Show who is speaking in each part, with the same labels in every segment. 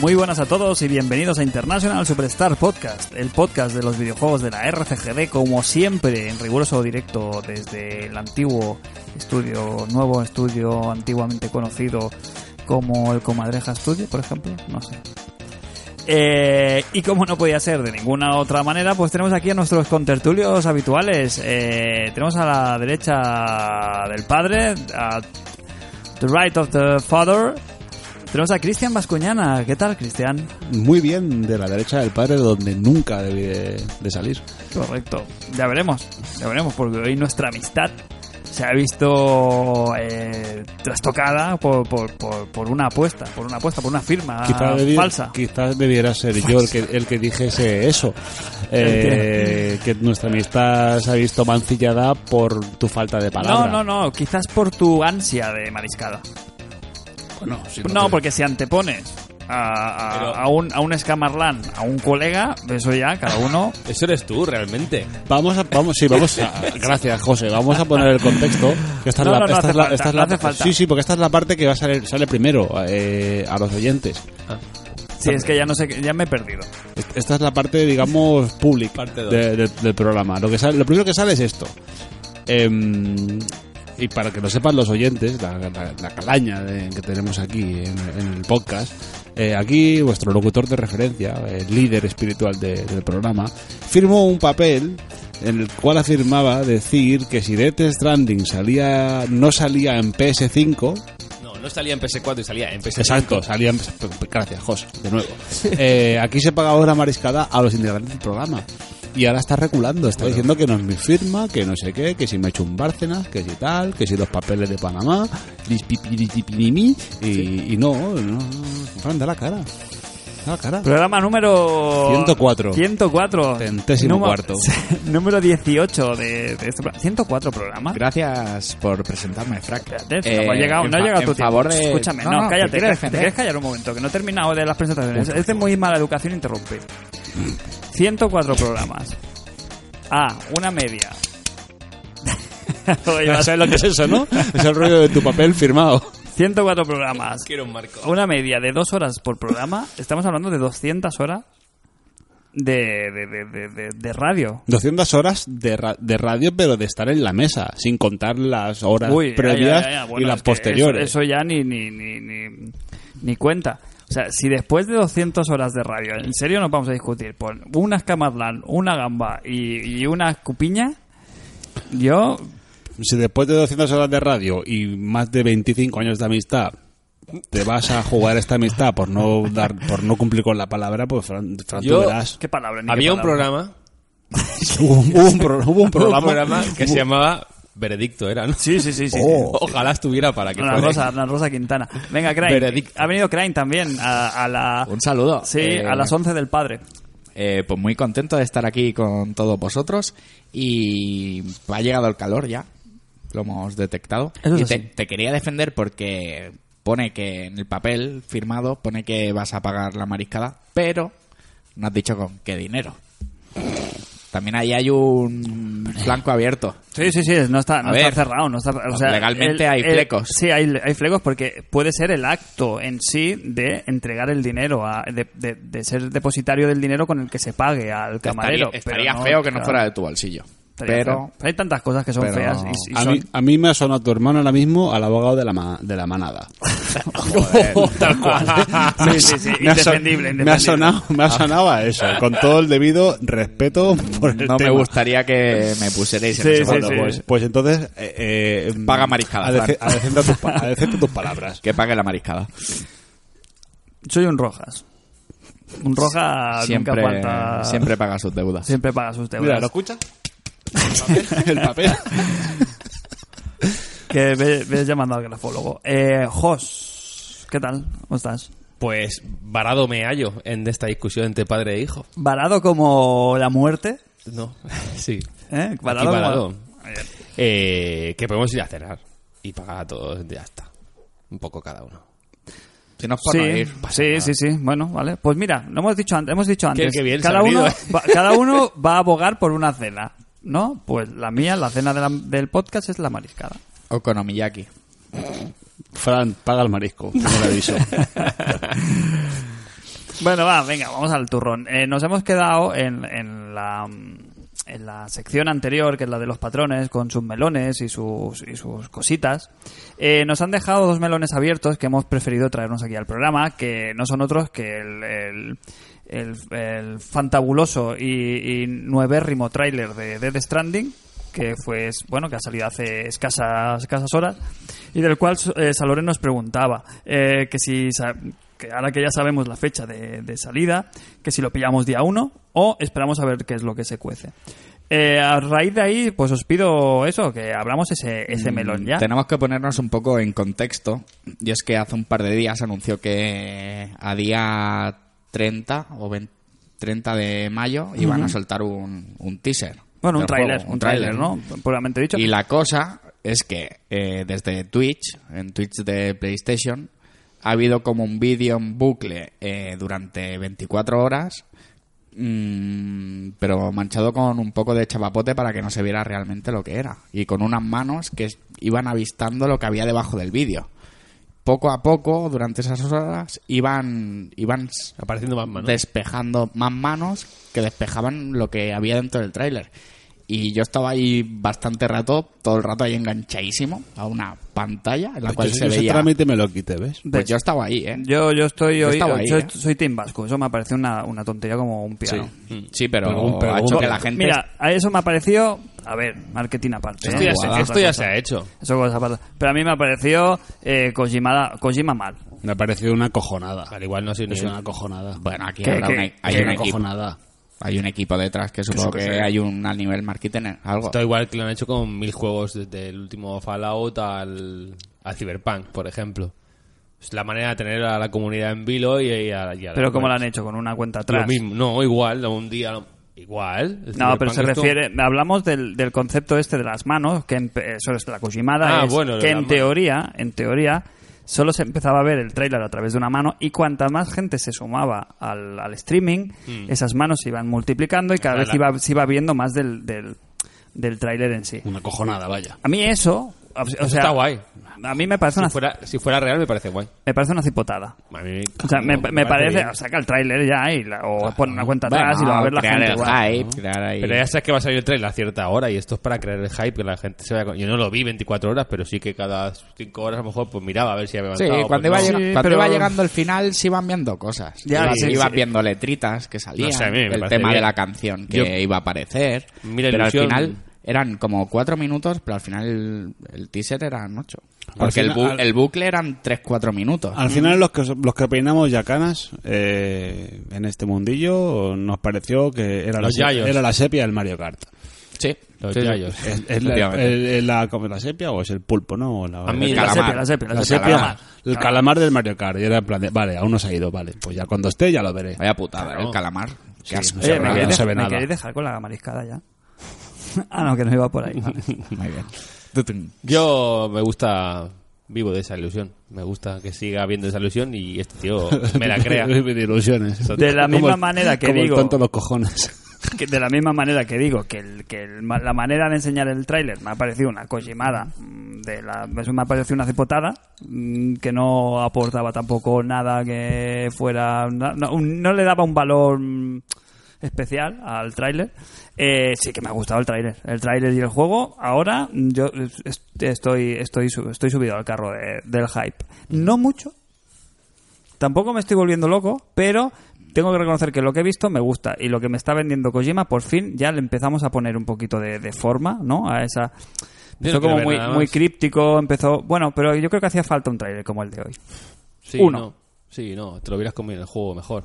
Speaker 1: Muy buenas a todos y bienvenidos a International Superstar Podcast, el podcast de los videojuegos de la RCGD, como siempre, en riguroso directo desde el antiguo estudio, nuevo estudio antiguamente conocido como el Comadreja Studio, por ejemplo, no sé. Eh, y como no podía ser de ninguna otra manera, pues tenemos aquí a nuestros contertulios habituales. Eh, tenemos a la derecha del padre, a the right of the father. Tenemos a Cristian Bascuñana. ¿Qué tal, Cristian?
Speaker 2: Muy bien, de la derecha del padre, donde nunca debe de, de salir.
Speaker 1: Correcto. Ya veremos, ya veremos, porque hoy nuestra amistad se ha visto eh, trastocada por, por, por, por una apuesta, por una apuesta, por una firma
Speaker 2: Quizás debi-
Speaker 1: Ah, falsa.
Speaker 2: quizás debiera ser yo el que, el que dijese eso. Eh, que nuestra amistad se ha visto mancillada por tu falta de palabra.
Speaker 1: No, no, no, quizás por tu ansia de mariscada.
Speaker 3: Pues
Speaker 2: Bueno, si
Speaker 1: No, porque si antepones a, a-
Speaker 3: Pero-
Speaker 1: a un, a un escamarlán, a un colega, eso ya, cada uno.
Speaker 3: Eso eres tú, realmente.
Speaker 2: Vamos a, vamos, sí, vamos a, gracias José, vamos a poner el contexto. que esta es
Speaker 1: No,
Speaker 2: la-
Speaker 1: no, no
Speaker 2: esta
Speaker 1: hace
Speaker 2: es la-
Speaker 1: falta,
Speaker 2: esta es
Speaker 1: no
Speaker 2: la-
Speaker 1: hace falta.
Speaker 2: Sí, sí, porque esta es la parte que va a salir, sale primero eh, a los oyentes.
Speaker 3: Ah.
Speaker 1: Si es que ya no sé, qué- ya me he perdido.
Speaker 2: Est- Esta es la parte, digamos, pública
Speaker 3: Parte dos.
Speaker 2: de- de- del programa. Lo, que sale- lo primero que sale es esto. Em, y para que lo sepan los oyentes, la, la- la calaña de- que tenemos aquí en, en el podcast, eh, aquí vuestro locutor de referencia, el líder espiritual de- del programa, firmó un papel en el cual afirmaba decir que si Death Stranding salía, no salía en PS5,
Speaker 3: No, no salía en PS4 y salía en
Speaker 4: Este
Speaker 3: PS5.
Speaker 2: Exacto, salían. Gracias, Jos, de nuevo. Eh, aquí se pagaba una mariscada a los integrantes del programa. Y ahora está reculando, está diciendo que no es mi firma, que no sé qué, que si me he hecho un Bárcenas, que si tal, que si los papeles de Panamá, lis, pi, pi, li, ti, pi, li, mi, y, y no, no, no, Fran, da la cara. Da la cara.
Speaker 1: Programa número.
Speaker 2: 104.
Speaker 1: 104.
Speaker 2: Centésimo
Speaker 1: Número-
Speaker 2: cuarto.
Speaker 1: número 18 de, de este programa. 104 programas.
Speaker 4: Gracias por presentarme, Frank.
Speaker 1: Espérate, si
Speaker 4: Eh,
Speaker 1: no, ha llegado,
Speaker 4: en
Speaker 1: no ha
Speaker 4: fa-
Speaker 1: llegado
Speaker 4: en
Speaker 1: tu tiempo.
Speaker 4: favor de-
Speaker 1: Escúchame, no,
Speaker 4: No, no,
Speaker 1: cállate.
Speaker 4: te quiero
Speaker 1: ¿Te
Speaker 4: defender.
Speaker 1: quieres callar un momento? Que no he terminado de las presentaciones. Es de muy mala educación interrumpir. 104 programas. Ah, una media. Oye,
Speaker 2: Ya
Speaker 1: vas-
Speaker 2: sabes lo que es eso, ¿no? Es el rollo de tu papel firmado.
Speaker 1: 104 programas.
Speaker 3: Quiero un marco.
Speaker 1: Una media de dos horas por programa. Estamos hablando de 200 horas de, de, de, de, de- de radio.
Speaker 2: 200 horas de, ra- de radio, pero de estar en la mesa, sin contar las horas
Speaker 1: Uy, ya,
Speaker 2: previas
Speaker 1: ya, ya, ya.
Speaker 2: y
Speaker 1: Bueno,
Speaker 2: las
Speaker 1: es que
Speaker 2: posteriores.
Speaker 1: Eso, eso ya ni, ni, ni, ni, ni cuenta. O sea, si después de 200 horas de radio, en serio nos vamos a discutir por una escamarlán, una gamba y, y una cupiña, yo...
Speaker 2: Si después de 200 horas de radio y más de 25 años de amistad te vas a jugar esta amistad por no dar por no cumplir con la palabra, pues Fran, Fran, tú
Speaker 3: Yo-
Speaker 2: verás.
Speaker 1: ¿Qué palabra? Ni qué
Speaker 3: Había un
Speaker 1: palabra.
Speaker 3: programa,
Speaker 2: Hubo un, hubo un pro- hubo un programa,
Speaker 3: un programa que se llamaba Veredicto, era, ¿no?
Speaker 1: Sí, sí, sí. sí.
Speaker 3: Ojalá estuviera para que
Speaker 1: Ana
Speaker 3: fuera.
Speaker 1: Rosa, Ana Rosa Quintana. Venga, Crane.
Speaker 4: Veredicto.
Speaker 1: Ha venido Crane también a, a la...
Speaker 4: Un saludo.
Speaker 1: Sí,
Speaker 4: Eh,
Speaker 1: a las 11 del padre.
Speaker 4: eh, pues muy contento de estar aquí con todos vosotros y ha llegado el calor ya, lo hemos detectado.
Speaker 1: Eso es
Speaker 4: y te,
Speaker 1: así.
Speaker 4: te quería defender porque pone que en el papel firmado pone que vas a pagar la mariscada, pero no has dicho con qué dinero. También ahí hay un flanco abierto.
Speaker 1: Sí, sí, sí, no está, no
Speaker 4: A
Speaker 1: está
Speaker 4: ver,
Speaker 1: cerrado. No está, o sea,
Speaker 4: legalmente hay flecos.
Speaker 1: Sí, hay, hay flecos porque puede ser el acto en sí de entregar el dinero, a- de, de- de ser depositario del dinero con el que se pague al camarero.
Speaker 4: estaría
Speaker 1: pero
Speaker 4: estaría
Speaker 1: no,
Speaker 4: feo que no
Speaker 1: claro,
Speaker 4: fuera de tu bolsillo.
Speaker 1: estaría
Speaker 4: pero
Speaker 1: feo. hay tantas cosas que son
Speaker 4: pero-
Speaker 1: feas. Y, y
Speaker 2: A
Speaker 1: son-
Speaker 2: mí, a mí me ha sonado tu hermano ahora mismo al abogado de la, ma- de la manada. Tal cual.
Speaker 1: Sí, sí, sí,
Speaker 2: Me ha son-
Speaker 1: indefendible,
Speaker 2: Me ha
Speaker 1: indefendible.
Speaker 2: sonado, me ha sonado a eso, con todo el debido respeto por el
Speaker 4: no me
Speaker 2: tema.
Speaker 4: gustaría que me pusierais en
Speaker 1: Sí,
Speaker 4: ese
Speaker 1: sí,
Speaker 2: Bueno,
Speaker 4: bando,
Speaker 2: pues,
Speaker 4: pues,
Speaker 2: pues entonces. eh, eh,
Speaker 4: Paga mariscada,
Speaker 2: adece-
Speaker 4: Fran.
Speaker 2: Adecenta tus, pa- adecenta tus palabras.
Speaker 4: Que pague la mariscada.
Speaker 1: Soy un Rojas. Un Rojas
Speaker 4: Siempre,
Speaker 1: Ah, nunca falta.
Speaker 4: siempre paga sus deudas.
Speaker 1: siempre paga sus deudas.
Speaker 2: Mira, ¿lo escuchas? El papel. El papel.
Speaker 1: Que ves llamando al grafólogo. Eh, Jos, ¿qué tal? ¿Cómo estás?
Speaker 3: Pues varado me hallo en esta discusión entre padre e hijo.
Speaker 1: Varado como la muerte.
Speaker 3: No, sí.
Speaker 1: ¿Eh?
Speaker 3: Aquí
Speaker 1: Varado como-
Speaker 3: varado. Eh, que podemos ir a cenar y pagar a todos, ya está. Un poco cada uno.
Speaker 4: Si no es por
Speaker 1: Sí,
Speaker 4: no ir.
Speaker 1: sí, sí, sí. Bueno, vale. Pues mira, lo hemos dicho antes. Hemos dicho antes.
Speaker 3: Ah. qué bien eh. se
Speaker 1: cada,
Speaker 3: ha
Speaker 1: uno,
Speaker 3: venido,
Speaker 1: va, cada uno va a abogar por una cena, ¿no? Pues la mía, la cena de la- del podcast es la mariscada.
Speaker 4: Okonomiyaki.
Speaker 2: Fran, paga el marisco. No le aviso.
Speaker 1: Bueno, va, venga, vamos al turrón. Eh, nos hemos quedado en, en la, mm, en la sección anterior, que es la de los patrones, con sus melones y sus, y sus cositas. Eh, nos han dejado dos melones abiertos que hemos preferido traernos aquí al programa, que no son otros que el, el, el- el fantabuloso y, y nuevérrimo tráiler de Dead Stranding que fue bueno que ha salido hace escasas, escasas horas y del cual eh, Salorén nos preguntaba eh, que si sa- que ahora que ya sabemos la fecha de, de salida que si lo pillamos día 1 o esperamos a ver qué es lo que se cuece Eh, a raíz de ahí pues os pido eso que abramos ese, ese melón ya
Speaker 4: Mm, Tenemos que ponernos un poco en contexto. Y es que hace un par de días anunció que a día 30 o 20 30 de mayo iban a soltar un, un teaser.
Speaker 1: bueno un
Speaker 4: del
Speaker 1: tráiler
Speaker 4: juego,
Speaker 1: un tráiler
Speaker 4: tráiler,
Speaker 1: no puramente dicho
Speaker 4: Y la cosa es que eh, desde Twitch, en Twitch de PlayStation, ha habido como un vídeo en bucle eh, durante 24 horas, mm, pero manchado con un poco de chapapote para que no se viera realmente lo que era. Y con unas manos que es- iban avistando lo que había debajo del vídeo. Poco a poco, durante esas horas, iban, iban s-
Speaker 3: Apareciendo más manos.
Speaker 4: despejando más manos que despejaban lo que había dentro del tráiler. Y yo estaba ahí bastante rato, todo el rato ahí enganchadísimo a una pantalla en la cual
Speaker 2: Yo-
Speaker 4: se
Speaker 2: yo ese
Speaker 4: veía.
Speaker 2: trámite me lo quité, ¿ves?
Speaker 4: Pues yo estaba ahí, ¿eh?
Speaker 1: yo yo estoy
Speaker 4: Yo
Speaker 1: hoy-
Speaker 4: estaba ahí,
Speaker 1: soy,
Speaker 4: ¿eh?
Speaker 1: soy Team Vasco eso me parece una, una tontería como un piano
Speaker 4: Sí, pero,
Speaker 2: Pero- pero-
Speaker 4: ha hecho que la gente.
Speaker 1: Mira, a eso me ha parecido, a ver, marketing aparte.
Speaker 3: Esto
Speaker 1: ¿eh?
Speaker 3: ya,
Speaker 1: Es
Speaker 3: se,
Speaker 1: otra
Speaker 3: esto ya
Speaker 1: cosa.
Speaker 3: se ha hecho.
Speaker 1: Eso cosa aparte. Pero a mí me ha parecido eh, Kojima, Kojima mal.
Speaker 2: Me ha parecido una cojonada.
Speaker 3: Al igual no ha sido ni
Speaker 2: Es
Speaker 3: él.
Speaker 2: una cojonada.
Speaker 4: Bueno, aquí
Speaker 1: ¿Qué,
Speaker 4: habrá
Speaker 1: qué?
Speaker 4: una- hay
Speaker 1: ¿Qué?
Speaker 4: un
Speaker 2: una
Speaker 4: equipo.
Speaker 2: cojonada.
Speaker 4: Hay un equipo detrás que supongo que, hay un al nivel marketing algo.
Speaker 3: Esto igual que lo han hecho con mil juegos, desde el último Fallout al, al Cyberpunk, por ejemplo. Es la manera de tener a la comunidad en vilo y, y a, y a
Speaker 1: Pero como lo
Speaker 3: bueno,
Speaker 1: han hecho con una cuenta
Speaker 3: Lo
Speaker 1: atrás.
Speaker 3: mismo, no, igual, un día igual. El
Speaker 1: No, pero
Speaker 3: Cyberpunk
Speaker 1: se
Speaker 3: esto-
Speaker 1: refiere. Hablamos del, del concepto este de las manos, que en- eh, eso es la Kojimada.
Speaker 3: Ah,
Speaker 1: es
Speaker 3: bueno, lo
Speaker 1: que
Speaker 3: de
Speaker 1: en
Speaker 3: las manos.
Speaker 1: teoría, en teoría, solo se empezaba a ver el tráiler a través de una mano y cuanta más gente se sumaba al, al streaming,
Speaker 3: Mm.
Speaker 1: esas manos se iban multiplicando y cada
Speaker 3: La-
Speaker 1: vez
Speaker 3: la-
Speaker 1: iba, se iba viendo más del, del, del tráiler en sí.
Speaker 2: Una cojonada, vaya.
Speaker 1: A mí eso, o o sea,
Speaker 3: está guay.
Speaker 1: A mí me parece
Speaker 3: Si
Speaker 1: una
Speaker 3: fuera, si fuera real me parece guay.
Speaker 1: me parece una cipotada.
Speaker 3: A mí me-
Speaker 1: O sea, me, me parece,
Speaker 3: bien.
Speaker 1: o saca el tráiler ya y la- o
Speaker 2: Ah,
Speaker 1: pon una cuenta
Speaker 4: Bueno,
Speaker 1: atrás y lo va a ver la
Speaker 4: crear
Speaker 1: gente.
Speaker 4: el
Speaker 1: igual.
Speaker 4: hype, crear ahí-
Speaker 3: Pero ya sabes que va a salir el trailer a cierta hora y esto es para crear el hype que la gente se vaya con- Yo no lo vi 24 horas, pero sí que cada 5 horas a lo mejor pues miraba a ver si había
Speaker 4: Sí,
Speaker 3: avanzado. pues
Speaker 4: cuando, iba,
Speaker 3: no.
Speaker 4: llegando,
Speaker 1: Sí,
Speaker 4: cuando
Speaker 1: pero-
Speaker 4: iba llegando el final se iban viendo cosas.
Speaker 1: Ya,
Speaker 4: ibas,
Speaker 1: sí,
Speaker 4: ibas
Speaker 1: sí.
Speaker 4: viendo letritas que salían,
Speaker 3: No sé, a mí me
Speaker 4: el
Speaker 3: parece
Speaker 4: tema de
Speaker 3: bien.
Speaker 4: la canción que
Speaker 3: Yo-
Speaker 4: iba a aparecer.
Speaker 3: Mira,
Speaker 4: pero
Speaker 3: ilusión-
Speaker 4: al final eran como cuatro minutos, pero al final el, el teaser eran ocho.
Speaker 2: Al
Speaker 4: Porque el, bu-
Speaker 2: final-
Speaker 4: el bucle eran tres, cuatro minutos.
Speaker 2: Al final los que, los que peinamos yacanas eh, en este mundillo nos pareció que era,
Speaker 3: Los
Speaker 2: la, se-
Speaker 3: yayos.
Speaker 2: era la sepia del Mario Kart.
Speaker 4: Sí.
Speaker 3: Los
Speaker 4: Sí, sí.
Speaker 2: ¿Es,
Speaker 3: yayos.
Speaker 2: es la,
Speaker 4: Efectivamente.
Speaker 2: el- el- la, como la sepia o es el pulpo, no? O la-
Speaker 3: A mí
Speaker 2: el
Speaker 3: la
Speaker 2: calamar.
Speaker 1: sepia, la sepia, la
Speaker 2: La
Speaker 1: sepia,
Speaker 2: sepia,
Speaker 1: calamar.
Speaker 2: El calamar del Mario Kart. Y era en plan de, vale, aún no se ha ido, vale. Pues ya cuando esté ya lo veré.
Speaker 4: Vaya putada,
Speaker 3: Claro.
Speaker 4: el calamar. Qué asco.
Speaker 2: se
Speaker 1: Oye,
Speaker 2: ve
Speaker 1: ¿me,
Speaker 2: nada,
Speaker 1: queréis,
Speaker 2: no se ve
Speaker 1: ¿me
Speaker 2: nada.
Speaker 1: queréis dejar con la mariscada ya? ah, no, que no iba por ahí. vale.
Speaker 4: Muy bien. Tutun.
Speaker 3: Yo me gusta vivo de esa ilusión. Me gusta que siga habiendo esa ilusión y este tío me la crea.
Speaker 2: Vivir ilusiones.
Speaker 1: De la
Speaker 2: Como
Speaker 1: misma
Speaker 2: el-
Speaker 1: manera que
Speaker 2: como el
Speaker 1: digo-
Speaker 2: tonto los cojones.
Speaker 1: Que de la misma manera que digo que, el- que el- la manera de enseñar el tráiler me ha parecido una Kojimada. mm, De la, eso me ha parecido una cipotada mm, que no aportaba tampoco nada que fuera. No, no- un- no le daba un valor mm, especial al tráiler. Eh, sí que me ha gustado el tráiler. El tráiler y el juego. Ahora mm, yo es- estoy, estoy, sub- estoy subido al carro de- del hype. No mucho, Tampoco me estoy volviendo loco, pero tengo que reconocer que lo que he visto me gusta y lo que me está vendiendo Kojima, por fin ya le empezamos a poner un poquito de, de forma, ¿no? A esa. Empezó
Speaker 3: quiero
Speaker 1: como
Speaker 3: ver
Speaker 1: muy,
Speaker 3: nada
Speaker 1: muy
Speaker 3: más.
Speaker 1: críptico, empezó. Bueno, pero yo creo que hacía falta un tráiler como el de hoy.
Speaker 3: Sí,
Speaker 1: Uno.
Speaker 3: No. Sí, no, te lo hubieras comido en el juego mejor.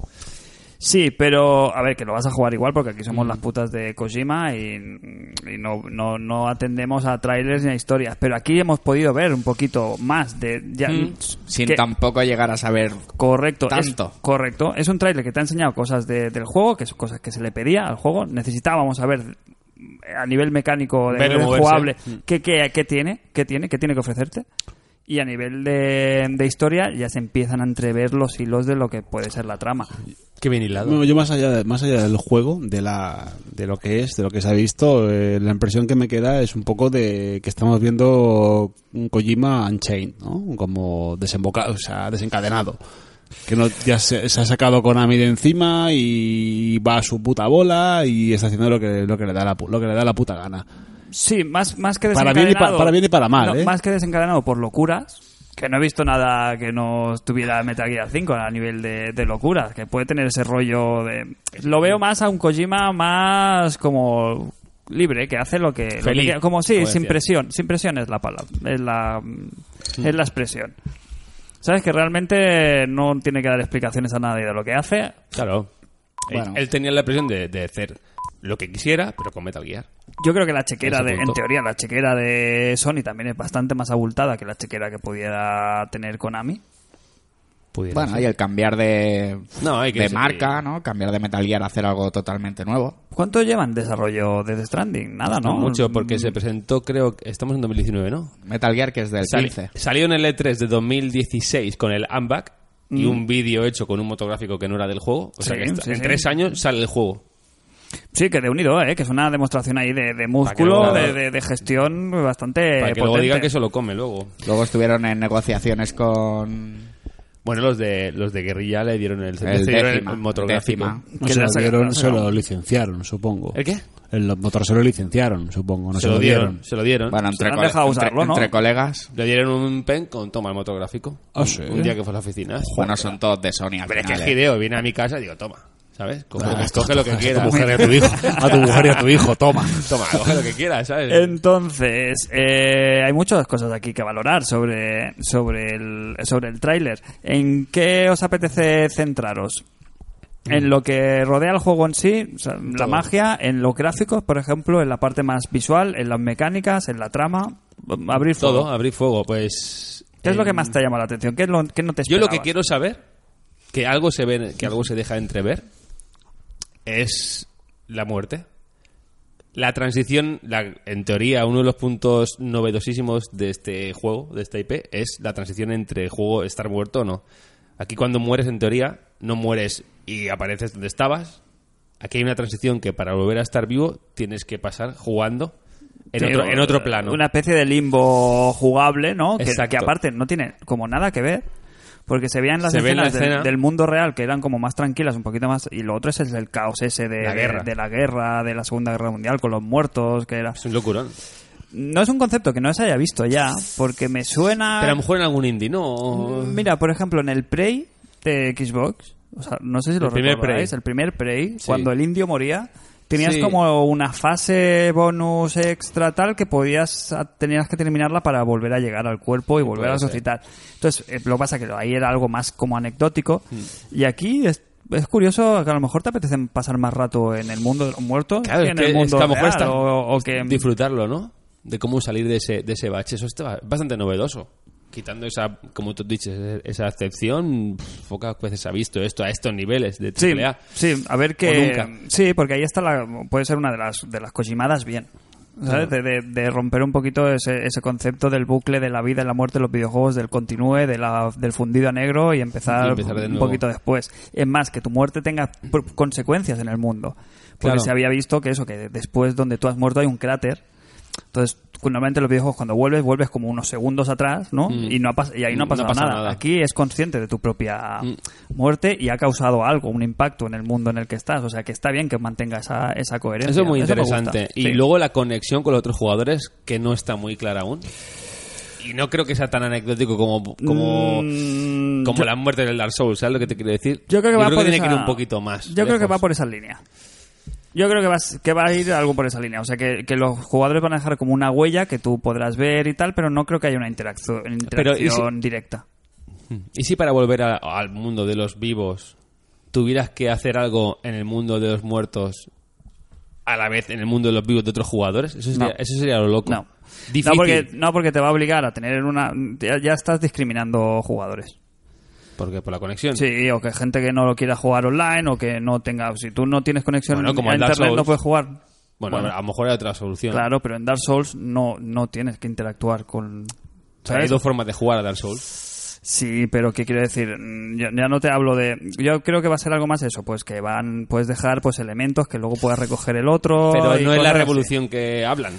Speaker 1: Sí, pero a ver, que lo vas a jugar igual porque aquí somos las putas de Kojima y, y no, no, no atendemos a trailers ni a historias. Pero aquí hemos podido ver un poquito más de. Ya,
Speaker 4: Hmm. Sin
Speaker 1: que-
Speaker 4: tampoco llegar a saber.
Speaker 1: Correcto,
Speaker 4: Tanto.
Speaker 1: Es, correcto. Es un tráiler que te ha enseñado cosas de- del juego, que son cosas que se le pedía al juego. Necesitábamos saber eh, a nivel mecánico, de
Speaker 3: Verlo
Speaker 1: nivel
Speaker 3: moverse.
Speaker 1: jugable,
Speaker 4: Hmm.
Speaker 1: qué, qué- qué tiene, qué tiene, qué tiene que ofrecerte. Y a nivel de, de historia ya se empiezan a entrever los hilos de lo que puede ser la trama.
Speaker 3: Qué bien hilado.
Speaker 2: No, yo más allá, de- más allá del juego, de, la, de lo que es, de lo que se ha visto, eh, la impresión que me queda es un poco de que estamos viendo un Kojima Unchained, ¿no? Como desemboca, o sea, desencadenado. Que no, ya se, se ha sacado Konami de encima y va a su puta bola y está haciendo lo que, lo que, le, da la, pu- lo que le da la puta gana.
Speaker 1: Sí, más, más que
Speaker 2: Para
Speaker 1: desencadenado.
Speaker 2: bien y pa- para bien y para mal,
Speaker 1: No,
Speaker 2: ¿eh?
Speaker 1: Más que desencadenado por locuras. Que no he visto nada que no tuviera Metal Gear 5 a nivel de, de locuras. Que puede tener ese rollo de. Lo veo más a un Kojima más como libre, que hace lo que. lo que
Speaker 3: Feliz,
Speaker 1: quiera. como sí,
Speaker 3: como
Speaker 1: sin
Speaker 3: decía.
Speaker 1: presión. Sin presión es la palabra. Es la, es la expresión. ¿Sabes? Que realmente no tiene que dar explicaciones a nadie de lo que hace.
Speaker 3: Claro.
Speaker 2: Bueno.
Speaker 3: Él, él tenía la presión de, de hacer lo que quisiera, pero con Metal Gear.
Speaker 1: Yo creo que la chequera,
Speaker 3: Ese
Speaker 1: de, en
Speaker 3: punto.
Speaker 1: teoría, la chequera de Sony también es bastante más abultada que la chequera que pudiera tener Konami.
Speaker 3: Pudiera
Speaker 4: Bueno,
Speaker 3: ser.
Speaker 4: y el cambiar de,
Speaker 3: No, hay que
Speaker 4: de
Speaker 3: ser-
Speaker 4: marca, ¿no? Cambiar de Metal Gear a hacer algo totalmente nuevo.
Speaker 1: ¿Cuánto llevan desarrollo de The Stranding? Nada, ¿no?
Speaker 3: No mucho, porque se presentó, creo que estamos en 2019, ¿no?
Speaker 4: Metal Gear que es del
Speaker 3: Sali-
Speaker 4: 15.
Speaker 3: salió en el E3 de 2016 con el Unback y un vídeo hecho con un motográfico que no era del juego. O sea
Speaker 1: Sí,
Speaker 3: que está-
Speaker 1: sí,
Speaker 3: en
Speaker 1: sí.
Speaker 3: tres años sale el juego.
Speaker 1: Sí, que de unido, ¿eh? Que es una demostración ahí de, de músculo,
Speaker 3: luego-
Speaker 1: de, de- de gestión bastante
Speaker 3: para que luego
Speaker 1: Eh, potente.
Speaker 3: digan que se lo come luego.
Speaker 4: Luego estuvieron en negociaciones con
Speaker 3: Bueno, los de los de guerrilla le dieron el,
Speaker 4: el
Speaker 3: les dieron el
Speaker 4: décima.
Speaker 3: motográfico.
Speaker 4: décima.
Speaker 2: No
Speaker 1: Que
Speaker 2: se
Speaker 1: le
Speaker 2: lo
Speaker 1: ha sacado-
Speaker 2: dieron,
Speaker 1: no se
Speaker 2: se
Speaker 1: lo-
Speaker 2: lo licenciaron, supongo.
Speaker 3: ¿El qué?
Speaker 2: El motor se lo licenciaron, supongo. No se, lo dieron.
Speaker 3: se lo dieron.
Speaker 4: Bueno, entre,
Speaker 1: lo han
Speaker 4: cole-
Speaker 1: dejado
Speaker 4: entre-
Speaker 1: usarlo, ¿no?
Speaker 4: entre colegas.
Speaker 3: Le dieron un pen con toma el motográfico.
Speaker 2: Ah, sí.
Speaker 3: Un día que fue a la oficina.
Speaker 4: Bueno, son todos de Sony. al
Speaker 3: Pero es que
Speaker 4: final, ¿eh?
Speaker 3: Gideo viene a mi casa y digo, toma, ¿sabes? Coge,
Speaker 2: Ah, esto-
Speaker 3: coge lo que
Speaker 2: esto- A
Speaker 3: quieras.
Speaker 2: tu mujer y a tu hijo. A tu mujer y a tu hijo, toma.
Speaker 3: Toma, coge lo que quieras, ¿sabes?
Speaker 1: Entonces, eh, hay muchas cosas aquí que valorar sobre, sobre el, sobre el tráiler. ¿En qué os apetece centraros?
Speaker 3: Mm.
Speaker 1: En lo que rodea el juego en sí, o sea, la magia, en los gráficos, por ejemplo, en la parte más visual, en las mecánicas, en la trama, abrir fuego.
Speaker 3: Todo, abrir fuego, pues...
Speaker 1: ¿Qué es lo que
Speaker 3: em,
Speaker 1: más te ha llamado la atención? ¿Qué, es lo, qué no te
Speaker 3: Yo lo que
Speaker 1: esperabas?
Speaker 3: quiero saber, que algo se ve, que algo se deja entrever, es la muerte. La transición, la- en teoría, uno de los puntos novedosísimos de este juego, de esta IP, es la transición entre el juego estar muerto o no. Aquí cuando mueres, en teoría, no mueres y apareces donde estabas. Aquí hay una transición que para volver a estar vivo tienes que pasar jugando en,
Speaker 1: Sí,
Speaker 3: otro,
Speaker 1: o-
Speaker 3: en otro plano.
Speaker 1: Una especie de limbo jugable, ¿no? Que,
Speaker 3: Exacto.
Speaker 1: que aparte no tiene como nada que ver. Porque se veían las
Speaker 3: Se ve en la
Speaker 1: escenas del-
Speaker 3: escena.
Speaker 1: del, mundo real que eran como más tranquilas, un poquito más. Y lo otro es el, del caos ese de
Speaker 3: La guerra.
Speaker 1: de la guerra, de la Segunda Guerra Mundial, con los muertos, que era.
Speaker 3: Es un locurón.
Speaker 1: No es un concepto que no se haya visto ya, porque me suena.
Speaker 3: Pero a lo mejor en algún indie, ¿no?
Speaker 1: Mm, Mira, por ejemplo, en el Prey de Xbox, o sea, no sé si lo
Speaker 3: El primer
Speaker 1: recordáis,
Speaker 3: Prey.
Speaker 1: el primer Prey,
Speaker 3: Sí.
Speaker 1: cuando el indio moría, tenías
Speaker 3: Sí.
Speaker 1: como una fase bonus extra tal que podías tenías que terminarla para volver a llegar al cuerpo y volver
Speaker 3: puede
Speaker 1: a
Speaker 3: ser.
Speaker 1: resucitar. Entonces, eh, lo que pasa que lo- ahí era algo más como anecdótico
Speaker 3: Mm.
Speaker 1: y aquí es es curioso que a lo mejor te apetecen pasar más rato en el mundo de los muertos
Speaker 3: Claro,
Speaker 1: que
Speaker 3: es
Speaker 1: en
Speaker 3: que-
Speaker 1: el mundo
Speaker 3: es que a lo mejor
Speaker 1: real,
Speaker 3: está-
Speaker 1: o, o que mm,
Speaker 3: disfrutarlo, ¿no? De cómo salir de ese, de ese bache. Eso está bastante novedoso. Quitando esa, como tú dices, e, esa excepción, pf, pocas veces se ha visto esto a estos niveles de
Speaker 1: Sí,
Speaker 3: AAA.
Speaker 1: sí, a ver que
Speaker 3: O nunca.
Speaker 1: Sí, porque ahí está la, puede ser una de las de las cojimadas bien. ¿sabes? De, de- de romper un poquito ese, ese concepto del bucle de la vida y la muerte de los videojuegos, del continúe, de la, del fundido a negro y empezar,
Speaker 3: Y empezar de
Speaker 1: un
Speaker 3: nuevo.
Speaker 1: poquito después. Es más, que tu muerte tenga pr- consecuencias en el mundo. Porque
Speaker 3: Claro.
Speaker 1: se había visto que eso, que después donde tú has muerto hay un cráter. Entonces, normalmente los videojuegos cuando vuelves, vuelves como unos segundos atrás, ¿no? Y, no ha pas- y ahí no ha
Speaker 3: Mm. No
Speaker 1: pasado
Speaker 3: pasa
Speaker 1: nada.
Speaker 3: nada. Mm.
Speaker 1: Aquí aquí es consciente de tu propia muerte y ha causado algo, un impacto en el mundo en el que estás. O sea, que está bien que mantenga esa, esa coherencia.
Speaker 3: Eso es muy
Speaker 1: me
Speaker 3: interesante.
Speaker 1: gusta.
Speaker 3: Y
Speaker 1: Sí.
Speaker 3: luego la conexión con los otros jugadores, que no está muy clara aún. Y no creo que sea tan anecdótico como, como,
Speaker 1: Mm,
Speaker 3: como
Speaker 1: yo-
Speaker 3: la muerte del Dark Souls, ¿sabes lo que te quiero decir?
Speaker 1: Yo creo que va por
Speaker 3: tiene
Speaker 1: esa-
Speaker 3: que ir un poquito más.
Speaker 1: Yo creo que
Speaker 3: lejos.
Speaker 1: va por esa línea. Yo creo que, vas, que va a ir algo por esa línea. O sea, que, que los jugadores van a dejar como una huella que tú podrás ver y tal, pero no creo que haya una interacción,
Speaker 3: Pero, ¿y si-
Speaker 1: interacción directa.
Speaker 3: ¿Y si para volver a- al mundo de los vivos tuvieras que hacer algo en el mundo de los muertos a la vez en el mundo de los vivos de otros jugadores? Eso sería,
Speaker 1: No.
Speaker 3: eso sería lo loco.
Speaker 1: No.
Speaker 3: Difícil.
Speaker 1: No porque, no, porque te va a obligar a tener una... Ya, ya estás discriminando jugadores.
Speaker 3: Porque por la conexión.
Speaker 1: Sí, o que gente que no lo quiera jugar online o que no tenga... Si tú no tienes conexión
Speaker 3: Bueno, como
Speaker 1: a
Speaker 3: en Dark
Speaker 1: internet no
Speaker 3: Souls.
Speaker 1: puedes jugar.
Speaker 3: Bueno, a lo mejor hay otra solución.
Speaker 1: Claro, pero en Dark Souls no, no tienes que interactuar con...
Speaker 3: O sea, hay
Speaker 1: ¿sabes?
Speaker 3: dos formas de jugar a Dark Souls.
Speaker 1: Sí, pero ¿qué quiero decir? Mm, Ya, ya no te hablo de... Yo creo que va a ser algo más eso, pues que van... Puedes dejar pues elementos que luego pueda recoger el otro.
Speaker 3: Pero
Speaker 1: y
Speaker 3: no es
Speaker 1: cosas
Speaker 3: la
Speaker 1: así.
Speaker 3: revolución que hablan.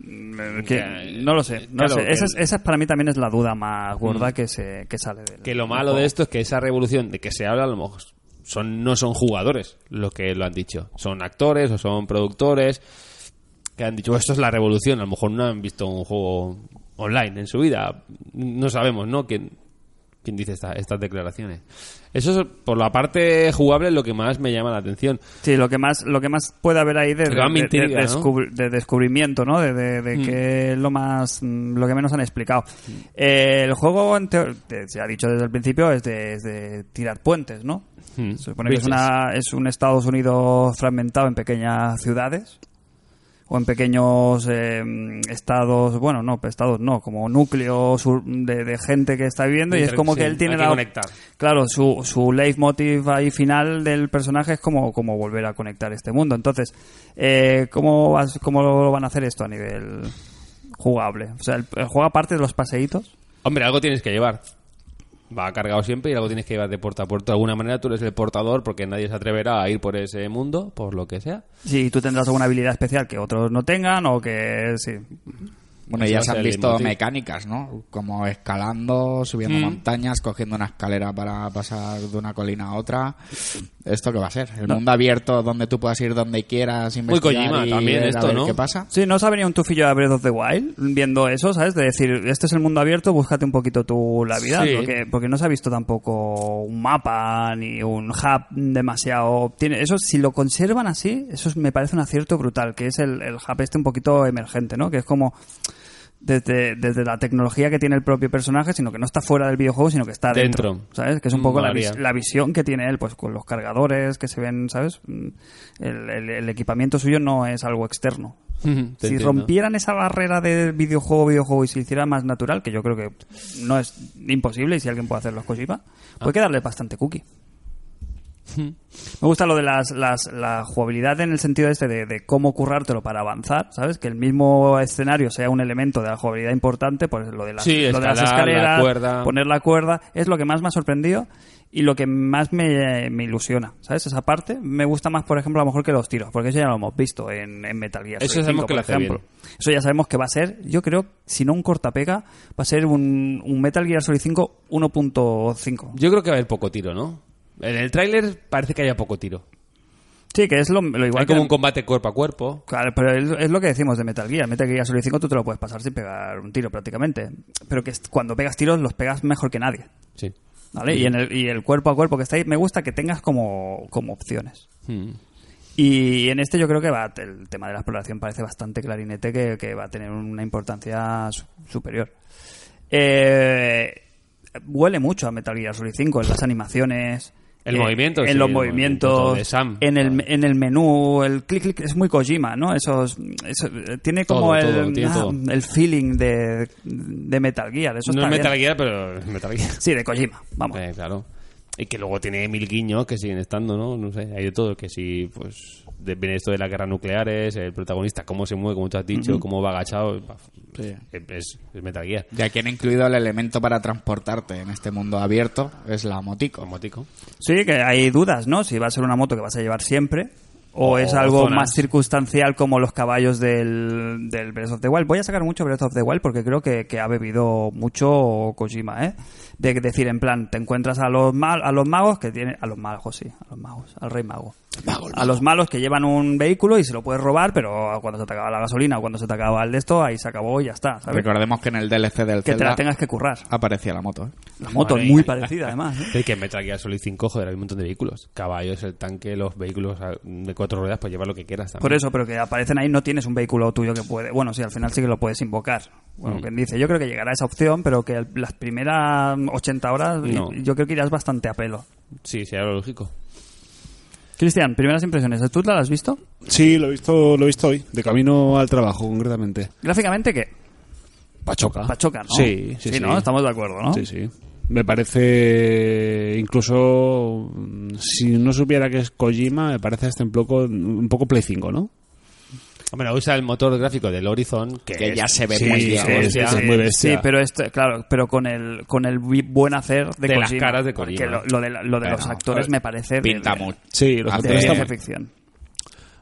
Speaker 1: Eh, que- no lo sé. No
Speaker 3: Claro,
Speaker 1: sé.
Speaker 3: que- Mm.
Speaker 1: Esa, es, esa es para mí también es la duda más gorda que, se, que sale del.
Speaker 3: Que lo malo de esto es que esa revolución de que se habla, a lo mejor son, no son jugadores los que lo han dicho. Son actores o son productores que han dicho, esto es la revolución. A lo mejor no han visto un juego online en su vida. No sabemos, ¿no? ¿Quién, quién dice esta- estas declaraciones? Eso es, por la parte jugable, lo que más me llama la atención.
Speaker 1: Sí, lo que más, lo que más puede haber ahí de,
Speaker 3: Lo que más me
Speaker 1: de- de-
Speaker 3: intriga,
Speaker 1: de
Speaker 3: ¿no? Mm.
Speaker 1: descubri- de descubrimiento, ¿no? De, de- de que es lo más, mm, lo que menos han explicado. Eh, el juego, en teo- te- se ha dicho desde el principio, es de, es de tirar puentes, ¿no?
Speaker 3: Hmm.
Speaker 1: Se supone que es,
Speaker 3: Bridges.
Speaker 1: una- es un Estados Unidos fragmentado en pequeñas ciudades o en pequeños eh, estados, bueno, no, estados no, como núcleos ur- de, de gente que está viviendo y es como
Speaker 3: Sí,
Speaker 1: que él tiene
Speaker 3: hay que
Speaker 1: la...
Speaker 3: conectar.
Speaker 1: Claro, su, su leitmotiv ahí final del personaje es como, como volver a conectar este mundo. Entonces, eh, ¿cómo, vas- ¿cómo lo van a hacer esto a nivel jugable? O sea, el, el juego aparte de los paseitos.
Speaker 3: Hombre, algo tienes que llevar. Va cargado siempre y algo tienes que llevar de puerta a puerta. De alguna manera tú eres el portador porque nadie se atreverá a ir por ese mundo, por lo que sea.
Speaker 1: Si tú tendrás alguna habilidad especial que otros no tengan o que sí.
Speaker 4: Bueno,
Speaker 3: Ese va
Speaker 4: ya
Speaker 3: a
Speaker 4: se
Speaker 3: ser
Speaker 4: han
Speaker 3: el
Speaker 4: visto
Speaker 3: leitmotiv.
Speaker 4: mecánicas, ¿no? Como escalando, subiendo
Speaker 3: Mm.
Speaker 4: montañas, cogiendo una escalera para pasar de una colina a otra. ¿Esto qué va a ser? El mundo abierto donde tú puedas ir donde quieras, investigar
Speaker 3: Kojima
Speaker 4: y
Speaker 3: también
Speaker 4: ver a
Speaker 3: esto,
Speaker 4: ver
Speaker 3: ¿no?
Speaker 4: qué pasa.
Speaker 1: Sí, ¿no os ha venido un tufillo a Breath of the Wild viendo eso, sabes? De decir, este es el mundo abierto, búscate un poquito tú la vida,
Speaker 3: Sí.
Speaker 1: porque, porque no se ha visto tampoco un mapa ni un hub demasiado... Tiene, eso, si lo conservan así, eso es- me parece un acierto brutal, que es el, el hub este un poquito emergente, ¿no? Que es como... Desde, desde la tecnología que tiene el propio personaje, sino que no está fuera del videojuego, sino que está dentro.
Speaker 3: Dentro.
Speaker 1: ¿Sabes? Que es un poco la,
Speaker 3: Molaría.
Speaker 1: vis- la visión que tiene él, pues con los cargadores que se ven, ¿sabes? Mm, El, el- el equipamiento suyo no es algo externo.
Speaker 3: Te
Speaker 1: si
Speaker 3: entiendo.
Speaker 1: rompieran esa barrera de videojuego, videojuego y se hiciera más natural, que yo creo que no es imposible y si alguien puede hacerlo es Kojima,
Speaker 3: Ah.
Speaker 1: puede quedarle bastante cookie. Me gusta lo de las, las- la jugabilidad en el sentido este de, de cómo currártelo para avanzar, ¿sabes? Que el mismo escenario sea un elemento de la jugabilidad importante, pues lo de las,
Speaker 3: Sí,
Speaker 1: lo de las
Speaker 3: escalar, la
Speaker 1: escaleras,
Speaker 3: cuerda.
Speaker 1: poner la cuerda, es lo que más me ha sorprendido y lo que más me, me ilusiona, ¿sabes? Esa parte me gusta más, por ejemplo, a lo mejor que los tiros, porque eso ya lo hemos visto en, en Metal Gear.
Speaker 3: Eso
Speaker 1: Solid
Speaker 3: sabemos
Speaker 1: 5,
Speaker 3: que
Speaker 1: por
Speaker 3: lo hace
Speaker 1: ejemplo. Eso ya sabemos que va a ser, yo creo, si no un cortapega, va a ser un, un Metal Gear Solid 5 1.5.
Speaker 3: Yo creo que va a haber poco tiro, ¿no? En el tráiler parece que haya poco tiro.
Speaker 1: Sí, que es lo, lo igual
Speaker 3: Hay
Speaker 1: que
Speaker 3: como
Speaker 1: en-
Speaker 3: un combate cuerpo a cuerpo.
Speaker 1: Claro, pero es, es lo que decimos de Metal Gear. Metal Gear Solid 5 tú te lo puedes pasar sin pegar un tiro prácticamente. Pero que es- cuando pegas tiros los pegas mejor que nadie.
Speaker 3: Sí.
Speaker 1: ¿Vale? Y, en el, y el cuerpo a cuerpo que está ahí, me gusta que tengas como, como opciones.
Speaker 3: Hmm.
Speaker 1: Y en este yo creo que va el tema de la exploración parece bastante clarinete que, que va a tener una importancia su- superior. Eh, huele mucho a Metal Gear Solid 5 en las animaciones.
Speaker 3: El
Speaker 1: eh,
Speaker 3: movimiento,
Speaker 1: En
Speaker 3: sí,
Speaker 1: los
Speaker 3: el
Speaker 1: movimientos.
Speaker 3: movimiento de Sam.
Speaker 1: en, el, en el menú, el clic clic es muy Kojima, ¿no? Esos, eso, eh, tiene como
Speaker 3: Todo,
Speaker 1: el, ah,
Speaker 3: todo, tiene todo.
Speaker 1: el feeling de, de Metal Gear. Eso
Speaker 3: No
Speaker 1: está bien.
Speaker 3: es Metal Gear, pero es Metal Gear.
Speaker 1: Sí, de Kojima, vamos.
Speaker 3: Eh, claro. Y que luego tiene mil guiños que siguen estando, ¿no? No sé, hay de todo. Que si, pues, de- viene esto de las guerras nucleares, el protagonista, cómo se mueve, como tú has dicho, cómo va agachado. pa-
Speaker 4: Sí.
Speaker 3: Es, es Metal Gear.
Speaker 4: Ya que han incluido el elemento para transportarte en este mundo abierto, es la motico.
Speaker 3: Automático.
Speaker 1: Sí, que hay dudas, ¿no? Si va a ser una moto que vas a llevar siempre o,
Speaker 3: O
Speaker 1: es algo
Speaker 3: zonas.
Speaker 1: más circunstancial como los caballos del, del Breath of the Wild. Voy a sacar mucho Breath of the Wild porque creo que, que ha bebido mucho Kojima, ¿eh? De de decir, en plan, te encuentras a los, mal, a los magos que tienen... A los magos, sí, a los magos, al rey mago. A los malos que llevan un vehículo y se lo puedes robar, pero cuando se te acaba la gasolina o cuando se te acaba el de esto, ahí se acabó y ya está, ¿sabes?
Speaker 4: Recordemos que en el DLC del
Speaker 1: que te la
Speaker 4: Zelda
Speaker 1: tengas que currar.
Speaker 4: aparecía la moto. ¿eh?
Speaker 1: La moto
Speaker 3: Madre
Speaker 1: es muy
Speaker 3: mía.
Speaker 1: parecida, además. ¿eh?
Speaker 3: Es que en Metal Gear Solid 5, joder, hay un montón de vehículos. Caballos, el tanque, los vehículos ah, de cuatro ruedas, pues llevar lo que quieras también.
Speaker 1: Por eso, pero que aparecen ahí no tienes un vehículo tuyo que puede. Bueno, sí, al final sí que lo puedes invocar. Bueno, quien dice, yo creo que llegará esa opción, pero que el- las primeras 80 horas y-
Speaker 3: No.
Speaker 1: yo creo que irás bastante a pelo.
Speaker 3: Sí, sería lo lógico.
Speaker 1: Cristian, primeras impresiones. ¿Tú la has visto?
Speaker 2: Sí, lo he visto, lo he visto hoy, de camino al trabajo, concretamente.
Speaker 1: Gráficamente, ¿qué?
Speaker 2: Pachoca.
Speaker 1: Pachoca, ¿no?
Speaker 2: Ah. Sí, sí, sí.
Speaker 1: ¿no? Estamos de acuerdo, ¿no?
Speaker 2: Sí, sí. Me parece, incluso mm, si no supiera que es Kojima, me parece hasta un poco, un poco Play 5, ¿no?
Speaker 3: Hombre, usa el motor gráfico del Horizon, que,
Speaker 4: Que
Speaker 3: es-
Speaker 4: ya se ve
Speaker 2: sí,
Speaker 4: muy
Speaker 2: sí,
Speaker 4: bien.
Speaker 2: sí.
Speaker 3: bestia.
Speaker 2: es muy bestia.
Speaker 1: Sí, pero esto, claro, pero con el con el bu- buen hacer de,
Speaker 3: De
Speaker 1: Kojima,
Speaker 3: las caras de
Speaker 1: porque
Speaker 3: Kojima.
Speaker 1: lo, lo de, la- lo de
Speaker 4: Bueno,
Speaker 1: los actores me parece de-
Speaker 4: Pinta
Speaker 1: de,
Speaker 4: mucho.
Speaker 2: Sí, los
Speaker 1: de
Speaker 4: Hace-
Speaker 2: actores
Speaker 4: Está-
Speaker 1: ciencia ficción.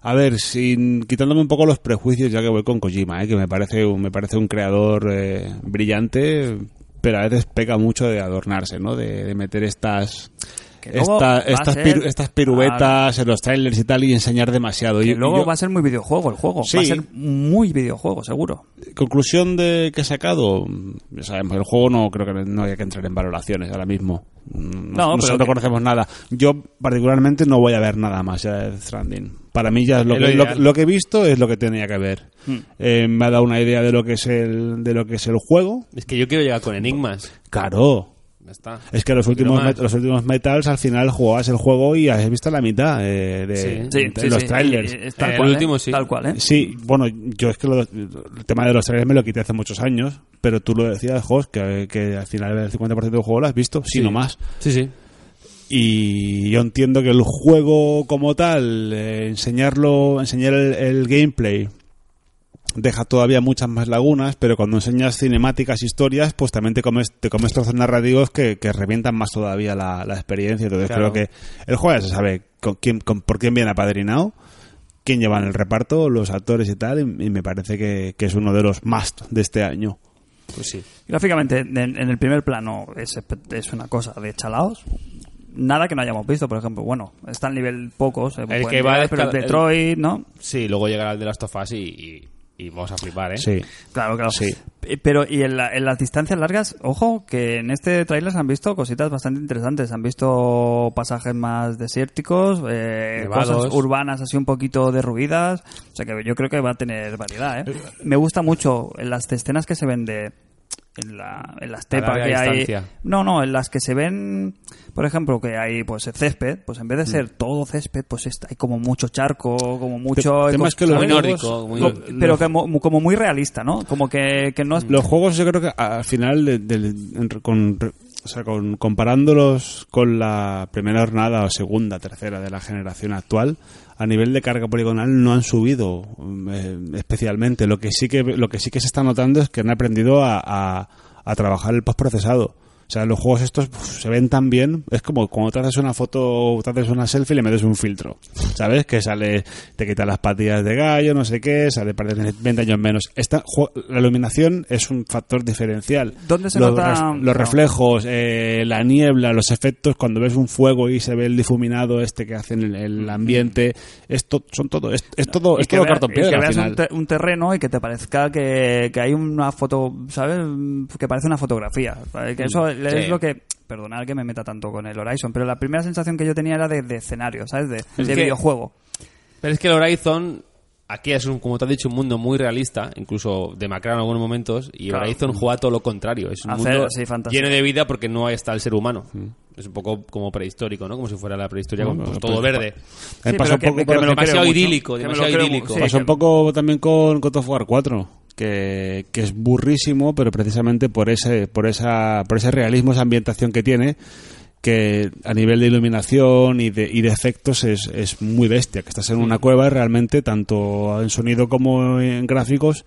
Speaker 2: A ver, sin quitándome un poco los prejuicios, ya que voy con Kojima, ¿eh? que me parece, un- me parece un creador eh, brillante, pero a veces peca mucho de adornarse, ¿no? De, de meter estas.
Speaker 1: Que luego
Speaker 2: esta-
Speaker 1: va a
Speaker 2: estas,
Speaker 1: ser-
Speaker 2: piru- estas piruetas en los trailers y tal, y enseñar demasiado.
Speaker 1: Y
Speaker 2: Y- y
Speaker 1: luego
Speaker 2: yo-
Speaker 1: va a ser muy videojuego el juego. Va a
Speaker 2: Sí.
Speaker 1: ser muy videojuego, seguro.
Speaker 2: conclusión de que he sacado, ya sabemos, el juego no creo que no haya que entrar en valoraciones ahora mismo. Mm,
Speaker 1: No,
Speaker 2: No,
Speaker 1: pero
Speaker 2: nosotros
Speaker 1: que-
Speaker 2: no conocemos nada. Yo particularmente no voy a ver nada más ya de Death Stranding. Para mí ya es lo,
Speaker 3: Es
Speaker 2: que, lo-
Speaker 3: lo ideal.
Speaker 2: lo que he visto es lo que tenía que ver.
Speaker 1: Hmm.
Speaker 2: Eh, me ha dado una idea de lo que es el de lo que es el juego.
Speaker 3: Es que yo quiero llegar con enigmas.
Speaker 2: Claro.
Speaker 3: Ya está.
Speaker 2: Es que los
Speaker 3: Quiero
Speaker 2: últimos
Speaker 3: más.
Speaker 2: met- los últimos metals al final jugabas el juego y has visto la mitad eh, de,
Speaker 3: Sí.
Speaker 2: de
Speaker 1: Sí, sí,
Speaker 2: los
Speaker 1: sí.
Speaker 2: trailers.
Speaker 1: Eh, es tal
Speaker 3: El
Speaker 1: cual, ¿eh?
Speaker 3: último sí.
Speaker 1: Tal cual, ¿eh?
Speaker 2: Sí, bueno, yo es que lo- el tema de los trailers me lo quité hace muchos años, pero tú lo decías, Jos, que, que al final el 50% del juego lo has visto, si
Speaker 3: Sí.
Speaker 2: no más.
Speaker 3: Sí, sí.
Speaker 2: Y yo entiendo que el juego como tal, eh, enseñarlo, enseñar el, el gameplay deja todavía muchas más lagunas, pero cuando enseñas cinemáticas, historias, pues también te comes, te comes trozos narrativos que, que revientan más todavía la, la experiencia. Entonces
Speaker 3: Claro.
Speaker 2: creo que el juego ya se sabe con quién, con- por quién viene apadrinado, quién lleva en el reparto, los actores y tal, y, y me parece que, que es uno de los must de este año.
Speaker 3: Pues sí.
Speaker 1: Gráficamente, en, en el primer plano es, espe- es una cosa de chalaos. Nada que no hayamos visto, por ejemplo. Bueno, está en nivel pocos.
Speaker 3: El que va a
Speaker 1: pero el
Speaker 3: escal-
Speaker 1: Detroit, ¿no?
Speaker 3: Sí, luego llegará el de Last of Us y, y- y vamos a flipar, ¿eh?
Speaker 2: Sí.
Speaker 1: Claro, claro.
Speaker 2: Sí.
Speaker 1: Eh, Pero y en, la- en las distancias largas, ojo, que en este tráiler se han visto cositas bastante interesantes. Han visto pasajes más desérticos, eh,
Speaker 3: Nevados.
Speaker 1: cosas urbanas así un poquito derruidas. O sea que yo creo que va a tener variedad. ¿eh? Me gusta mucho en las escenas que se ven de en la, en la estepa
Speaker 3: larga
Speaker 1: que hay.
Speaker 3: distancia.
Speaker 1: No, no, en las que se ven, por ejemplo, que hay pues césped, pues en vez
Speaker 2: Mm.
Speaker 1: de ser todo césped, pues está- hay como mucho charco, como mucho.
Speaker 2: El tema es que los
Speaker 3: Muy
Speaker 2: juegos-
Speaker 3: nórdico, muy-
Speaker 1: Co- pero que mo- como muy realista, ¿no? Como que, que no es...
Speaker 2: Los juegos yo creo que al final, de- del- en- con, o sea, con- comparándolos con la primera jornada o segunda, tercera de la generación actual, a nivel de carga poligonal no han subido mm, eh, especialmente. Lo que sí que lo que sí que se está notando es que han aprendido a, a- a trabajar el postprocesado. O sea, los juegos estos uf, se ven tan bien, es como cuando te haces una foto, o te haces una selfie y le metes un filtro, ¿sabes? Que sale, te quita las patillas de gallo, no sé qué, sale para tener 20 años menos. Esta, ju- la iluminación es un factor diferencial.
Speaker 1: ¿Dónde se
Speaker 2: los
Speaker 1: nota?
Speaker 2: ref-
Speaker 1: No.
Speaker 2: los reflejos, eh, la niebla, los efectos, cuando ves un fuego y se ve el difuminado este que hace en el, el ambiente, esto son todo, es, es todo,
Speaker 1: Mm. y
Speaker 2: es todo
Speaker 1: vea-
Speaker 2: cartón
Speaker 1: y
Speaker 2: piedra
Speaker 1: que
Speaker 2: al
Speaker 1: veas
Speaker 2: final.
Speaker 1: un, te- un terreno y que te parezca que, que hay una foto, ¿sabes? Que parece una fotografía. ¿sabes? Que eso
Speaker 2: Mm,
Speaker 1: es
Speaker 3: Sí.
Speaker 1: lo que... Perdonad que me meta tanto con el Horizon, pero la primera sensación que yo tenía era de, de escenario, ¿sabes? De,
Speaker 3: Es
Speaker 1: de
Speaker 3: que-
Speaker 1: videojuego.
Speaker 3: Pero es que el Horizon, aquí es, un, como te has dicho, un mundo muy realista, incluso demacrado en algunos momentos, y
Speaker 1: Claro.
Speaker 3: Horizon juega todo lo contrario. Es un
Speaker 1: Hacer,
Speaker 3: mundo
Speaker 1: sí, fantasía.
Speaker 3: lleno de vida porque no está el ser humano. Es un poco como prehistórico, ¿no? Como si fuera la prehistoria, con
Speaker 2: Bueno,
Speaker 3: pues,
Speaker 2: Mm. pues,
Speaker 3: todo verde.
Speaker 2: Eh,
Speaker 1: Sí,
Speaker 2: pasó
Speaker 1: pero
Speaker 2: un
Speaker 1: que-
Speaker 2: poco,
Speaker 1: que me
Speaker 2: por
Speaker 1: lo
Speaker 2: ejemplo,
Speaker 3: demasiado
Speaker 1: creo mucho.
Speaker 3: idílico,
Speaker 1: Que me lo
Speaker 3: demasiado
Speaker 1: creo-
Speaker 3: idílico.
Speaker 1: sí,
Speaker 2: Pasó
Speaker 1: que-
Speaker 2: un poco también con God of War 4, que, que es burrísimo, pero precisamente por ese, por esa, por ese realismo, esa ambientación que tiene, que a nivel de iluminación y de, y de efectos es, es muy bestia, que estás en una cueva y realmente tanto en sonido como en gráficos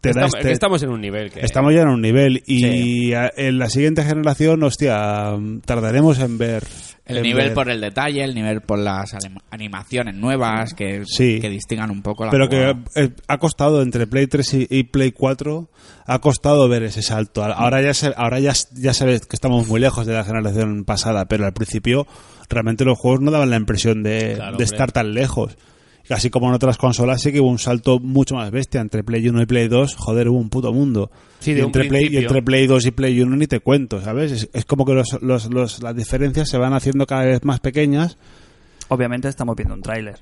Speaker 2: te da
Speaker 3: Estamos,
Speaker 2: este-
Speaker 3: que estamos en un nivel que...
Speaker 2: Estamos ya en un nivel y a- en la siguiente generación, hostia, tardaremos en ver
Speaker 4: El
Speaker 2: en
Speaker 4: nivel
Speaker 2: ver-
Speaker 4: por el detalle, el nivel por las alem- animaciones nuevas que,
Speaker 2: Sí.
Speaker 4: que distingan un poco la
Speaker 2: Pero que
Speaker 4: jugada.
Speaker 2: eh, ha costado entre Play 3 y, y Play 4, ha costado ver ese salto. Ahora ya se, ahora ya, ya se ve que estamos muy lejos de la generación pasada, pero al principio realmente los juegos no daban la impresión de,
Speaker 3: Claro,
Speaker 2: de
Speaker 3: hombre.
Speaker 2: estar tan lejos. Y Así como en otras consolas sí que hubo un salto mucho más bestia entre Play 1 y Play 2, joder, hubo un puto mundo.
Speaker 3: Sí, de
Speaker 2: y,
Speaker 3: un
Speaker 2: entre Play, y
Speaker 3: principio.
Speaker 2: entre Play 2 y Play 1 ni te cuento, ¿sabes? Es, es como que los- los- los- las diferencias se van haciendo cada vez más pequeñas
Speaker 1: Obviamente estamos viendo un tráiler.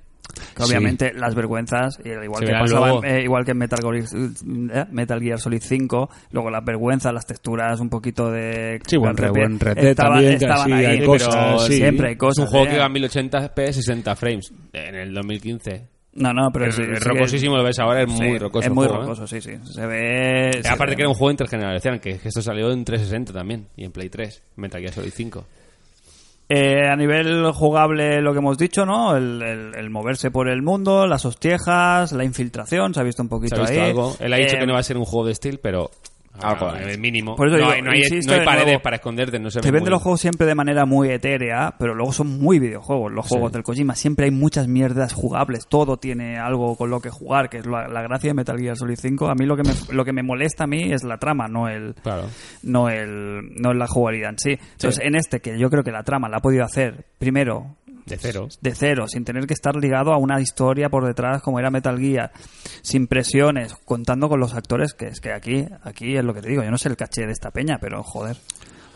Speaker 1: Que
Speaker 2: Sí.
Speaker 1: obviamente las vergüenzas, eh, igual,
Speaker 3: Se
Speaker 1: que
Speaker 3: verán
Speaker 1: pasaba-
Speaker 3: luego.
Speaker 1: eh, igual que en Metal Gear, eh, Metal Gear Solid 5, luego las vergüenzas, las texturas, un poquito de...
Speaker 2: Sí, buen re-
Speaker 1: RP,
Speaker 2: buen RT
Speaker 1: estaban-
Speaker 2: también, que
Speaker 1: estaban
Speaker 2: sí,
Speaker 1: ahí,
Speaker 2: hay
Speaker 1: pero
Speaker 2: cosas, sí.
Speaker 1: siempre hay cosas.
Speaker 3: un juego
Speaker 1: eh.
Speaker 3: que va a 1080p 60 frames en el 2015.
Speaker 1: No, no, pero
Speaker 3: Es
Speaker 1: sí- sí que-
Speaker 3: rocosísimo, lo ves ahora, es muy
Speaker 1: sí,
Speaker 3: rocoso.
Speaker 1: Es
Speaker 3: el
Speaker 1: muy
Speaker 3: juego, ¿eh?
Speaker 1: rocoso, sí, sí. Se ve...
Speaker 3: Eh,
Speaker 1: se
Speaker 3: Aparte
Speaker 1: ve-
Speaker 3: que era un juego intergeneracional, que que esto salió en 360 también, y en Play 3, Metal Gear Solid 5.
Speaker 1: Eh, a nivel jugable, lo que hemos dicho, ¿no? El, el- el moverse por el mundo, las hostiejas, la infiltración, se ha visto un
Speaker 3: ¿Se
Speaker 1: poquito
Speaker 3: ha visto
Speaker 1: ahí.
Speaker 3: algo? Él ha dicho
Speaker 1: Eh,
Speaker 3: que no va a ser un juego de estilo, pero
Speaker 4: Algo
Speaker 3: Ah,
Speaker 4: hay.
Speaker 3: el mínimo.
Speaker 1: Por eso
Speaker 3: no,
Speaker 1: digo,
Speaker 3: hay, no hay-
Speaker 1: insisto
Speaker 3: no hay
Speaker 1: de
Speaker 3: paredes
Speaker 1: nuevo.
Speaker 3: para esconderte, no se
Speaker 1: Te
Speaker 3: ve
Speaker 1: venden
Speaker 3: muy-
Speaker 1: los juegos siempre de manera muy etérea, pero luego son muy videojuegos. Los juegos del Kojima siempre hay muchas mierdas jugables. Todo tiene algo con lo que jugar, que es la, la gracia de Metal Gear Solid 5. A mí lo que me, lo que me molesta a mí es la trama, no el
Speaker 3: Claro.
Speaker 1: no el no la jugabilidad en sí. Entonces, en este que yo creo que la trama la ha podido hacer primero
Speaker 3: De cero.
Speaker 1: de cero, sin tener que estar ligado a una historia por detrás como era Metal Gear, sin presiones, contando con los actores, que es que aquí, aquí es lo que te digo, yo no sé el caché de esta peña, pero joder.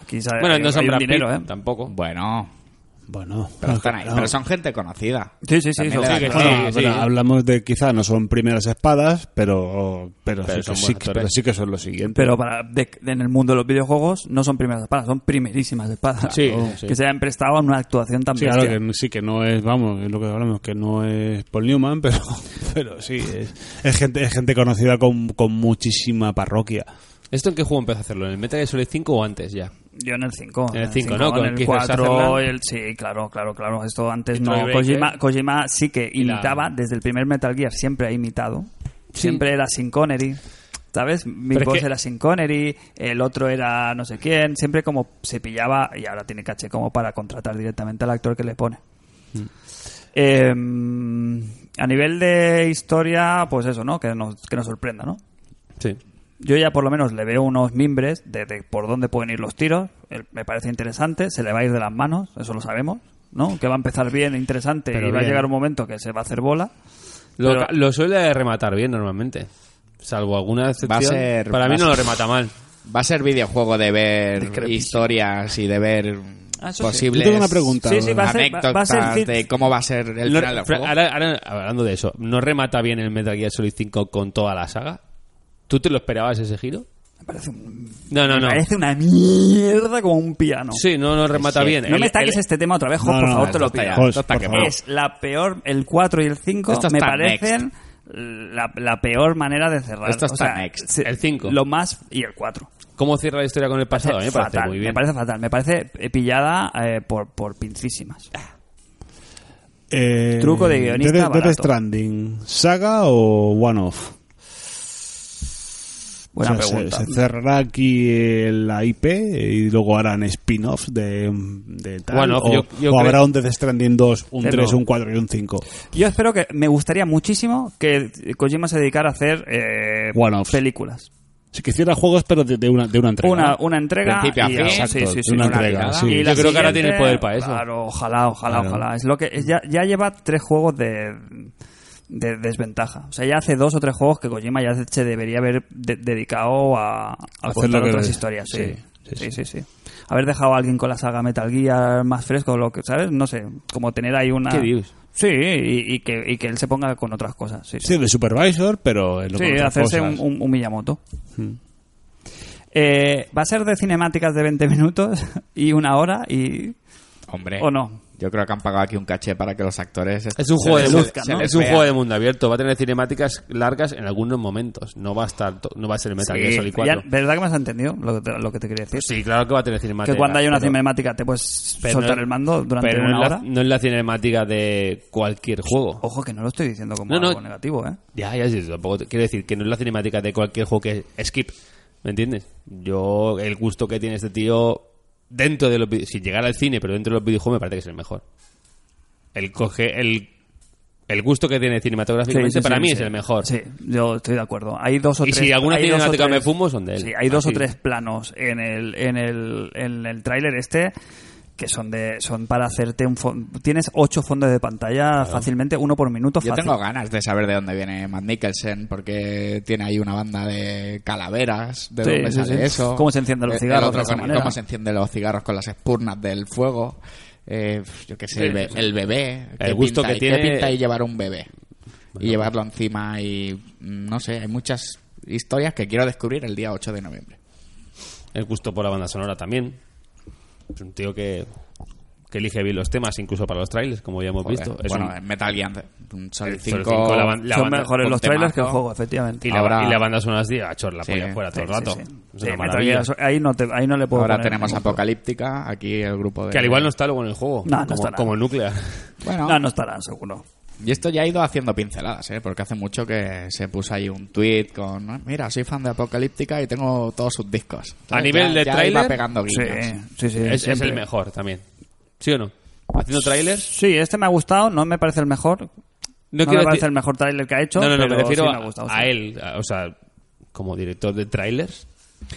Speaker 1: Aquí sabe-
Speaker 3: Bueno,
Speaker 1: hay-
Speaker 3: no son
Speaker 1: hay un
Speaker 3: Brad Pitt,
Speaker 1: dinero, ¿eh?
Speaker 3: tampoco.
Speaker 4: Bueno,
Speaker 2: Bueno,
Speaker 4: pero,
Speaker 2: claro,
Speaker 4: están ahí.
Speaker 2: claro.
Speaker 4: pero son gente conocida.
Speaker 1: Sí, sí, sí.
Speaker 4: También
Speaker 1: son-
Speaker 4: le da-
Speaker 1: sí, que-
Speaker 2: Bueno,
Speaker 3: sí,
Speaker 2: Ah, pero
Speaker 3: sí.
Speaker 2: hablamos de quizá no son primeras espadas, pero pero,
Speaker 3: Pero
Speaker 2: sí,
Speaker 3: son
Speaker 2: que
Speaker 3: buenos
Speaker 2: sí, que-
Speaker 3: actores.
Speaker 2: pero sí que son los siguientes.
Speaker 1: Pero para de- en el mundo de los videojuegos no son primeras espadas, son primerísimas espadas.
Speaker 3: Sí, sí.
Speaker 1: Que se hayan prestado a una actuación tan
Speaker 2: Sí,
Speaker 1: bestia.
Speaker 2: claro que sí que no es, vamos, es lo que hablamos, que no es Paul Newman, pero, pero sí, es, es gente, es gente conocida con, con muchísima parroquia.
Speaker 3: ¿Esto en qué juego empezó a hacerlo? ¿En el Metal Gear Solid 5 o antes ya?
Speaker 1: Yo en el 5.
Speaker 3: En el cinco, ¿no? Con
Speaker 1: En el
Speaker 3: Kiefer
Speaker 1: 4,
Speaker 3: Sutherland.
Speaker 1: el... Sí, claro, claro, claro. Esto antes
Speaker 3: Y
Speaker 1: no.
Speaker 3: Troy Baker.
Speaker 1: Kojima, Kojima sí que
Speaker 3: Y la-
Speaker 1: imitaba, desde el primer Metal Gear siempre ha imitado.
Speaker 3: Sí.
Speaker 1: Siempre era sin Connery. ¿Sabes? Mi
Speaker 3: Pero es
Speaker 1: voz
Speaker 3: que-
Speaker 1: era sin Connery, el otro era no sé quién. Siempre como se pillaba y ahora tiene caché como para contratar directamente al actor que le pone.
Speaker 3: Mm.
Speaker 1: Eh, a nivel de historia, pues eso, ¿no? Que nos, que nos sorprenda, ¿no?
Speaker 3: Sí.
Speaker 1: Yo ya por lo menos le veo unos mimbres de, de por dónde pueden ir los tiros. El- me parece interesante. Se le va a ir de las manos, eso lo sabemos, ¿no? Que va a empezar bien, interesante,
Speaker 3: Pero
Speaker 1: y va a
Speaker 3: bien.
Speaker 1: llegar un momento que se va a hacer bola.
Speaker 3: Lo,
Speaker 1: Pero-
Speaker 3: ca- lo suele rematar bien normalmente. Salvo alguna excepción.
Speaker 4: Va a ser-
Speaker 3: Para
Speaker 4: va
Speaker 3: mí
Speaker 4: a
Speaker 3: no lo
Speaker 4: ser-
Speaker 3: remata mal.
Speaker 4: Va a ser videojuego de ver
Speaker 1: Discrepicio.
Speaker 4: historias y de ver
Speaker 1: Ah, eso sí.
Speaker 4: posibles
Speaker 2: Yo tengo una pregunta.
Speaker 1: Sí, sí, va a ser- va-
Speaker 4: anécdotas
Speaker 1: va a ser fit-
Speaker 4: de cómo va a ser el
Speaker 3: No-
Speaker 4: final del
Speaker 3: Fra-
Speaker 4: juego.
Speaker 3: ahora- ahora, hablando de eso, ¿no remata bien el Metal Gear Solid 5 con toda la saga? ¿Tú te lo esperabas ese giro?
Speaker 1: Me parece, un-
Speaker 3: No, no,
Speaker 1: me
Speaker 3: no.
Speaker 1: parece una mierda como un piano.
Speaker 3: Sí, no, no remata
Speaker 4: Es que
Speaker 3: bien.
Speaker 1: no
Speaker 3: El-
Speaker 1: me ataques
Speaker 3: el-
Speaker 1: este tema otra vez, Jo,
Speaker 2: No,
Speaker 1: por
Speaker 2: no,
Speaker 1: favor, te
Speaker 2: esto
Speaker 1: lo
Speaker 2: está
Speaker 1: pido.
Speaker 2: ya-
Speaker 4: Esto
Speaker 2: Esto
Speaker 4: está
Speaker 2: por
Speaker 4: quemado.
Speaker 2: favor.
Speaker 1: Es la peor, el 4 y el 5
Speaker 4: Esto
Speaker 1: me
Speaker 4: está
Speaker 1: parecen la, la peor manera de cerrar.
Speaker 4: Esto
Speaker 1: O
Speaker 4: está
Speaker 1: sea,
Speaker 4: next.
Speaker 1: se-
Speaker 3: El 5.
Speaker 1: Lo más y el 4.
Speaker 3: ¿Cómo cierra la historia con el pasado? A mí me parece
Speaker 1: fatal,
Speaker 3: muy bien.
Speaker 1: Me parece fatal. Me parece eh, pillada eh, por, por pincísimas.
Speaker 3: Ah,
Speaker 2: Eh,
Speaker 1: Truco de guionista
Speaker 2: Death- Death
Speaker 1: barato.
Speaker 2: Stranding, ¿saga o one-off?
Speaker 1: Buena
Speaker 2: O sea, se-
Speaker 1: pregunta.
Speaker 2: Se, cerrará aquí eh, la IP y luego harán spin-offs de, de tal.
Speaker 3: One-off,
Speaker 2: o
Speaker 3: yo- yo
Speaker 2: o
Speaker 3: creo-
Speaker 2: habrá un Death Stranding 2, un
Speaker 1: Pero-
Speaker 2: 3, un 4 y un 5.
Speaker 1: Yo espero que me gustaría muchísimo que Kojima se dedicara a hacer eh,
Speaker 2: One-offs.
Speaker 1: películas.
Speaker 2: Si que hiciera juegos, pero de, de una, de una entrega.
Speaker 1: Una, una entrega
Speaker 4: Principio a
Speaker 1: y
Speaker 4: fin.
Speaker 1: sí,
Speaker 2: Exacto,
Speaker 1: sí, sí,
Speaker 2: una entrega,
Speaker 1: tirada.
Speaker 2: sí.
Speaker 1: Y
Speaker 2: Yo
Speaker 1: la
Speaker 3: creo que ahora
Speaker 1: siguiente,
Speaker 3: tiene el poder para eso.
Speaker 1: Claro, ojalá, ojalá,
Speaker 2: Claro.
Speaker 1: ojalá. Es lo que es- ya, ya lleva tres juegos de, de desventaja. O sea, ya hace dos o tres juegos que Kojima ya se debería haber de- dedicado a, a
Speaker 2: Hacer
Speaker 1: contar
Speaker 2: lo que
Speaker 1: otras
Speaker 2: de-
Speaker 1: historias. Sí.
Speaker 2: sí,
Speaker 1: Sí sí, sí. Haber dejado a alguien con la saga Metal Gear más fresco, lo que, ¿sabes? No sé, como tener ahí una...
Speaker 3: ¿Qué dices?
Speaker 1: Sí, y, y que, y que él se ponga con otras cosas. Sí, sí.
Speaker 2: Sí, de Supervisor, pero en lo
Speaker 1: Sí,
Speaker 2: con otras
Speaker 1: hacerse
Speaker 2: cosas.
Speaker 1: un, un- un Miyamoto.
Speaker 3: Hmm.
Speaker 1: Eh, ¿Va a ser de cinemáticas de 20 minutos y una hora y
Speaker 3: Eh,
Speaker 4: Hombre,
Speaker 1: o no?
Speaker 4: yo creo que han pagado aquí un caché para que los actores...
Speaker 3: Es un juego de
Speaker 1: les-
Speaker 3: luz,
Speaker 1: se
Speaker 3: ¿no?
Speaker 1: les
Speaker 3: Es un
Speaker 4: vea.
Speaker 3: juego de mundo abierto. Va a tener cinemáticas largas en algunos momentos. No va a estar, to- no va a ser el Metal Gear Solid
Speaker 1: Ya,
Speaker 3: 4.
Speaker 1: ¿Verdad que me has entendido lo que te, lo que te quería decir?
Speaker 3: Sí, claro que va a tener cinemáticas.
Speaker 1: que cuando hay una
Speaker 3: pero-
Speaker 1: cinemática te puedes
Speaker 3: pero
Speaker 1: soltar
Speaker 3: no-
Speaker 1: el mando durante
Speaker 3: pero no
Speaker 1: una
Speaker 3: es la-
Speaker 1: hora. Oh.
Speaker 3: no es la cinemática de cualquier juego.
Speaker 1: Ojo que no lo estoy diciendo como
Speaker 3: No, no.
Speaker 1: algo negativo, ¿eh?
Speaker 3: Ya, ya, sí, tampoco te- quiero decir que no es la cinemática de cualquier juego que es skip, ¿me entiendes? Yo, el gusto que tiene este tío dentro de los vide- sin llegar al cine, pero dentro de los videojuegos me parece que es el mejor. El coge, el, el gusto que tiene cinematográficamente para mí
Speaker 1: sí,
Speaker 3: es
Speaker 1: sí.
Speaker 3: el mejor.
Speaker 1: Sí, yo estoy de acuerdo. Hay dos o
Speaker 3: Y
Speaker 1: tres.
Speaker 3: si alguna
Speaker 1: hay dos o
Speaker 3: cinemática
Speaker 1: tres-
Speaker 3: me fumo, son de él.
Speaker 1: Sí, hay dos o
Speaker 3: Así.
Speaker 1: tres planos en el, en el, en el tráiler este que son de son para hacerte un fon- tienes ocho fondos de pantalla fácilmente uno por minuto
Speaker 4: Yo
Speaker 1: fácil.
Speaker 4: tengo ganas de saber de dónde viene Matt Nicholson, porque tiene ahí una banda de calaveras, de
Speaker 1: Sí,
Speaker 4: dónde
Speaker 1: sí,
Speaker 4: sale
Speaker 1: sí.
Speaker 4: eso.
Speaker 1: Cómo se encienden los
Speaker 4: El-
Speaker 1: cigarros
Speaker 4: el otro
Speaker 1: de esa
Speaker 4: con-
Speaker 1: manera.
Speaker 4: Cómo se encienden los cigarros con las espurnas del fuego. Eh, yo qué sé, el, be- el bebé.
Speaker 3: El
Speaker 4: ¿Qué
Speaker 3: gusto
Speaker 4: pinta
Speaker 3: que
Speaker 4: ahí?
Speaker 3: tiene-
Speaker 4: ¿Qué pinta ahí llevar un bebé? Y llevarlo encima y... mm, No sé, hay muchas historias que quiero descubrir el día 8 de noviembre.
Speaker 3: El gusto por la banda sonora también. Es un tío que, que elige bien los temas, incluso para los trailers, como ya hemos
Speaker 4: Joder,
Speaker 3: visto. Es
Speaker 4: bueno,
Speaker 1: eh,
Speaker 3: un-
Speaker 4: en Metal Gear un Solid
Speaker 3: el Solid
Speaker 4: 5...
Speaker 3: 5, la ban- la
Speaker 1: Son
Speaker 3: banda-
Speaker 1: mejores los
Speaker 4: con
Speaker 1: trailers que el
Speaker 4: temazo.
Speaker 1: juego, efectivamente. Ah,
Speaker 3: y, la,
Speaker 4: ahora-
Speaker 3: y la banda sonora es de achor, la
Speaker 4: Sí,
Speaker 3: polla fuera
Speaker 1: Sí,
Speaker 3: todo el rato.
Speaker 1: sí, sí.
Speaker 3: Es
Speaker 1: Sí,
Speaker 3: una
Speaker 1: Metal
Speaker 3: maravilla.
Speaker 1: Gear Solid- ahí no te ahí no le puedo
Speaker 4: Ahora
Speaker 1: poner
Speaker 4: tenemos
Speaker 1: ningún-
Speaker 4: Apocalíptica, aquí el grupo de...
Speaker 3: Que al igual no está luego en el juego.
Speaker 1: No, no
Speaker 3: como,
Speaker 1: estará.
Speaker 3: como núcleo.
Speaker 4: Bueno,
Speaker 1: No, no estarán seguro.
Speaker 4: Y esto ya ha ido haciendo pinceladas, ¿eh? Porque hace mucho que se puso ahí un tweet con... "Ah, Mira, soy fan de Apocalíptica y tengo todos sus discos.
Speaker 3: A nivel de
Speaker 4: ya iba
Speaker 3: tráiler,
Speaker 4: pegando
Speaker 1: Sí,
Speaker 4: guiños.
Speaker 1: sí, sí.
Speaker 3: Es, es
Speaker 1: siempre.
Speaker 3: el mejor también. ¿Sí o no? Haciendo trailers.
Speaker 1: Sí, este me ha gustado, no me parece el mejor. No, me
Speaker 3: quiero
Speaker 1: parece
Speaker 3: decir-
Speaker 1: el mejor tráiler que ha hecho.
Speaker 3: No, no, no,
Speaker 1: pero
Speaker 3: me refiero
Speaker 1: sí
Speaker 3: a,
Speaker 1: ha gustado,
Speaker 3: a
Speaker 1: sí.
Speaker 3: él, a- o sea, como director de trailers.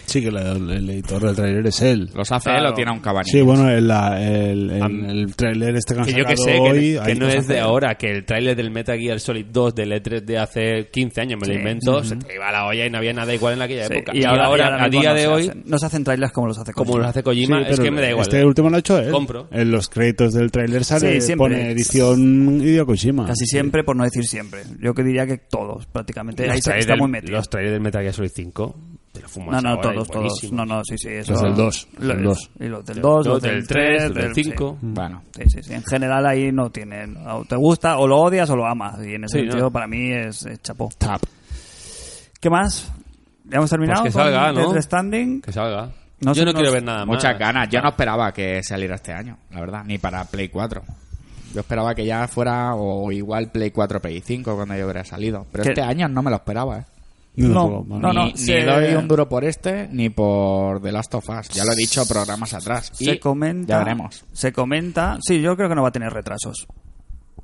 Speaker 2: Sí, que la- el editor del trailer es él.
Speaker 4: Los hace
Speaker 3: Claro.
Speaker 4: él o tiene a un cabaño.
Speaker 2: Sí, bueno, el, la- el, el,
Speaker 3: Am-
Speaker 2: el trailer este que han
Speaker 3: Que yo que
Speaker 2: sacado
Speaker 3: sé, que,
Speaker 2: hoy...
Speaker 3: que
Speaker 2: ahí
Speaker 3: no
Speaker 2: los
Speaker 3: es de
Speaker 2: hace-
Speaker 3: ahora, que el tráiler del Metal Gear Solid 2 del E3 de hace 15 años, me lo
Speaker 1: Sí.
Speaker 3: invento, se te iba la olla y no había nada igual en aquella
Speaker 1: Sí,
Speaker 3: época.
Speaker 1: Y ahora, y ahora
Speaker 3: a
Speaker 1: mismo
Speaker 3: día
Speaker 1: no
Speaker 3: de
Speaker 1: se
Speaker 3: hoy,
Speaker 1: hacen- no se hacen trailers como los hace
Speaker 3: como
Speaker 1: Kojima.
Speaker 3: lo hace
Speaker 2: Sí,
Speaker 3: Kojima, es
Speaker 2: pero
Speaker 3: que me da igual. ¿eh?
Speaker 2: Este último lo ha hecho él.
Speaker 3: Compro.
Speaker 2: En los créditos del trailer sale,
Speaker 1: Sí, siempre.
Speaker 2: pone edición Hideo Kojima.
Speaker 1: Casi siempre, por no decir siempre. Yo que diría que todos, prácticamente. Ahí se-
Speaker 3: trailers
Speaker 1: está
Speaker 3: del-
Speaker 1: muy metido.
Speaker 3: los trailers del Metal Gear Solid 5, te lo fumas
Speaker 1: No, no,
Speaker 3: ahora y
Speaker 1: todos, todos.
Speaker 3: buenísimo.
Speaker 1: No, no, sí, sí. eso-
Speaker 2: Los del dos,
Speaker 1: Lo-
Speaker 2: los del dos.
Speaker 1: Y los del 2, los
Speaker 3: Los
Speaker 1: del
Speaker 3: del 3,
Speaker 1: 3,
Speaker 3: los del 5.
Speaker 4: Bueno,
Speaker 1: Sí, sí, sí. En general ahí no tienen. O te gusta, o lo odias, o lo amas. Y en ese
Speaker 3: Sí, ¿no?
Speaker 1: sentido, para mí es, es chapó.
Speaker 2: Tap.
Speaker 1: ¿Qué más? ¿Ya hemos terminado?
Speaker 3: Pues que
Speaker 1: con
Speaker 3: salga, ¿no?
Speaker 1: Death Stranding?
Speaker 3: Que salga.
Speaker 1: No
Speaker 3: yo
Speaker 1: sé-
Speaker 3: no,
Speaker 1: no
Speaker 3: quiero
Speaker 1: sé.
Speaker 3: ver nada más.
Speaker 4: muchas ganas. Yo no esperaba que saliera este año, la verdad, ni para Play 4. Yo esperaba que ya fuera o igual Play 4, Play 5 cuando yo hubiera salido. Pero
Speaker 1: Que-
Speaker 4: este año no me lo esperaba, ¿eh?
Speaker 1: No,
Speaker 2: tampoco,
Speaker 1: no,
Speaker 4: ni,
Speaker 1: no.
Speaker 4: ni
Speaker 1: se-
Speaker 4: doy un duro por este ni por The Last of Us. Ya lo he dicho programas atrás. Y
Speaker 1: se comenta.
Speaker 4: Ya veremos.
Speaker 1: Se comenta. Sí, yo creo que no va a tener retrasos.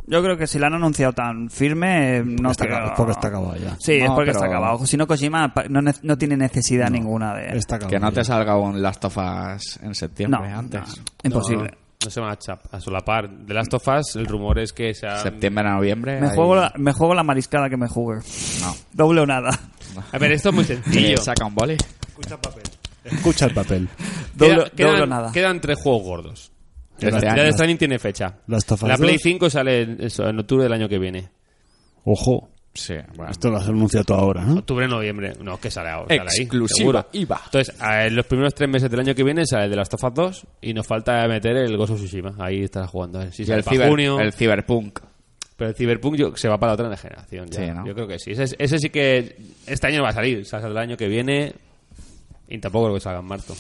Speaker 1: Yo creo que si la han anunciado tan firme, eh, no
Speaker 2: Está
Speaker 1: creo-
Speaker 2: acabado, porque está acabado ya.
Speaker 1: Sí, es
Speaker 4: No,
Speaker 1: porque
Speaker 4: pero-
Speaker 1: está acabado. Si no, Kojima pa- no, ne- no tiene necesidad ninguna de.
Speaker 2: Está acabado
Speaker 4: Que no
Speaker 2: ya.
Speaker 4: te salga un Last of Us en septiembre
Speaker 1: No,
Speaker 4: antes.
Speaker 1: no, imposible.
Speaker 3: No se van a, chap- a solapar. De Last of Us, el rumor es que sea...
Speaker 4: Septiembre a noviembre.
Speaker 1: Me,
Speaker 4: ahí-
Speaker 1: juego la, me juego la mariscada que me jugué.
Speaker 4: No.
Speaker 1: Doble o nada.
Speaker 3: A ver, esto es muy
Speaker 4: Sí,
Speaker 3: sencillo.
Speaker 4: saca un boli.
Speaker 2: Escucha el papel.
Speaker 1: Doble,
Speaker 3: Queda- quedan,
Speaker 1: doble o nada.
Speaker 3: quedan tres juegos gordos.
Speaker 4: Este
Speaker 3: Ya
Speaker 4: año.
Speaker 3: de Stranding tiene fecha.
Speaker 2: Last of Us
Speaker 3: La Play
Speaker 2: 2.
Speaker 3: 5 sale en, eso, en octubre del año que viene.
Speaker 2: Ojo.
Speaker 4: Sí, bueno.
Speaker 2: Esto lo has anunciado tú ahora, ¿no?
Speaker 3: Octubre, noviembre. No, es que sale ahora. sale ahí,
Speaker 4: Exclusiva,
Speaker 3: seguro.
Speaker 4: IVA.
Speaker 3: Entonces, a- en los primeros tres meses del año que viene sale de las Us 2 y nos falta meter el Ghost of Tsushima. Ahí estarás jugando. A ver Si
Speaker 4: Y
Speaker 3: sale
Speaker 4: el,
Speaker 3: para
Speaker 4: ciber-
Speaker 3: junio.
Speaker 4: el Cyberpunk.
Speaker 3: Pero el Cyberpunk yo- se va para otra generación. ya.
Speaker 4: Sí, ¿no?
Speaker 3: Yo creo que sí. Ese, ese sí que este año no va a salir. O sea, saldrá el año que viene. Y tampoco creo que salga en marzo.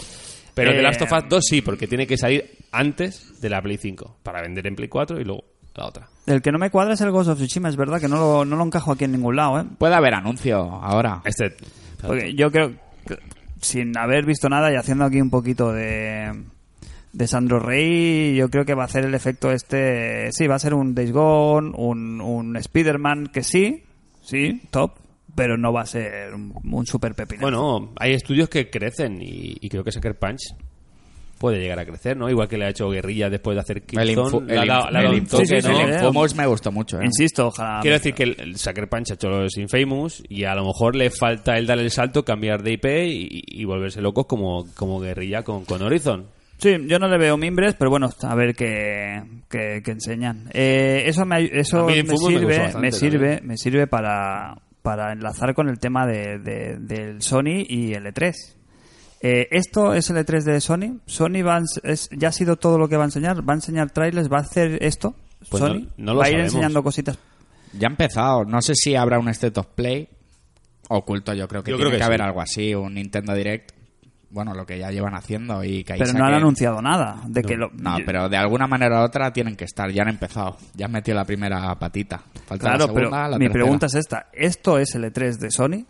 Speaker 3: Pero el
Speaker 1: Eh,
Speaker 3: The Last of Us 2 sí, porque tiene que salir antes de la Play 5. Para vender en Play 4 y luego la otra.
Speaker 1: El que no me cuadra es el Ghost of Tsushima, es verdad que no lo, no lo encajo aquí en ningún lado, ¿eh?
Speaker 4: Puede haber anuncio ahora.
Speaker 3: Este.
Speaker 1: Porque yo creo que sin haber visto nada y haciendo aquí un poquito de, de Sandro Rey, yo creo que va a hacer el efecto este. Sí, va a ser un Days Gone, un, un Spider-Man que sí, sí, top, pero no va a ser un, un super pepino.
Speaker 3: Bueno, hay estudios que crecen y, y creo que Sucker Punch puede llegar a crecer, ¿no? Igual que le ha hecho Guerrilla después de hacer
Speaker 4: El
Speaker 3: Killzone.
Speaker 4: infu-
Speaker 3: Le ha
Speaker 4: el
Speaker 3: dado- le ha dado
Speaker 4: inf-
Speaker 3: un toque,
Speaker 1: sí, sí,
Speaker 3: ¿no?
Speaker 1: sí,
Speaker 4: el
Speaker 1: sí.
Speaker 4: Infamous me gustó mucho. ¿eh?
Speaker 1: insisto, ojalá.
Speaker 3: Quiero decir que el, el Sucker Punch ha hecho los Infamous y a lo mejor le falta el dar el salto, cambiar de IP y, y volverse locos como, como guerrilla con, con Horizon.
Speaker 1: Sí, yo no le veo mimbres, pero bueno, a ver qué, qué- qué enseñan. Eh, eso me, ay-
Speaker 3: A
Speaker 1: eso
Speaker 3: mí
Speaker 1: me
Speaker 3: el fútbol me
Speaker 1: sirve,
Speaker 3: gustó
Speaker 1: me
Speaker 3: bastante
Speaker 1: sirve, me sirve para, para enlazar con el tema de, de- del Sony y el E3. Eh, esto es el E3 de Sony. Sony va a ens- es- ya ha sido todo lo que va a enseñar. Va a enseñar trailers, va a hacer esto.
Speaker 3: Pues
Speaker 1: Sony
Speaker 3: no- no lo
Speaker 1: va a ir
Speaker 3: sabemos.
Speaker 1: enseñando cositas.
Speaker 4: Ya ha empezado. No sé si habrá un State of Play oculto. Yo creo que
Speaker 3: Yo creo
Speaker 4: tiene
Speaker 3: que
Speaker 4: que, haber
Speaker 3: sí.
Speaker 4: algo así, un Nintendo Direct. Bueno, lo que ya llevan haciendo y que ahí
Speaker 1: Pero no han
Speaker 4: saquen-
Speaker 1: anunciado nada de que lo.
Speaker 4: No, pero de alguna manera u otra tienen que estar. Ya han empezado. Ya han metido la primera patita. Falta la
Speaker 1: Claro,
Speaker 4: segunda,
Speaker 1: pero
Speaker 4: la
Speaker 1: mi
Speaker 4: tercera.
Speaker 1: pregunta es esta: ¿esto es el E3 de Sony?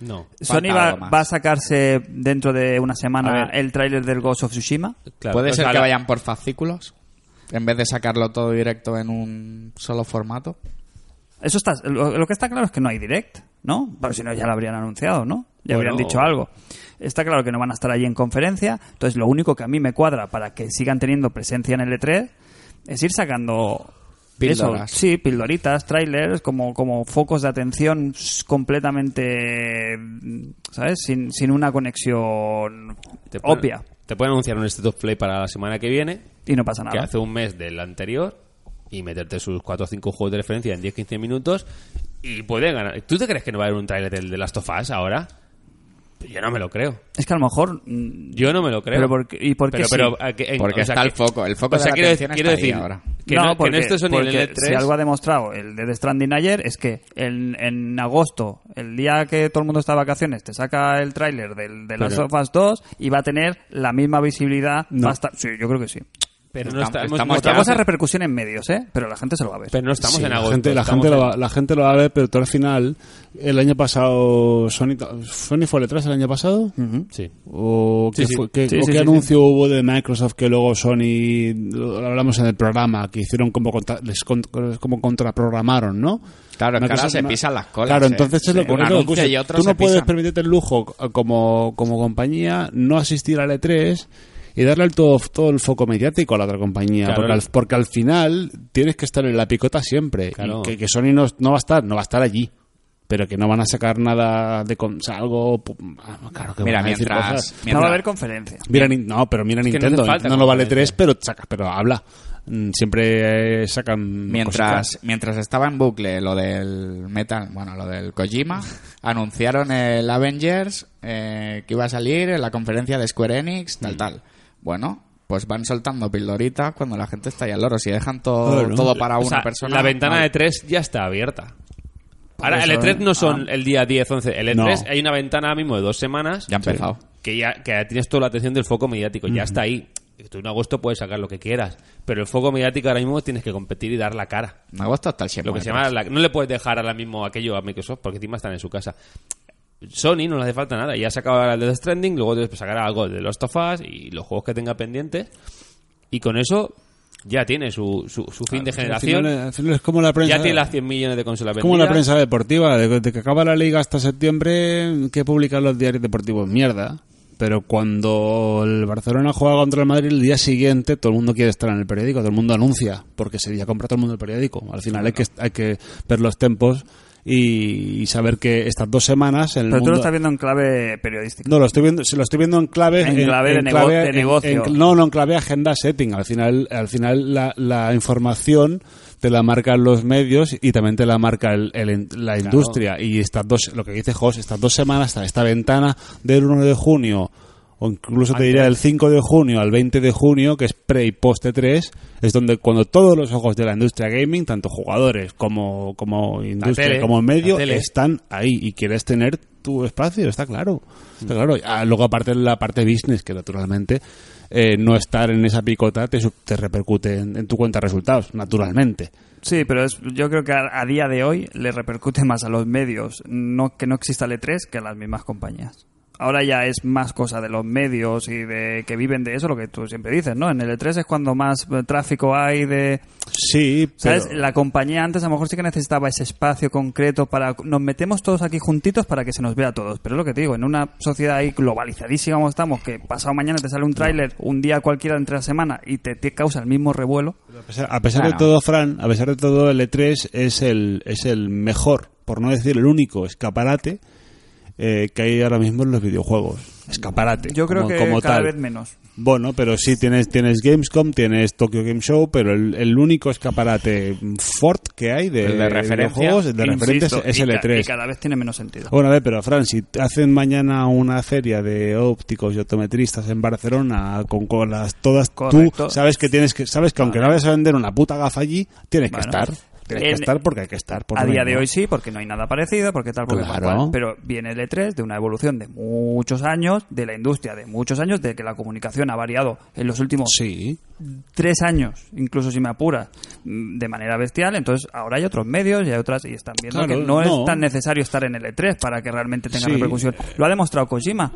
Speaker 3: No.
Speaker 1: Sony
Speaker 4: Falta
Speaker 1: va,
Speaker 4: algo más.
Speaker 1: va a sacarse dentro de una semana
Speaker 3: A ver.
Speaker 1: el tráiler del Ghost of Tsushima.
Speaker 4: ¿Puede ser que vayan por fascículos? En vez de sacarlo todo directo en un solo formato.
Speaker 1: Eso está, lo, lo que está claro es que no hay direct, ¿no? Pero si no ya lo habrían anunciado, ¿no? Ya
Speaker 3: Bueno.
Speaker 1: habrían dicho algo. Está claro que no van a estar allí en conferencia, entonces lo único que a mí me cuadra para que sigan teniendo presencia en el E3 es ir sacando
Speaker 4: Píldoras.
Speaker 1: eso, sí, pildoritas, trailers, como, como focos de atención s- completamente, ¿sabes? Sin, sin una conexión obvia.
Speaker 3: Te pueden anunciar un State of Play para la semana que viene,
Speaker 1: Y no pasa
Speaker 3: que
Speaker 1: nada.
Speaker 3: hace un mes del anterior, y meterte sus 4 o 5 juegos de referencia en 10-15 minutos y pueden ganar. ¿Tú te crees que no va a haber un tráiler del de Last of Us ahora? Yo no me lo creo.
Speaker 1: Es que a lo mejor mm,
Speaker 3: Yo no me lo creo.
Speaker 1: Pero por qué- ¿y por qué
Speaker 3: Pero,
Speaker 1: sí?
Speaker 3: pero, ¿a qué- en-
Speaker 4: Porque
Speaker 3: o sea,
Speaker 4: está
Speaker 3: que-
Speaker 4: el foco, el foco de la
Speaker 3: quiero,
Speaker 4: atención
Speaker 3: quiero
Speaker 4: está ahí
Speaker 3: decir
Speaker 4: ahora.
Speaker 3: Que no, que no esto es un
Speaker 1: porque
Speaker 3: nivel 3
Speaker 1: si algo ha demostrado el de Death Stranding ayer es que en, en agosto, el día que todo el mundo está de vacaciones, te saca el tráiler del de Last
Speaker 2: Pero-
Speaker 1: of Us 2 y va a tener la misma visibilidad.
Speaker 2: No.
Speaker 1: hasta- sí, yo creo que sí.
Speaker 3: Pero no
Speaker 4: Estamos-
Speaker 3: estamos,
Speaker 4: estamos
Speaker 3: no
Speaker 1: Otra
Speaker 4: ya-
Speaker 3: estamos-
Speaker 1: cosa es repercusión en medios, ¿eh? Pero la gente se lo va a ver.
Speaker 3: pero no estamos
Speaker 2: Sí,
Speaker 3: en
Speaker 2: la
Speaker 3: agosto.
Speaker 2: gente- la,
Speaker 3: estamos
Speaker 2: gente lo
Speaker 3: en-
Speaker 2: va, la gente lo va a ver, pero tú al final, el año pasado, Sony, ta- Sony fue detrás el año pasado.
Speaker 1: Ujú.
Speaker 3: Sí.
Speaker 2: ¿O
Speaker 3: Sí,
Speaker 2: qué,
Speaker 3: sí.
Speaker 2: fue- qué-
Speaker 1: Sí,
Speaker 2: o
Speaker 1: sí,
Speaker 2: qué
Speaker 1: sí,
Speaker 2: anuncio hubo de Microsoft que luego Sony, lo lo hablamos en el programa, que hicieron como, contra- les con- como contraprogramaron, ¿no?
Speaker 4: Claro, es que
Speaker 2: Microsoft-
Speaker 4: ahora se pisan las colas.
Speaker 2: Claro,
Speaker 4: eh.
Speaker 2: entonces es lo
Speaker 4: Sí,
Speaker 2: que
Speaker 4: un
Speaker 2: es lo que
Speaker 4: anuncio
Speaker 2: ocurre.
Speaker 4: y otro
Speaker 2: Tú no
Speaker 4: se
Speaker 2: puedes
Speaker 4: pisan.
Speaker 2: permitirte el lujo c- como, como compañía no asistir al E3 y darle el todo, todo el foco mediático a la otra compañía.
Speaker 3: Claro.
Speaker 2: Porque, al, porque al final tienes que estar en la picota siempre.
Speaker 3: Claro.
Speaker 2: Y que, que Sony no, no va a estar, no va a estar allí. Pero que no van a sacar nada de con- o sea, algo. pum, ah, Claro que
Speaker 4: Mira,
Speaker 2: van a decir
Speaker 4: mientras,
Speaker 2: cosas.
Speaker 1: No va a
Speaker 4: mientras,
Speaker 1: haber conferencia.
Speaker 2: Mira, Nin- no, pero mira
Speaker 3: que no hace
Speaker 2: Nintendo.
Speaker 3: falta
Speaker 2: no lo vale tres,
Speaker 3: conferencia.
Speaker 2: pero saca, pero habla. Mm, Siempre eh, sacan.
Speaker 4: mientras,
Speaker 2: cositas.
Speaker 4: mientras estaba en bucle lo del Metal, bueno, lo del Kojima, anunciaron el Avengers eh, que iba a salir en la conferencia de Square Enix,
Speaker 3: Mm.
Speaker 4: tal, tal. Bueno, pues van soltando pildoritas cuando la gente está ya al loro. Si dejan todo,
Speaker 2: Claro.
Speaker 4: todo para
Speaker 3: O
Speaker 4: una
Speaker 3: sea,
Speaker 4: persona.
Speaker 3: La ventana
Speaker 4: no hay-
Speaker 3: de 3 ya está abierta. Ahora,
Speaker 1: eso,
Speaker 3: el E3
Speaker 1: ah.
Speaker 3: no son el día 10, 11. El E3
Speaker 2: No.
Speaker 3: hay una ventana ahora mismo de dos semanas
Speaker 4: Ya ha empezado.
Speaker 3: que ya que ya tienes toda la atención del foco mediático. Ya está ahí. Tú en agosto puedes sacar lo que quieras, pero el foco mediático ahora mismo tienes que competir y dar la cara.
Speaker 4: Me gusta hasta el siempre.
Speaker 3: Lo que se llama la- no le puedes dejar ahora mismo aquello a Microsoft porque encima están en su casa. Sony no le hace falta nada. Ya sacaba ahora el Death Stranding, luego después sacará algo de Lost of Us y los juegos que tenga pendientes. Y con eso ya tiene su, su, su fin de generación.
Speaker 2: pues Al final- al final es como la prensa.
Speaker 3: ya tiene las 100 millones de consolas
Speaker 2: Es como la
Speaker 3: vendidas.
Speaker 2: prensa deportiva, de, de que acaba la liga hasta septiembre, que publican los diarios deportivos, mierda. Pero cuando el Barcelona juega contra el Madrid, el día siguiente todo el mundo quiere estar en el periódico, todo el mundo anuncia, porque ese día compra todo el mundo el periódico. Al final hay que, hay que ver los tiempos y, y saber que estas dos semanas en el
Speaker 1: Pero tú
Speaker 2: mundo...
Speaker 1: lo estás viendo en clave periodística.
Speaker 2: No, lo estoy viendo, se lo estoy viendo en clave,
Speaker 1: En clave de nego- de negocio.
Speaker 2: en- no, no, en clave agenda setting. Al final, al final la, la información te la marcan los medios y también te la marca el- el- la industria. Y estas dos, lo que dice Jos, estas dos semanas, esta, esta ventana del 1 de junio, o incluso te diría del 5 de junio al 20 de junio, que es pre y post 3 es donde cuando todos los ojos de la industria gaming, tanto jugadores como, como industria,
Speaker 3: tele,
Speaker 2: como medio,
Speaker 3: la tele.
Speaker 2: están ahí y quieres tener tu espacio, está claro. Está claro. Ah, luego aparte la parte business, que naturalmente eh, no estar en esa picota te, su- te repercute en, en tu cuenta de resultados, naturalmente.
Speaker 1: Sí, pero es- yo creo que a, a día de hoy le repercute más a los medios no que no exista el E3 que a las mismas compañías. Ahora ya es más cosa de los medios y de que viven de eso, lo que tú siempre dices, ¿no? En el E3 es cuando más eh, tráfico hay de...
Speaker 2: Sí, pero...
Speaker 1: ¿Sabes? La compañía antes a lo mejor sí que necesitaba ese espacio concreto para... Nos metemos todos aquí juntitos para que se nos vea a todos. Pero es lo que te digo, en una sociedad ahí globalizadísima como estamos, que pasado mañana te sale un tráiler, un día cualquiera entre la semana y te, te causa el mismo revuelo.
Speaker 2: A pesar, a pesar de
Speaker 4: Claro.
Speaker 2: todo, Fran, a pesar de todo, el E3 es el, es el mejor, por no decir el único escaparate eh, que hay ahora mismo en los videojuegos. Escaparate.
Speaker 1: Yo creo
Speaker 2: como-
Speaker 1: que
Speaker 2: como
Speaker 1: cada
Speaker 2: tal.
Speaker 1: vez menos.
Speaker 2: Bueno, pero sí tienes, tienes Gamescom, tienes Tokyo Game Show, pero el, el único escaparate Fort que hay de,
Speaker 4: El de referencia,
Speaker 2: videojuegos, el de referentes
Speaker 1: Insisto,
Speaker 2: es Oh,
Speaker 1: y ca-
Speaker 2: el E3.
Speaker 1: Y cada vez tiene menos sentido.
Speaker 2: Bueno, a ver, pero Fran, si hacen mañana una feria de ópticos y optometristas en Barcelona con, con las todas,
Speaker 1: Correcto.
Speaker 2: tú sabes que tienes que, sabes que aunque no vayas a vender una puta gafa allí, tienes que
Speaker 1: Bueno,
Speaker 2: estar, tienes
Speaker 1: en-
Speaker 2: que estar porque hay que estar. por
Speaker 1: A
Speaker 2: lo
Speaker 1: día de
Speaker 2: menos.
Speaker 1: hoy sí, porque no hay nada parecido, porque tal, porque tal
Speaker 2: Claro.
Speaker 1: cual. Pero viene el E3 de una evolución de muchos años, de la industria de muchos años, de que la comunicación ha variado en los últimos
Speaker 2: sí.
Speaker 1: tres años, incluso si me apuras, mm, de manera bestial. Entonces ahora hay otros medios y hay otras, y están viendo
Speaker 2: Claro,
Speaker 1: que no,
Speaker 2: no.
Speaker 1: es tan necesario estar en el E3 para que realmente tenga
Speaker 2: Sí.
Speaker 1: repercusión. Lo ha demostrado Kojima.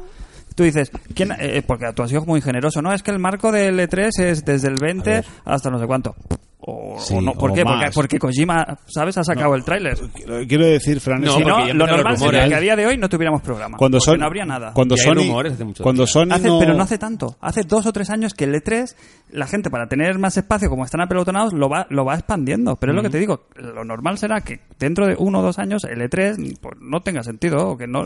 Speaker 1: Tú dices, ¿quién, eh, porque tú has sido muy generoso, ¿no? Es que el marco del E3 es desde el 20 hasta no sé cuánto. O, o
Speaker 2: Sí,
Speaker 1: no, ¿Por
Speaker 2: o
Speaker 1: qué? Porque,
Speaker 2: más.
Speaker 1: porque Kojima, ¿sabes? Ha sacado el tráiler.
Speaker 2: Quiero- Quiero decir, Fran,
Speaker 3: No,
Speaker 2: es
Speaker 1: Si
Speaker 2: que-
Speaker 1: no,
Speaker 3: porque
Speaker 1: lo
Speaker 3: ya empiezan los
Speaker 1: normal sería
Speaker 3: rumores.
Speaker 1: que a día de hoy no tuviéramos programa.
Speaker 2: cuando
Speaker 1: porque
Speaker 2: son,
Speaker 1: no habría nada.
Speaker 2: cuando
Speaker 3: Y hay
Speaker 2: Sony,
Speaker 3: rumores hace mucho
Speaker 2: cuando Sony
Speaker 1: Hace-
Speaker 2: no-
Speaker 1: Pero no hace tanto. Hace dos o tres años que el E3, la gente para tener más espacio, como están apelotonados, lo va, lo va expandiendo. Pero es lo que te digo, lo normal será que dentro de uno o dos años el E3 pues, no tenga sentido. O, que no,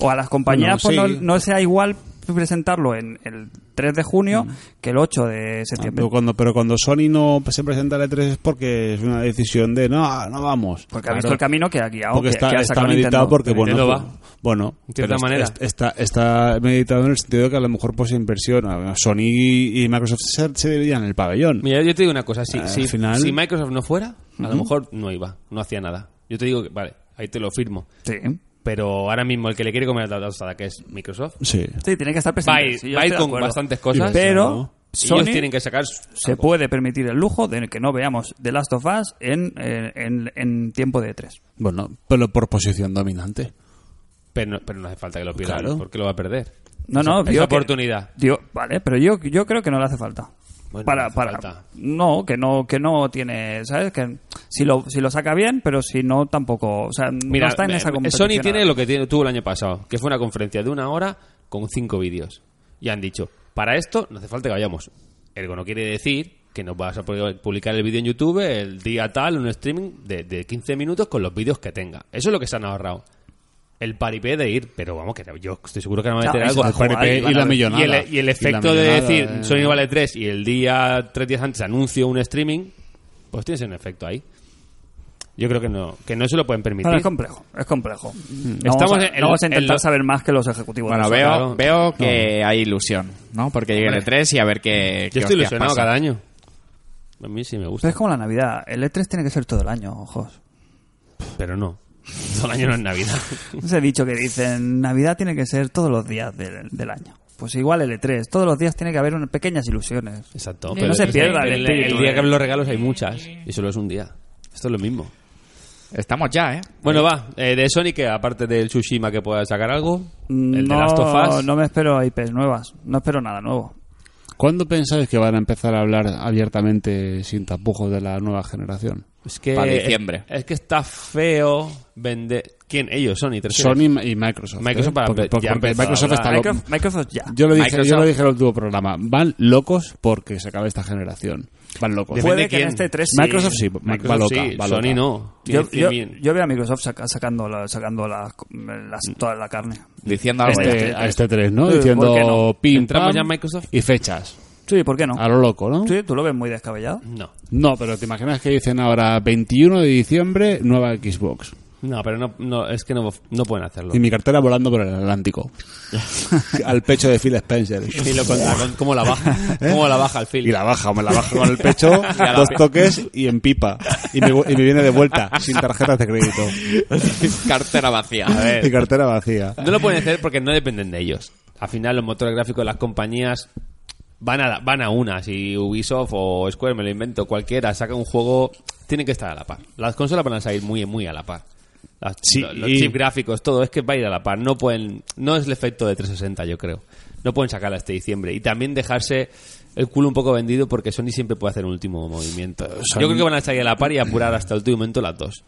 Speaker 1: o a las compañías
Speaker 2: Bueno,
Speaker 1: pues,
Speaker 2: sí.
Speaker 1: no, no sea igual presentarlo en el 3 de junio que el 8 de
Speaker 2: Ah,
Speaker 1: septiembre.
Speaker 2: Pero cuando, pero cuando Sony no se presenta al E3 es porque es una decisión de no, no vamos.
Speaker 1: porque ha
Speaker 2: Claro.
Speaker 1: visto el camino que ha guiado.
Speaker 2: porque
Speaker 1: que-
Speaker 2: está,
Speaker 1: que ha
Speaker 2: está
Speaker 1: sacado
Speaker 2: meditado
Speaker 1: Nintendo.
Speaker 2: porque bueno,
Speaker 3: Nintendo va.
Speaker 2: pues, bueno
Speaker 3: En cierta
Speaker 2: pero es-
Speaker 3: manera.
Speaker 2: es- está, está meditado en el sentido de que a lo mejor pues inversión a- Sony y Microsoft se, se dividían el pabellón
Speaker 3: Mira, yo te digo una cosa. Si,
Speaker 2: Al
Speaker 3: si-
Speaker 2: final-
Speaker 3: si Microsoft no fuera, a lo mejor no iba, no hacía nada. Yo te digo que, vale, ahí te lo firmo.
Speaker 1: Sí.
Speaker 3: Pero ahora mismo el que le quiere comer la tostada, que es Microsoft,
Speaker 2: sí
Speaker 1: Sí, tiene que estar
Speaker 3: va
Speaker 1: presente.
Speaker 3: a ir,
Speaker 1: sí, yo
Speaker 3: va a ir
Speaker 1: estoy de
Speaker 3: con
Speaker 1: acuerdo.
Speaker 3: bastantes cosas.
Speaker 1: Pero
Speaker 2: ¿no?
Speaker 3: Y ellos
Speaker 1: Sony
Speaker 3: tienen que sacar. su-
Speaker 1: se
Speaker 3: algo.
Speaker 1: puede permitir el lujo de que no veamos The Last of Us en, eh, en, en tiempo de E3.
Speaker 2: Bueno, pero por posición dominante.
Speaker 3: Pero, no, pero no hace falta que lo pierda,
Speaker 2: Claro.
Speaker 3: porque lo va a perder.
Speaker 1: No,
Speaker 3: Esa-
Speaker 1: no,
Speaker 3: esa
Speaker 1: yo que-
Speaker 3: oportunidad.
Speaker 1: digo, vale, pero yo, yo creo que no le hace falta.
Speaker 3: Bueno,
Speaker 1: para,
Speaker 3: no hace
Speaker 1: para,
Speaker 3: falta.
Speaker 1: no, que no, que no tiene, ¿sabes? Que si lo, si lo saca bien, pero si no, tampoco, o sea, no está en
Speaker 3: eh,
Speaker 1: esa competición.
Speaker 3: Sony tiene
Speaker 1: ahora.
Speaker 3: lo que tiene- tuvo el año pasado, que fue una conferencia de una hora con cinco vídeos. Y han dicho, para esto no hace falta que vayamos. Ergo no quiere decir que nos vas a pu- publicar el vídeo en YouTube el día tal, un streaming de, de 15 minutos con los vídeos que tenga. Eso es lo que se han ahorrado. El paripé de ir, pero vamos, que yo estoy seguro que no va a
Speaker 1: Claro,
Speaker 3: meter
Speaker 1: eso
Speaker 3: algo.
Speaker 1: va a jugar,
Speaker 2: paripé y
Speaker 1: van a
Speaker 2: la
Speaker 1: ver.
Speaker 2: millonada.
Speaker 3: Y el, y el
Speaker 2: la
Speaker 3: efecto de
Speaker 2: millonada,
Speaker 3: decir
Speaker 2: eh.
Speaker 3: Sony vale 3 y el día 3 días antes anuncio un streaming, pues tienes un efecto ahí. Yo creo que no, que no se lo pueden permitir.
Speaker 1: Pero es complejo, es complejo. No
Speaker 3: Estamos
Speaker 1: vamos a,
Speaker 3: en- en-
Speaker 1: no vamos a
Speaker 3: en
Speaker 1: intentar
Speaker 3: lo-
Speaker 1: saber más que los ejecutivos. de
Speaker 4: Bueno,
Speaker 1: Sony.
Speaker 3: claro.
Speaker 4: veo, veo que hay ilusión, ¿no? Porque llegue el E3 y a ver qué.
Speaker 3: Yo
Speaker 4: qué
Speaker 3: estoy
Speaker 4: hostias
Speaker 3: ilusionado
Speaker 4: pasa.
Speaker 3: cada año. A mí sí me gusta,
Speaker 1: Pero es como la Navidad, el E3 tiene que ser todo el año, ojos.
Speaker 3: pero no. Todo el año no es Navidad.
Speaker 1: No sé, dicho que dicen, Navidad tiene que ser todos los días del, del año. Pues igual el E3, todos los días tiene que haber unas pequeñas ilusiones.
Speaker 3: Exacto.
Speaker 1: No se pierda el
Speaker 3: el, el
Speaker 1: espíritu,
Speaker 3: día
Speaker 1: eh.
Speaker 3: que abren los regalos hay muchas y solo es un día. Esto es lo mismo.
Speaker 4: Estamos ya, ¿eh?
Speaker 3: Bueno, va. eh, de Sony, que aparte del Tsushima que pueda sacar algo, el de
Speaker 1: no,
Speaker 3: Last of Us.
Speaker 1: no me espero IPs nuevas, no espero nada nuevo.
Speaker 2: ¿Cuándo pensáis que van a empezar a hablar abiertamente, sin tapujos, de la nueva generación?
Speaker 3: Es que,
Speaker 4: Para diciembre.
Speaker 3: Es, que está feo vender. ¿Quién? Ellos, Sony. ¿te refieres?
Speaker 2: Sony y Microsoft.
Speaker 3: Microsoft
Speaker 2: ¿eh?
Speaker 3: para-
Speaker 2: Porque-
Speaker 3: ya
Speaker 2: porque
Speaker 3: empezó a
Speaker 2: Microsoft
Speaker 3: hablar.
Speaker 2: está loco.
Speaker 1: Microsoft, Microsoft ya.
Speaker 2: Yo lo dije, yo
Speaker 4: Microsoft-
Speaker 2: lo dije en el último programa. Van locos porque se acabe esta generación. Van locos.
Speaker 3: Depende
Speaker 1: Puede que en
Speaker 3: quién.
Speaker 1: este 3
Speaker 2: Microsoft sí,
Speaker 3: Microsoft
Speaker 2: va loca,
Speaker 3: sí,
Speaker 2: va loca.
Speaker 3: Sony no.
Speaker 1: Yo,
Speaker 3: Tiene
Speaker 1: yo,
Speaker 3: 100.000.
Speaker 1: yo veo a Microsoft saca- sacando, la- sacando la- las-
Speaker 3: Mm.
Speaker 1: toda la carne.
Speaker 4: Diciendo
Speaker 2: A
Speaker 4: algo ya.
Speaker 2: este, a este 3, ¿no?
Speaker 1: Sí, ¿por
Speaker 2: Diciendo
Speaker 1: qué no?
Speaker 2: pim,
Speaker 3: ¿Entramos
Speaker 2: pam,
Speaker 3: ya en Microsoft?
Speaker 2: y fechas.
Speaker 1: Sí, ¿por qué no?
Speaker 3: Ah.
Speaker 2: A lo loco, ¿no?
Speaker 1: Sí, ¿Tú lo ves muy descabellado?
Speaker 3: No.
Speaker 2: No, pero te imaginas que dicen ahora 21 de diciembre, nueva Xbox.
Speaker 3: No, pero no, no, es que no, no pueden hacerlo.
Speaker 2: Y mi cartera volando por el Atlántico. Al pecho de Phil Spencer.
Speaker 3: Y lo contra- con- ¿Cómo la baja?
Speaker 2: ¿Eh?
Speaker 3: ¿Cómo la baja el
Speaker 2: Y
Speaker 3: film?
Speaker 2: la baja, me la baja con el pecho, dos toques y en pipa. Y me, y me viene de vuelta, sin tarjetas de crédito.
Speaker 4: Cartera vacía.
Speaker 3: A ver.
Speaker 2: Mi cartera vacía.
Speaker 3: No lo pueden hacer porque no dependen de ellos. Al final, los motores gráficos de las compañías van a, van a una. Si Ubisoft o Square, me lo invento, cualquiera, saca un juego, tienen que estar a la par. Las consolas van a salir muy, muy a la par. Las-
Speaker 2: Sí,
Speaker 3: lo- los
Speaker 2: y-
Speaker 3: chips gráficos, todo es que va a ir a la par. No pueden, no es el efecto de 360, yo creo. No pueden sacarla este diciembre. Y también dejarse el culo un poco vendido porque Sony siempre puede hacer un último movimiento. Yo creo que van a salir a la par y apurar hasta el último momento las dos.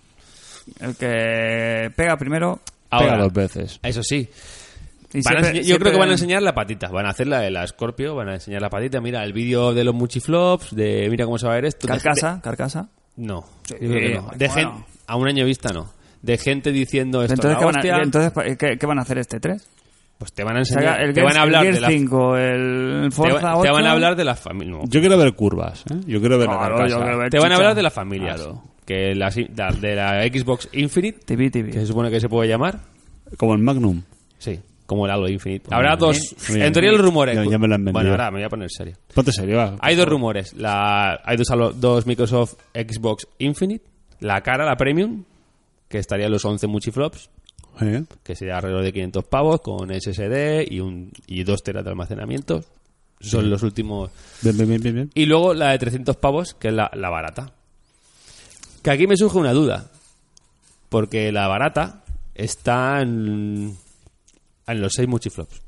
Speaker 1: El que pega primero...
Speaker 3: Ahora,
Speaker 2: Pega dos veces.
Speaker 3: Eso sí,
Speaker 1: y
Speaker 3: Van a
Speaker 1: siempre-
Speaker 3: enseñar- yo
Speaker 1: siempre-
Speaker 3: creo que van a enseñar la patita. Van a hacer la de la Scorpio, van a enseñar la patita. Mira, el vídeo de los muchiflops, de mira cómo se va a ver esto. De-
Speaker 1: Carcasa, carcasa.
Speaker 3: de- no,
Speaker 1: Sí, eh,
Speaker 3: yo creo que no. De
Speaker 1: bueno.
Speaker 3: gen- a un año vista no. De gente diciendo esto.
Speaker 1: Entonces,
Speaker 3: la
Speaker 1: ¿qué van,
Speaker 3: hostia,
Speaker 1: a, entonces pa- ¿qué, qué van a hacer este 3?
Speaker 3: pues te van a
Speaker 1: O sea,
Speaker 3: enseñar.
Speaker 1: el
Speaker 3: te
Speaker 1: Gears-
Speaker 3: van a
Speaker 1: el
Speaker 3: hablar de
Speaker 1: Gears
Speaker 3: la, te
Speaker 1: 5, el Forza
Speaker 3: va- te
Speaker 1: 8.
Speaker 3: van a hablar de la familia. no.
Speaker 2: Yo quiero ver curvas, ¿eh? Yo quiero ver la
Speaker 1: Claro,
Speaker 2: carcasa.
Speaker 1: yo quiero ver-
Speaker 3: Te van a
Speaker 1: Chicha.
Speaker 3: hablar de las familias.
Speaker 2: Claro.
Speaker 3: Que las- da- de la Xbox Infinite,
Speaker 1: TV, TV.
Speaker 3: que se supone que se puede llamar.
Speaker 2: Como el Magnum.
Speaker 3: Sí, como el Halo Infinite. Habrá dos.
Speaker 2: bien.
Speaker 3: En teoría los rumores.
Speaker 2: Ya- ya me lo han vendido.
Speaker 3: bueno, ahora me voy a poner serio.
Speaker 2: Ponte serio, va.
Speaker 3: Hay dos rumores. La, hay dos, alo- dos Microsoft Xbox Infinite. La cara, la Premium, que estaría en los 11 muchiflops,
Speaker 2: ¿Eh?
Speaker 3: que sería alrededor de 500 pavos, con SSD y, un, y 2 teras de almacenamiento. Son los últimos.
Speaker 2: Bien, bien, bien, bien, bien.
Speaker 3: Y luego la de 300 pavos, que es la, la barata. Que aquí me surge una duda. Porque la barata está en, en los 6 muchiflops.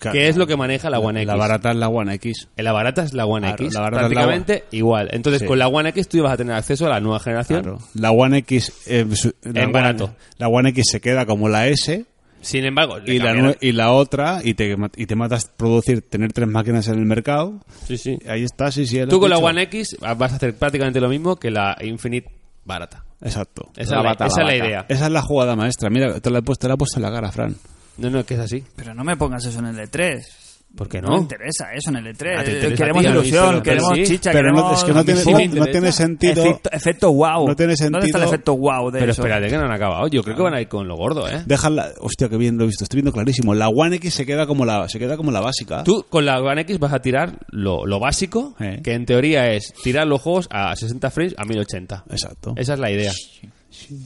Speaker 3: Que es lo que maneja la One X.
Speaker 2: La barata es la One X.
Speaker 3: Eh, La barata es la One
Speaker 2: Claro,
Speaker 3: X.
Speaker 2: la barata es la
Speaker 3: prácticamente igual. Entonces,
Speaker 2: Sí.
Speaker 3: con la One X tú ibas a tener acceso a la nueva generación.
Speaker 2: Claro. La One X. eh, su- la
Speaker 3: Es
Speaker 2: One-
Speaker 3: barato.
Speaker 2: La One X se queda como la S.
Speaker 3: Sin embargo, le
Speaker 2: Y la,
Speaker 3: cambiaron-
Speaker 2: nue- y la otra, y te, ma- y te matas producir, tener tres máquinas en el mercado.
Speaker 3: Sí, sí.
Speaker 2: Ahí está, sí, sí.
Speaker 3: Tú con la One X vas a hacer prácticamente lo mismo que la Infinite barata.
Speaker 2: Exacto.
Speaker 3: Esa,
Speaker 4: La
Speaker 3: es la-
Speaker 4: barata,
Speaker 3: esa es la
Speaker 4: la barata.
Speaker 3: idea.
Speaker 2: Esa es la jugada maestra. Mira, te la he puesto, te la he puesto en la cara, Fran.
Speaker 3: No, no, que es así.
Speaker 1: Pero no me pongas eso en el E3.
Speaker 3: ¿Por qué
Speaker 1: me
Speaker 3: no?
Speaker 1: interesa eso en el E3.
Speaker 3: Ah, te interesa
Speaker 1: queremos
Speaker 3: a ti,
Speaker 1: ilusión,
Speaker 3: pero-
Speaker 1: queremos
Speaker 3: pero sí.
Speaker 1: chicha,
Speaker 2: Pero no-
Speaker 1: queremos...
Speaker 2: es que no tiene,
Speaker 3: sí me
Speaker 2: no tiene
Speaker 3: interesa.
Speaker 2: sentido.
Speaker 1: Efecto, efecto wow.
Speaker 2: No
Speaker 1: ¿Dónde
Speaker 2: tiene
Speaker 1: está
Speaker 2: sentido-
Speaker 1: el efecto wow de
Speaker 3: Pero
Speaker 1: eso?
Speaker 3: espérate que no han acabado. Yo creo que van a ir con lo gordo, ¿eh?
Speaker 2: Déjala. Hostia, qué bien lo he visto. Estoy viendo clarísimo. La One X se queda como la, se queda como la básica.
Speaker 3: Tú con la One X vas a tirar lo, lo básico,
Speaker 2: Eh.
Speaker 3: que en teoría es tirar los juegos a 60 frames a 1080.
Speaker 2: Exacto.
Speaker 3: Esa es la idea.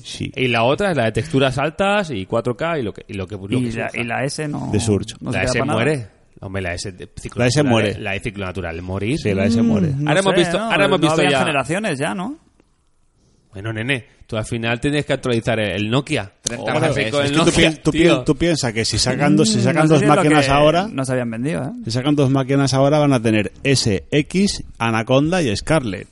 Speaker 2: Sí.
Speaker 3: Y la otra es la de texturas altas y 4K y lo que... Y, lo que, lo
Speaker 1: Y
Speaker 3: que
Speaker 1: la,
Speaker 3: surja.
Speaker 1: y la S no...
Speaker 2: De Surge.
Speaker 1: no
Speaker 3: la
Speaker 1: queda
Speaker 3: S
Speaker 1: para nada.
Speaker 3: muere. Hombre, la S, de ciclo
Speaker 2: La S
Speaker 3: natural,
Speaker 2: muere.
Speaker 3: eh, La S ciclo natural, morir.
Speaker 2: Sí, la S muere.
Speaker 3: Ahora hemos visto- ahora hemos visto
Speaker 1: había
Speaker 3: ya-
Speaker 1: generaciones ya, ¿no?
Speaker 3: Bueno, nene, tú al final tienes que actualizar el, el Nokia. 30
Speaker 2: Claro,
Speaker 3: más
Speaker 2: es
Speaker 3: seis con
Speaker 2: que
Speaker 3: el
Speaker 2: tú,
Speaker 3: Nokia,
Speaker 2: pi- tú pi-
Speaker 3: tío.
Speaker 2: tú piensas que si sacan dos, si
Speaker 1: No sé
Speaker 2: sacan dos
Speaker 1: si es lo
Speaker 2: máquinas
Speaker 1: que
Speaker 2: ahora,
Speaker 1: Nos habían vendido, ¿eh?
Speaker 2: si sacan dos máquinas ahora van a tener SX, Anaconda y Scarlet.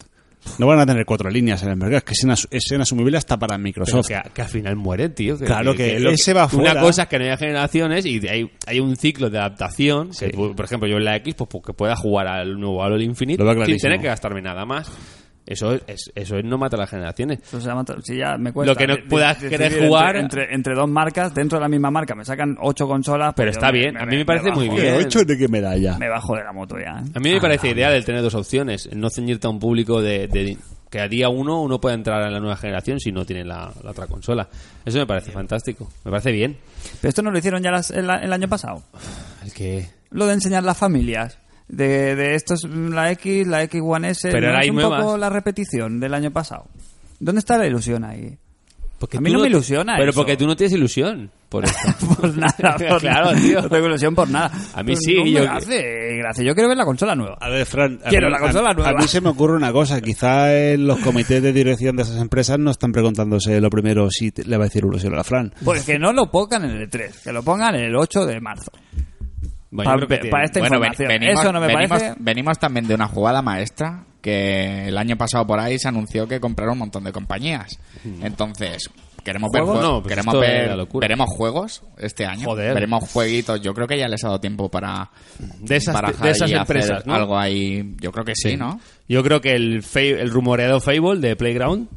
Speaker 2: No van a tener cuatro líneas en el mercado, es que es, inas- es inasumible hasta para
Speaker 3: Pero
Speaker 2: Microsoft.
Speaker 3: que, que al final muere, tío.
Speaker 2: Claro que
Speaker 3: lo
Speaker 2: ese va
Speaker 3: Una
Speaker 2: fuera.
Speaker 3: cosa es que no haya generaciones y hay, hay un ciclo de adaptación. que, por por ejemplo, yo en la X, pues porque pueda jugar al nuevo Halo Infinite
Speaker 2: Lo veo
Speaker 3: sin
Speaker 2: clarísimo.
Speaker 3: tener que gastarme nada más. Eso es, es- eso es no matar las generaciones.
Speaker 1: Eso se llama to- si ya me cuesta
Speaker 3: Lo que no
Speaker 1: de- de-
Speaker 3: puedas
Speaker 1: decidir
Speaker 3: querer
Speaker 1: entre-
Speaker 3: jugar-
Speaker 1: Entre, entre dos marcas, dentro de la misma marca, me sacan ocho consolas.
Speaker 3: Pero
Speaker 1: pues yo
Speaker 3: está bien, a mí me parece muy
Speaker 1: bajo-
Speaker 3: bien.
Speaker 2: Pero ocho de qué medalla.
Speaker 1: Me bajo de la moto ya. ¿eh?
Speaker 3: A mí me parece ideal el tener dos opciones. el No ceñirte a un público de, de- que a día uno uno pueda entrar en la nueva generación si no tiene la, la otra consola. Eso me parece fantástico. Me parece bien.
Speaker 1: Pero esto no lo hicieron ya las- el, el año pasado.
Speaker 3: El que...
Speaker 1: Lo de enseñar las familias. De, de estos, mm, la X, la X One S.
Speaker 3: Pero
Speaker 1: ¿no
Speaker 3: ahora
Speaker 1: es
Speaker 3: hay
Speaker 1: un
Speaker 3: nuevas.
Speaker 1: poco la repetición del año pasado. ¿Dónde está la ilusión ahí?
Speaker 3: Porque
Speaker 1: A mí
Speaker 3: tú
Speaker 1: no me ilusiona
Speaker 3: Pero
Speaker 1: eso.
Speaker 3: porque tú no tienes ilusión por esto.
Speaker 1: Por nada, por
Speaker 3: claro,
Speaker 1: nada.
Speaker 3: tío.
Speaker 1: No tengo ilusión por nada.
Speaker 3: A mí
Speaker 1: Pues
Speaker 3: sí,
Speaker 1: no me
Speaker 3: yo-
Speaker 1: hace gracia. Yo quiero ver la consola nueva.
Speaker 2: A ver, Fran. a
Speaker 1: Quiero
Speaker 2: mí-
Speaker 1: la consola
Speaker 2: a-
Speaker 1: nueva.
Speaker 2: A mí se me ocurre una cosa. Quizá en los comités de dirección de esas empresas no están preguntándose lo primero si te- le va a decir ilusión a la Fran.
Speaker 1: Pues que no lo pongan en el 3, que lo pongan en el 8 de marzo.
Speaker 3: Bueno, Pues yo creo que
Speaker 1: Pa-
Speaker 3: tiene-
Speaker 1: para este-
Speaker 4: Bueno, ven-
Speaker 1: información.
Speaker 4: venimos,
Speaker 1: Eso no me
Speaker 4: venimos-
Speaker 1: parece-
Speaker 4: venimos también de una jugada maestra que el año pasado por ahí se anunció que compraron un montón de compañías. Entonces, queremos ver,
Speaker 3: Hmm. ¿Juegos?
Speaker 4: jue-
Speaker 3: No, pues
Speaker 4: queremos
Speaker 3: esto es
Speaker 4: ver-
Speaker 3: la locura.
Speaker 4: veremos juegos este año.
Speaker 3: Joder.
Speaker 4: Veremos jueguitos. Yo creo que ya les ha dado tiempo para
Speaker 3: De esas-
Speaker 4: barajar
Speaker 3: de esas
Speaker 4: y hacer
Speaker 3: empresas, ¿no?
Speaker 4: algo ahí. Yo creo que sí, ¿no?
Speaker 3: Yo creo que el, fa- el rumoreado Fable de Playground.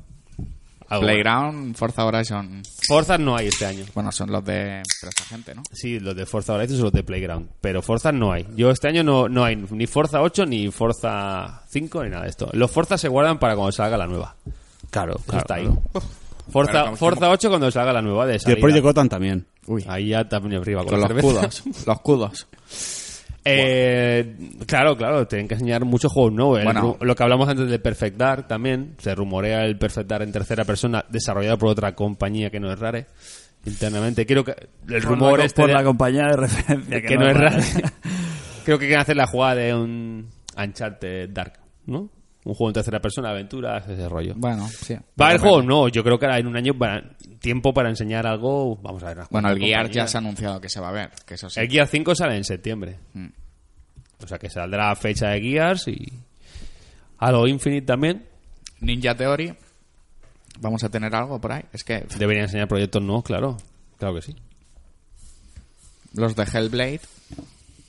Speaker 3: algo
Speaker 4: Playground, Forza Horizon.
Speaker 3: bueno. Forza no hay este año.
Speaker 4: Bueno, son los de esta gente, ¿no?
Speaker 3: Sí, los de Forza Horizon son los de Playground. Pero Forza no hay. Yo este año no, no hay ni Forza 8, ni Forza 5, ni nada de esto. Los Forza se guardan para cuando salga la nueva. Claro, está ahí. Forza,
Speaker 4: Claro, como-
Speaker 3: Forza 8 cuando salga la nueva de
Speaker 2: Y el
Speaker 3: salida.
Speaker 2: Project Gotham también.
Speaker 3: Ahí ya también arriba con,
Speaker 4: Con
Speaker 3: las
Speaker 4: los
Speaker 3: cervezas.
Speaker 4: cudos. Los cudos.
Speaker 3: Eh, claro, claro, tienen que enseñar muchos juegos nuevos. El
Speaker 4: Bueno.
Speaker 3: ru- lo que hablamos antes de Perfect Dark también, se rumorea el Perfect Dark en tercera persona, desarrollado por otra compañía que no es Rare, internamente. Quiero que el rumor
Speaker 1: por la,
Speaker 3: este
Speaker 1: por
Speaker 3: de-
Speaker 1: la compañía de referencia
Speaker 3: que, no es
Speaker 1: raro.
Speaker 3: Rare. Creo que quieren hacer la jugada de un Uncharted Dark, ¿no? Un juego en tercera persona, aventuras, ese rollo.
Speaker 4: Bueno, sí.
Speaker 3: ¿Va a haber juego? No, yo creo que ahora en un año para, tiempo para enseñar algo, vamos a ver. unas
Speaker 4: Bueno, el
Speaker 3: cuantas
Speaker 4: Gear ya
Speaker 3: compañías.
Speaker 4: se ha anunciado que se va a ver. Que eso sí.
Speaker 3: El Gear 5 sale en septiembre.
Speaker 4: Mm.
Speaker 3: O sea que saldrá fecha de Gears y. Halo Infinite también.
Speaker 4: Ninja Theory. Vamos a tener algo por ahí. Es que
Speaker 3: Deberían enseñar proyectos nuevos, claro. Claro que sí.
Speaker 4: los de Hellblade.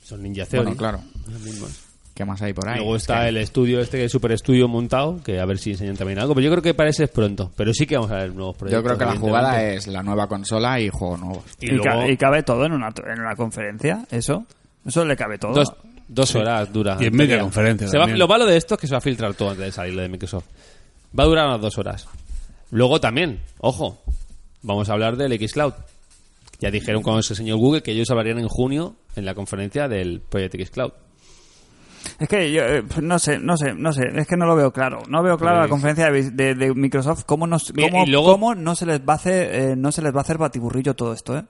Speaker 3: Son Ninja Theory.
Speaker 4: Bueno, claro.
Speaker 3: Los mismos.
Speaker 4: ¿Qué más hay por ahí?
Speaker 3: Luego
Speaker 4: Es
Speaker 3: está
Speaker 4: que-
Speaker 3: el estudio este, que es super estudio montado, que a ver si enseñan también algo. Pero yo creo que parece es pronto. Pero sí que vamos a ver nuevos proyectos.
Speaker 4: Yo creo que la
Speaker 3: evidentemente.
Speaker 4: jugada es la nueva consola y juego nuevo.
Speaker 1: Y,
Speaker 3: Y luego
Speaker 1: ca- y cabe todo en una, en una conferencia, eso. Eso le cabe todo.
Speaker 3: dos, dos horas dura.
Speaker 2: Y en media conferencia
Speaker 3: Se va-
Speaker 2: también.
Speaker 3: lo malo de esto es que se va a filtrar todo antes de salir lo de Microsoft. Va a durar unas dos horas. Luego también, ojo, vamos a hablar del xCloud. Ya dijeron con ese señor Google que ellos hablarían en junio en la conferencia del Project xCloud.
Speaker 1: Es que yo eh, no sé, no sé, no sé. Es que no lo veo claro. No veo claro la conferencia de, de- de Microsoft cómo, nos,
Speaker 3: Pues- Mira,
Speaker 1: cómo,
Speaker 3: y luego-
Speaker 1: cómo no se les va a hacer, eh, no se les va a hacer batiburrillo todo esto, ¿eh?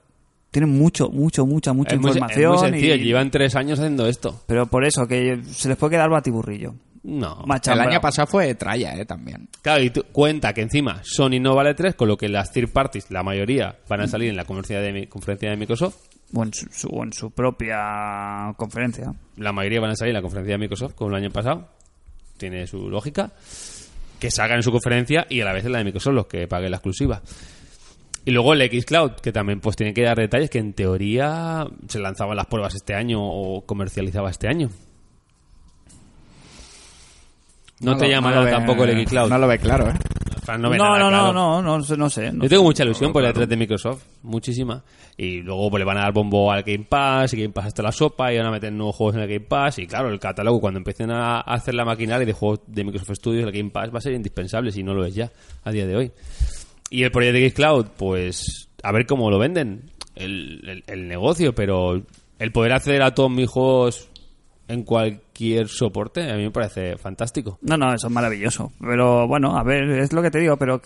Speaker 1: Tienen mucho, mucho, mucha, mucha
Speaker 3: Es muy, es
Speaker 1: información.
Speaker 3: muy sencillo,
Speaker 1: y-
Speaker 3: llevan tres años haciendo esto.
Speaker 1: Pero por eso, que se les puede quedar batiburrillo.
Speaker 3: No.
Speaker 4: El
Speaker 1: Machambrao.
Speaker 4: año pasado fue Traya, ¿eh? También.
Speaker 3: Claro, y tú- cuenta que encima Sony no vale tres, con lo que las third parties, la mayoría, van
Speaker 4: Mm.
Speaker 3: a salir en la conferencia de, mi- conferencia de Microsoft.
Speaker 1: O en su, su- o en su propia conferencia.
Speaker 3: la mayoría van a salir en la conferencia de Microsoft, como el año pasado. Tiene su lógica. Que salgan en su conferencia y a la vez en la de Microsoft, los que paguen la exclusiva. Y luego el xCloud, que también pues tiene que dar detalles que en teoría se lanzaban las pruebas este año o comercializaba este año. No, te
Speaker 4: lo-
Speaker 3: llama
Speaker 4: no
Speaker 3: nada
Speaker 4: lo ve-
Speaker 3: tampoco el xCloud.
Speaker 4: No lo ve claro, ¿eh?
Speaker 3: Fran,
Speaker 1: No,
Speaker 3: ve
Speaker 1: no,
Speaker 3: nada
Speaker 1: no,
Speaker 3: claro.
Speaker 1: no, no, sé, no sé. no
Speaker 3: Yo
Speaker 1: sé.
Speaker 3: tengo mucha ilusión por la E3 de Microsoft, muchísima. Y luego pues, le van a dar bombo al Game Pass, y Game Pass hasta la sopa, y van a meter nuevos juegos en el Game Pass. Y claro, el catálogo, cuando empiecen a hacer la maquinaria de juegos de Microsoft Studios, el Game Pass va a ser indispensable, si no lo es ya, a día de hoy. Y el proyecto de Cloud, pues a ver cómo lo venden, el, el- el negocio, pero el poder acceder a todos mis juegos en cualquier soporte, a mí me parece fantástico.
Speaker 1: No, no, eso es maravilloso. Pero bueno, a ver, es lo que te digo, pero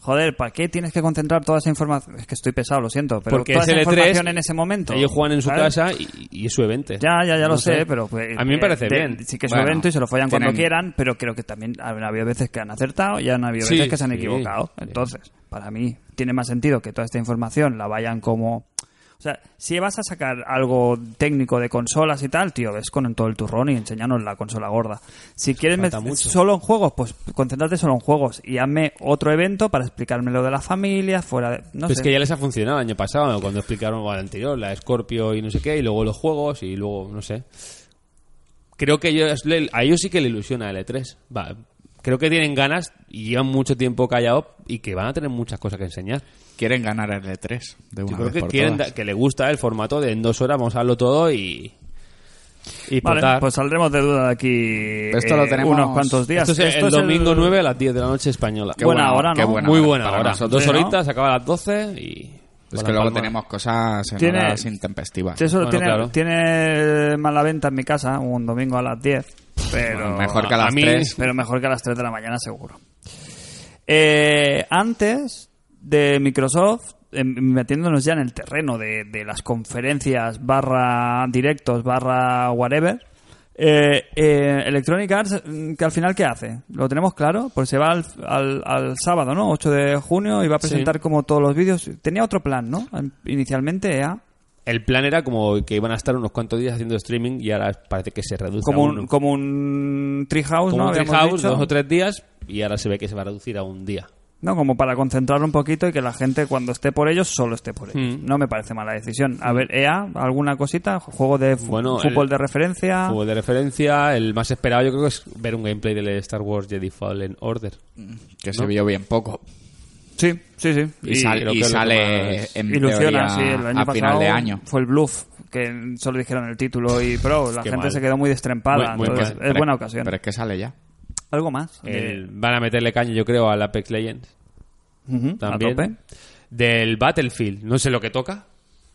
Speaker 1: Joder, ¿para qué tienes que concentrar toda esa información? Es que estoy pesado, lo siento, pero
Speaker 3: Porque
Speaker 1: toda
Speaker 3: es
Speaker 1: esa
Speaker 3: L3,
Speaker 1: información en ese momento.
Speaker 3: Ellos juegan en su
Speaker 1: ¿sabes?
Speaker 3: casa y, y es su evento.
Speaker 1: Ya, ya, ya lo
Speaker 3: No
Speaker 1: sé, pero... pues,
Speaker 3: A mí me
Speaker 1: eh,
Speaker 3: parece
Speaker 1: de-
Speaker 3: bien.
Speaker 1: Sí que es
Speaker 4: Bueno,
Speaker 1: un evento y se lo follan cuando
Speaker 4: tienen-
Speaker 1: quieran, pero creo que también han habido veces que han acertado y han habido
Speaker 3: Sí,
Speaker 1: veces que se han
Speaker 3: sí,
Speaker 1: equivocado.
Speaker 3: sí.
Speaker 1: Entonces, para mí, tiene más sentido que toda esta información la vayan como... O sea, si vas a sacar algo técnico de consolas y tal, tío, ves con todo el turrón y enséñanos la consola gorda. Si quieres
Speaker 3: Falta
Speaker 1: mez-
Speaker 3: mucho.
Speaker 1: solo en juegos, pues concéntrate solo en juegos y hazme otro evento para explicarme lo de la familia, fuera de... No
Speaker 3: Pues
Speaker 1: sé.
Speaker 3: que ya les ha funcionado el año pasado, cuando explicaron al anterior, la Scorpio y no sé qué, y luego los juegos, y luego, no sé. Creo que ellos, le- a ellos sí que le ilusiona el E3. Va, creo que tienen ganas y llevan mucho tiempo callados y que van a tener muchas cosas que enseñar.
Speaker 4: Quieren ganar el E3 de una
Speaker 3: Yo creo
Speaker 4: vez
Speaker 3: que,
Speaker 4: por
Speaker 3: quieren
Speaker 4: todas.
Speaker 3: da- que le gusta el formato de en dos horas vamos a darlo todo y. y
Speaker 1: Vale,
Speaker 3: potar.
Speaker 1: pues saldremos de duda de aquí eh,
Speaker 4: Esto lo tenemos-
Speaker 1: unos cuantos días.
Speaker 3: Esto es el,
Speaker 1: Esto es
Speaker 3: domingo 9 a las 10 de la noche española.
Speaker 1: Qué buena hora,
Speaker 4: qué
Speaker 1: ¿no?
Speaker 4: buena
Speaker 3: Muy
Speaker 4: hora
Speaker 3: buena
Speaker 4: para
Speaker 3: hora.
Speaker 4: nosotros.
Speaker 3: Dos
Speaker 1: Sí, ¿no?
Speaker 3: horitas, se acaba a las 12 y.
Speaker 4: Es
Speaker 3: con
Speaker 4: que
Speaker 3: la
Speaker 4: luego
Speaker 3: palma.
Speaker 4: tenemos cosas en
Speaker 1: Tiene-
Speaker 4: horas intempestivas.
Speaker 1: Eso
Speaker 3: Bueno,
Speaker 1: tiene,
Speaker 3: claro.
Speaker 1: tiene mala venta en mi casa un domingo a las 10, pero,
Speaker 4: Bueno, mejor que a las
Speaker 3: a mí-
Speaker 4: 3.
Speaker 1: pero mejor que a las 3 de la mañana seguro. Eh, antes de Microsoft, em, metiéndonos ya en el terreno de, de las conferencias barra directos barra whatever, eh, eh, Electronic Arts, mm, que al final, ¿qué hace? ¿Lo tenemos claro? Pues se va al, al- al sábado, ¿no? 8 de junio y va a presentar como todos los vídeos. Tenía otro plan, ¿no? Inicialmente, ¿eh?
Speaker 3: El plan era como que iban a estar unos cuantos días haciendo streaming y ahora parece que se reduce
Speaker 1: Pues como
Speaker 3: a
Speaker 1: un,
Speaker 3: uno.
Speaker 1: como un treehouse,
Speaker 3: Como
Speaker 1: ¿no?
Speaker 3: un
Speaker 1: Habíamos
Speaker 3: treehouse,
Speaker 1: dicho.
Speaker 3: dos o tres días y ahora se ve que se va a reducir a un día.
Speaker 1: No, como para concentrarlo un poquito y que la gente cuando esté por ellos solo esté por ellos.
Speaker 3: Mm.
Speaker 1: No me parece mala decisión. A ver, EA, ¿alguna cosita? ¿Juego de fu-
Speaker 3: Bueno,
Speaker 1: fútbol
Speaker 3: el-
Speaker 1: de referencia?
Speaker 3: Juego de referencia, el más esperado yo creo que es ver un gameplay del Star Wars Jedi Fallen Order.
Speaker 4: que se vio bien poco.
Speaker 1: Sí, sí, sí.
Speaker 4: Y,
Speaker 3: Y
Speaker 4: sal-
Speaker 3: creo
Speaker 4: y
Speaker 3: que lo que
Speaker 4: sale
Speaker 3: más
Speaker 4: en
Speaker 1: Ilusiona,
Speaker 4: teoría
Speaker 1: sí, el año
Speaker 4: a
Speaker 1: pasado
Speaker 4: final de año.
Speaker 1: fue el bluff, que solo dijeron el título y pro, la
Speaker 3: Qué
Speaker 1: gente
Speaker 3: mal.
Speaker 1: se quedó muy destrempada,
Speaker 3: Muy- muy
Speaker 1: entonces
Speaker 3: mal.
Speaker 1: es
Speaker 4: Pero-
Speaker 1: buena ocasión.
Speaker 4: Pero es que sale ya.
Speaker 1: Algo más. de-
Speaker 3: El- van a meterle caña yo creo al Apex Legends
Speaker 1: Ujú, a
Speaker 3: también.
Speaker 1: tope.
Speaker 3: Del Battlefield, no sé lo que toca.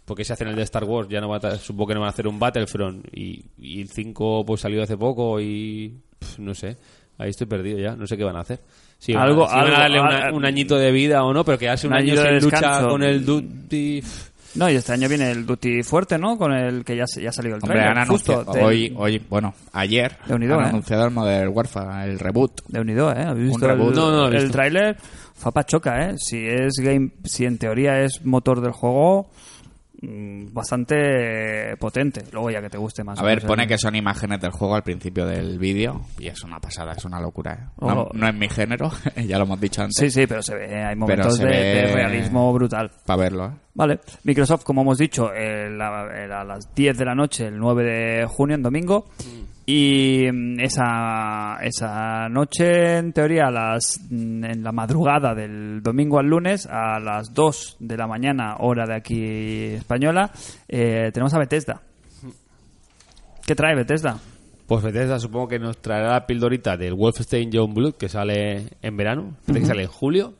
Speaker 3: Porque si hacen el de Star Wars, ya no va a, ta- supongo que no van a hacer un Battlefront. Y, y el 5 pues salió hace poco y pf, no sé. Ahí estoy perdido ya, no sé qué van a hacer. Si van a-
Speaker 1: Algo-
Speaker 3: si van a
Speaker 1: algo-
Speaker 3: darle una-
Speaker 1: al-
Speaker 3: un añito de vida o no, pero que hace un,
Speaker 1: un
Speaker 3: año
Speaker 1: añito
Speaker 3: sin
Speaker 1: de
Speaker 3: lucha
Speaker 1: descanso.
Speaker 3: con el Duty. pf,
Speaker 1: No, y este año viene el Duty fuerte, ¿no? Con el que ya, se- ya ha salido el
Speaker 4: Hombre,
Speaker 1: trailer,
Speaker 4: han
Speaker 1: justo.
Speaker 4: anunciado.
Speaker 1: del-
Speaker 4: Hoy, hoy, bueno, ayer
Speaker 1: De unido,
Speaker 4: han
Speaker 1: ¿eh?
Speaker 4: anunciado el Modern Warfare, el reboot.
Speaker 1: De unido, ¿eh? ¿Habéis visto el,
Speaker 4: reboot.
Speaker 3: No, no lo
Speaker 1: el
Speaker 3: he visto.
Speaker 1: tráiler? Fapa choca, ¿eh? Si es game, si en teoría es motor del juego, mm, bastante potente. Luego ya que te guste más.
Speaker 4: A
Speaker 1: o
Speaker 4: ver,
Speaker 1: menos,
Speaker 4: pone
Speaker 1: ¿eh?
Speaker 4: que son imágenes del juego al principio del vídeo y es una pasada, es una locura. ¿eh? No,
Speaker 1: Ojo.
Speaker 4: no es mi género, ya lo hemos dicho antes,
Speaker 1: Sí, sí, pero se ve, hay momentos
Speaker 4: se
Speaker 1: de,
Speaker 4: ve-
Speaker 1: de realismo brutal.
Speaker 4: para verlo. ¿eh?
Speaker 1: Vale, Microsoft, como hemos dicho, eh, la- eh, a las 10 de la noche, el 9 de junio, en domingo. Y mm, esa, esa noche, en teoría, a las, mm, en la madrugada del domingo al lunes, a las 2 de la mañana, hora de aquí española, eh, tenemos a Bethesda.
Speaker 3: Mm.
Speaker 1: ¿Qué trae Bethesda?
Speaker 3: Pues Bethesda supongo que nos traerá la pildorita del Wolfenstein John Blood que sale en verano, parece que sale en julio.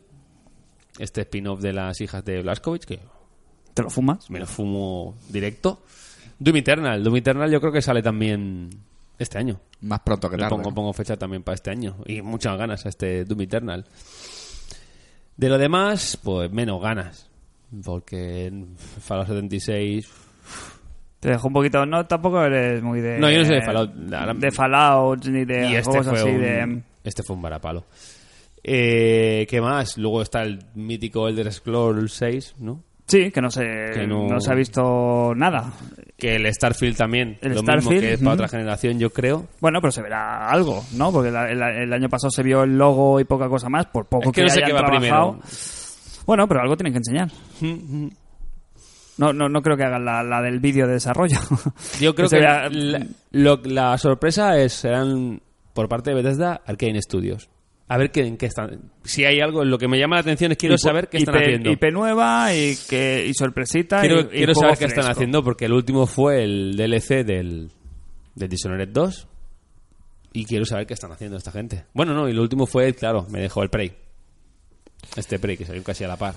Speaker 3: Este spin-off de las hijas de Blaskovich que
Speaker 1: ¿Te lo fumas?
Speaker 3: me lo fumo directo. Doom Eternal, Doom Eternal yo creo que sale también este año.
Speaker 4: Más pronto que
Speaker 3: Le
Speaker 4: tarde.
Speaker 3: pongo, pongo fecha también para este año y muchas ganas a este Doom Eternal. De lo demás, pues menos ganas, porque en Fallout 76
Speaker 1: Te dejo un poquito. No, tampoco eres muy de.
Speaker 3: No, yo no soy de Fallout. Ahora-
Speaker 1: De Fallout, ni de
Speaker 3: y este
Speaker 1: juegos
Speaker 3: fue,
Speaker 1: así
Speaker 3: un,
Speaker 1: de.
Speaker 3: este fue un varapalo. Eh, ¿Qué más? Luego está el mítico Elder Scrolls 6, ¿no?
Speaker 1: Sí, que no se,
Speaker 3: Que
Speaker 1: no...
Speaker 3: no-
Speaker 1: se ha visto nada.
Speaker 3: Que el Starfield también,
Speaker 1: El
Speaker 3: lo mismo
Speaker 1: Starfield,
Speaker 3: que es para
Speaker 1: ujú.
Speaker 3: otra generación, yo creo.
Speaker 1: Bueno, pero se verá algo, ¿no? Porque la- el, el año pasado se vio el logo y poca cosa más, por poco
Speaker 3: Es que no sé
Speaker 1: hayan
Speaker 3: qué va
Speaker 1: trabajado.
Speaker 3: primero.
Speaker 1: Bueno, pero algo tienen que enseñar.
Speaker 3: Mm-hmm.
Speaker 1: No, no, no creo que hagan la, la del vídeo de desarrollo.
Speaker 3: Yo creo
Speaker 1: se
Speaker 3: que
Speaker 1: vea-
Speaker 3: la, lo- la sorpresa es serán por parte de Bethesda Arcane Studios. A ver qué, en qué están. Si hay algo, lo que me llama la atención es quiero
Speaker 1: Y-
Speaker 3: saber qué están
Speaker 1: IP
Speaker 3: haciendo.
Speaker 1: IP nueva y, que, y sorpresita.
Speaker 3: quiero,
Speaker 1: Ah, y- y
Speaker 3: quiero
Speaker 1: juego
Speaker 3: saber qué están
Speaker 1: fresco.
Speaker 3: haciendo porque el último fue el DLC del, del Dishonored 2 y quiero saber qué están haciendo esta gente. Bueno, no, y lo último fue, claro, me dejó el Prey. Este Prey que salió casi a la par.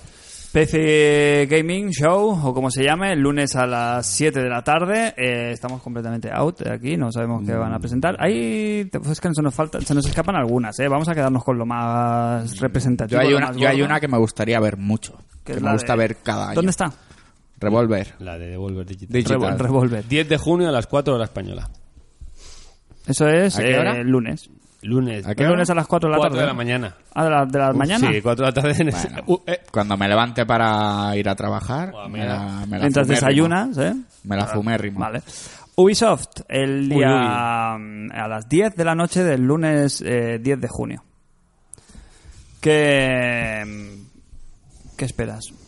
Speaker 1: PC Gaming Show, o como se llame, el lunes a las 7 de la tarde. Eh, estamos completamente out de aquí, no sabemos qué
Speaker 4: Mm.
Speaker 1: van a presentar. Ahí pues es que se nos, falta, se nos escapan algunas, ¿eh? Vamos a quedarnos con lo más
Speaker 4: Yo
Speaker 1: representativo.
Speaker 4: hay,
Speaker 1: lo
Speaker 4: una,
Speaker 1: más
Speaker 4: yo hay
Speaker 1: gordo,
Speaker 4: una que me gustaría ver mucho.
Speaker 1: que
Speaker 4: Que,
Speaker 1: es
Speaker 4: me
Speaker 1: la
Speaker 4: gusta
Speaker 1: de-
Speaker 4: ver cada año.
Speaker 1: ¿Dónde está?
Speaker 4: Revolver.
Speaker 3: La de Devolver Digital.
Speaker 4: Digital.
Speaker 1: Revol- Revolver.
Speaker 3: 10 de junio a las 4 de la española.
Speaker 1: Eso es
Speaker 4: ¿A qué
Speaker 1: eh,
Speaker 4: hora?
Speaker 1: lunes.
Speaker 3: Lunes.
Speaker 4: ¿A qué
Speaker 1: El
Speaker 4: hora?
Speaker 1: lunes a las 4 de la
Speaker 3: Cuatro
Speaker 1: tarde.
Speaker 3: de la mañana.
Speaker 1: Ah, de la, de la mañana.
Speaker 3: Sí, 4 de la tarde. en ese-
Speaker 4: Bueno,
Speaker 3: Uh, eh,
Speaker 4: Cuando me levante para ir a trabajar,
Speaker 3: Buah,
Speaker 4: me
Speaker 3: mira.
Speaker 4: la, me la
Speaker 1: Mientras
Speaker 4: fumérrimo.
Speaker 1: desayunas, ¿eh?
Speaker 4: Me la fumérrimo.
Speaker 1: Vale. Ubisoft, el
Speaker 3: Uy,
Speaker 1: día mm, a las 10 de la noche del lunes eh, 10 de junio. ¿Qué, mm, ¿Qué esperas?
Speaker 3: Bueno,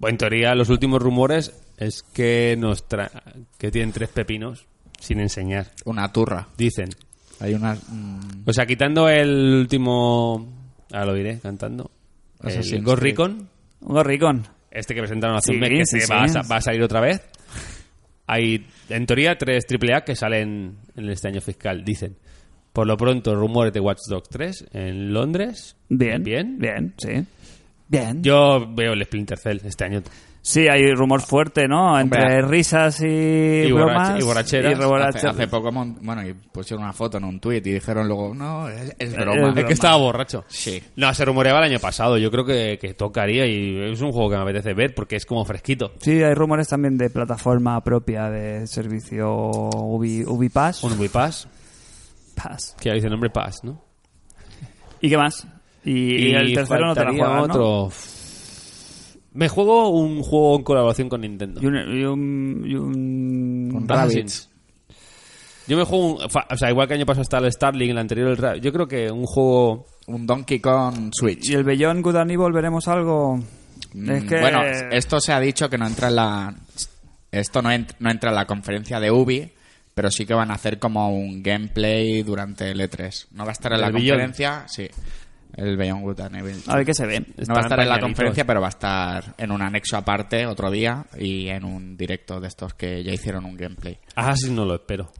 Speaker 3: Pues en teoría, los últimos rumores es que nos tra- que tienen tres pepinos sin enseñar.
Speaker 4: Una turra.
Speaker 3: Dicen.
Speaker 4: Hay una... mm,
Speaker 3: O sea, quitando el último. Ahora lo diré cantando. El
Speaker 4: Assassin's
Speaker 3: Ghost
Speaker 4: Creed.
Speaker 3: Recon,
Speaker 1: Un gorricón.
Speaker 3: este que presentaron hace
Speaker 1: Sí,
Speaker 3: un mes, que
Speaker 1: sí,
Speaker 3: se
Speaker 1: sí.
Speaker 3: va, a, sa- va a salir otra vez. Hay, en teoría, tres AAA que salen en este año fiscal, dicen. Por lo pronto, rumores de Watch Dogs 3 en Londres.
Speaker 1: Bien.
Speaker 3: Bien.
Speaker 1: Bien, sí. Bien.
Speaker 3: Yo veo el Splinter Cell este año.
Speaker 1: Sí, hay rumor fuerte, ¿no? Entre
Speaker 4: Hombre,
Speaker 1: risas y,
Speaker 3: borrache-
Speaker 1: bromas.
Speaker 3: ah, y borracheras.
Speaker 1: y borrache-
Speaker 4: hace, hace poco, mon- bueno, y pusieron una foto en un tuit y dijeron luego, no, es, es
Speaker 1: Eh, es
Speaker 4: broma.
Speaker 1: broma.
Speaker 4: Es
Speaker 3: Es que estaba borracho.
Speaker 4: Sí.
Speaker 3: No, se rumoreaba el año pasado. Yo creo que, que tocaría y es un juego que me apetece ver porque es como fresquito.
Speaker 1: Sí, hay rumores también de plataforma propia de servicio Ubi, Ubipass.
Speaker 3: Un Pass,
Speaker 1: Pass.
Speaker 3: que ya dice el nombre Pass, ¿no?
Speaker 1: ¿Y qué más? Y, y el tercero no te la
Speaker 3: faltaría
Speaker 1: juegas, ¿no?
Speaker 3: otro. Me juego un juego en colaboración con Nintendo.
Speaker 1: Y un... Y un, y un-
Speaker 4: Con
Speaker 3: Assassin's. Yo me juego un, fa- O sea, igual que año pasado está el Starlink, el anterior el Ra- Yo creo que un juego...
Speaker 4: un Donkey Kong Switch.
Speaker 1: ¿Y el Bellón Good and Evil veremos algo?
Speaker 4: Mm,
Speaker 1: es que...
Speaker 4: Bueno, esto se ha dicho que no entra en la... Esto no, ent- no entra en la conferencia de Ubi, pero sí que van a hacer como un gameplay durante el E3. No va a estar en
Speaker 3: ¿El
Speaker 4: la
Speaker 3: Beyond?
Speaker 4: conferencia, sí. El Beyond Good and Evil.
Speaker 1: A ver qué se ve.
Speaker 4: No va a
Speaker 3: Están
Speaker 4: estar en la
Speaker 3: pañalitos.
Speaker 4: conferencia, pero va a estar en un anexo aparte otro día y en un directo de estos que ya hicieron un gameplay.
Speaker 3: Assassin's no lo espero.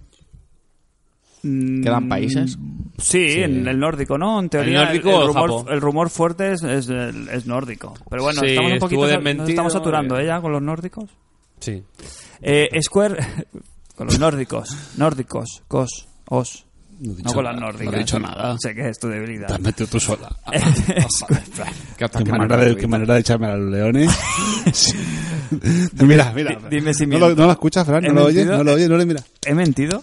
Speaker 4: ¿Quedan países?
Speaker 1: Mm, Sí, en el nórdico, ¿no? En teoría,
Speaker 3: ¿El nórdico o
Speaker 1: rumor,
Speaker 3: Japón?
Speaker 1: el rumor fuerte es, es, es nórdico. Pero bueno,
Speaker 3: Sí,
Speaker 1: estamos un poquito...
Speaker 3: estuvo
Speaker 1: sa-
Speaker 3: desmentido,
Speaker 1: nos estamos saturando,
Speaker 3: eh.
Speaker 1: ¿eh? Ya con los nórdicos.
Speaker 3: Sí.
Speaker 1: Eh, Square... con los nórdicos. Nórdicos. Cos. Os.
Speaker 2: No he
Speaker 1: No,
Speaker 2: dicho
Speaker 1: con
Speaker 2: nada,
Speaker 1: las nórdicas.
Speaker 2: no he dicho nada.
Speaker 1: Sé que es tu debilidad.
Speaker 2: Te has metido tú sola.
Speaker 1: Square-
Speaker 4: ¿Qué, otra
Speaker 2: Qué manera,
Speaker 4: cámara
Speaker 2: de,
Speaker 4: gratuita?
Speaker 2: qué manera de echarme a los leones. Sí. mira, mira.
Speaker 1: Di- dime si
Speaker 2: no,
Speaker 1: miento.
Speaker 2: lo, no lo escuchas, Fran.
Speaker 1: ¿He
Speaker 2: No lo oyes,
Speaker 1: mentido?
Speaker 2: no lo oyes, no le mira.
Speaker 1: ¿He mentido?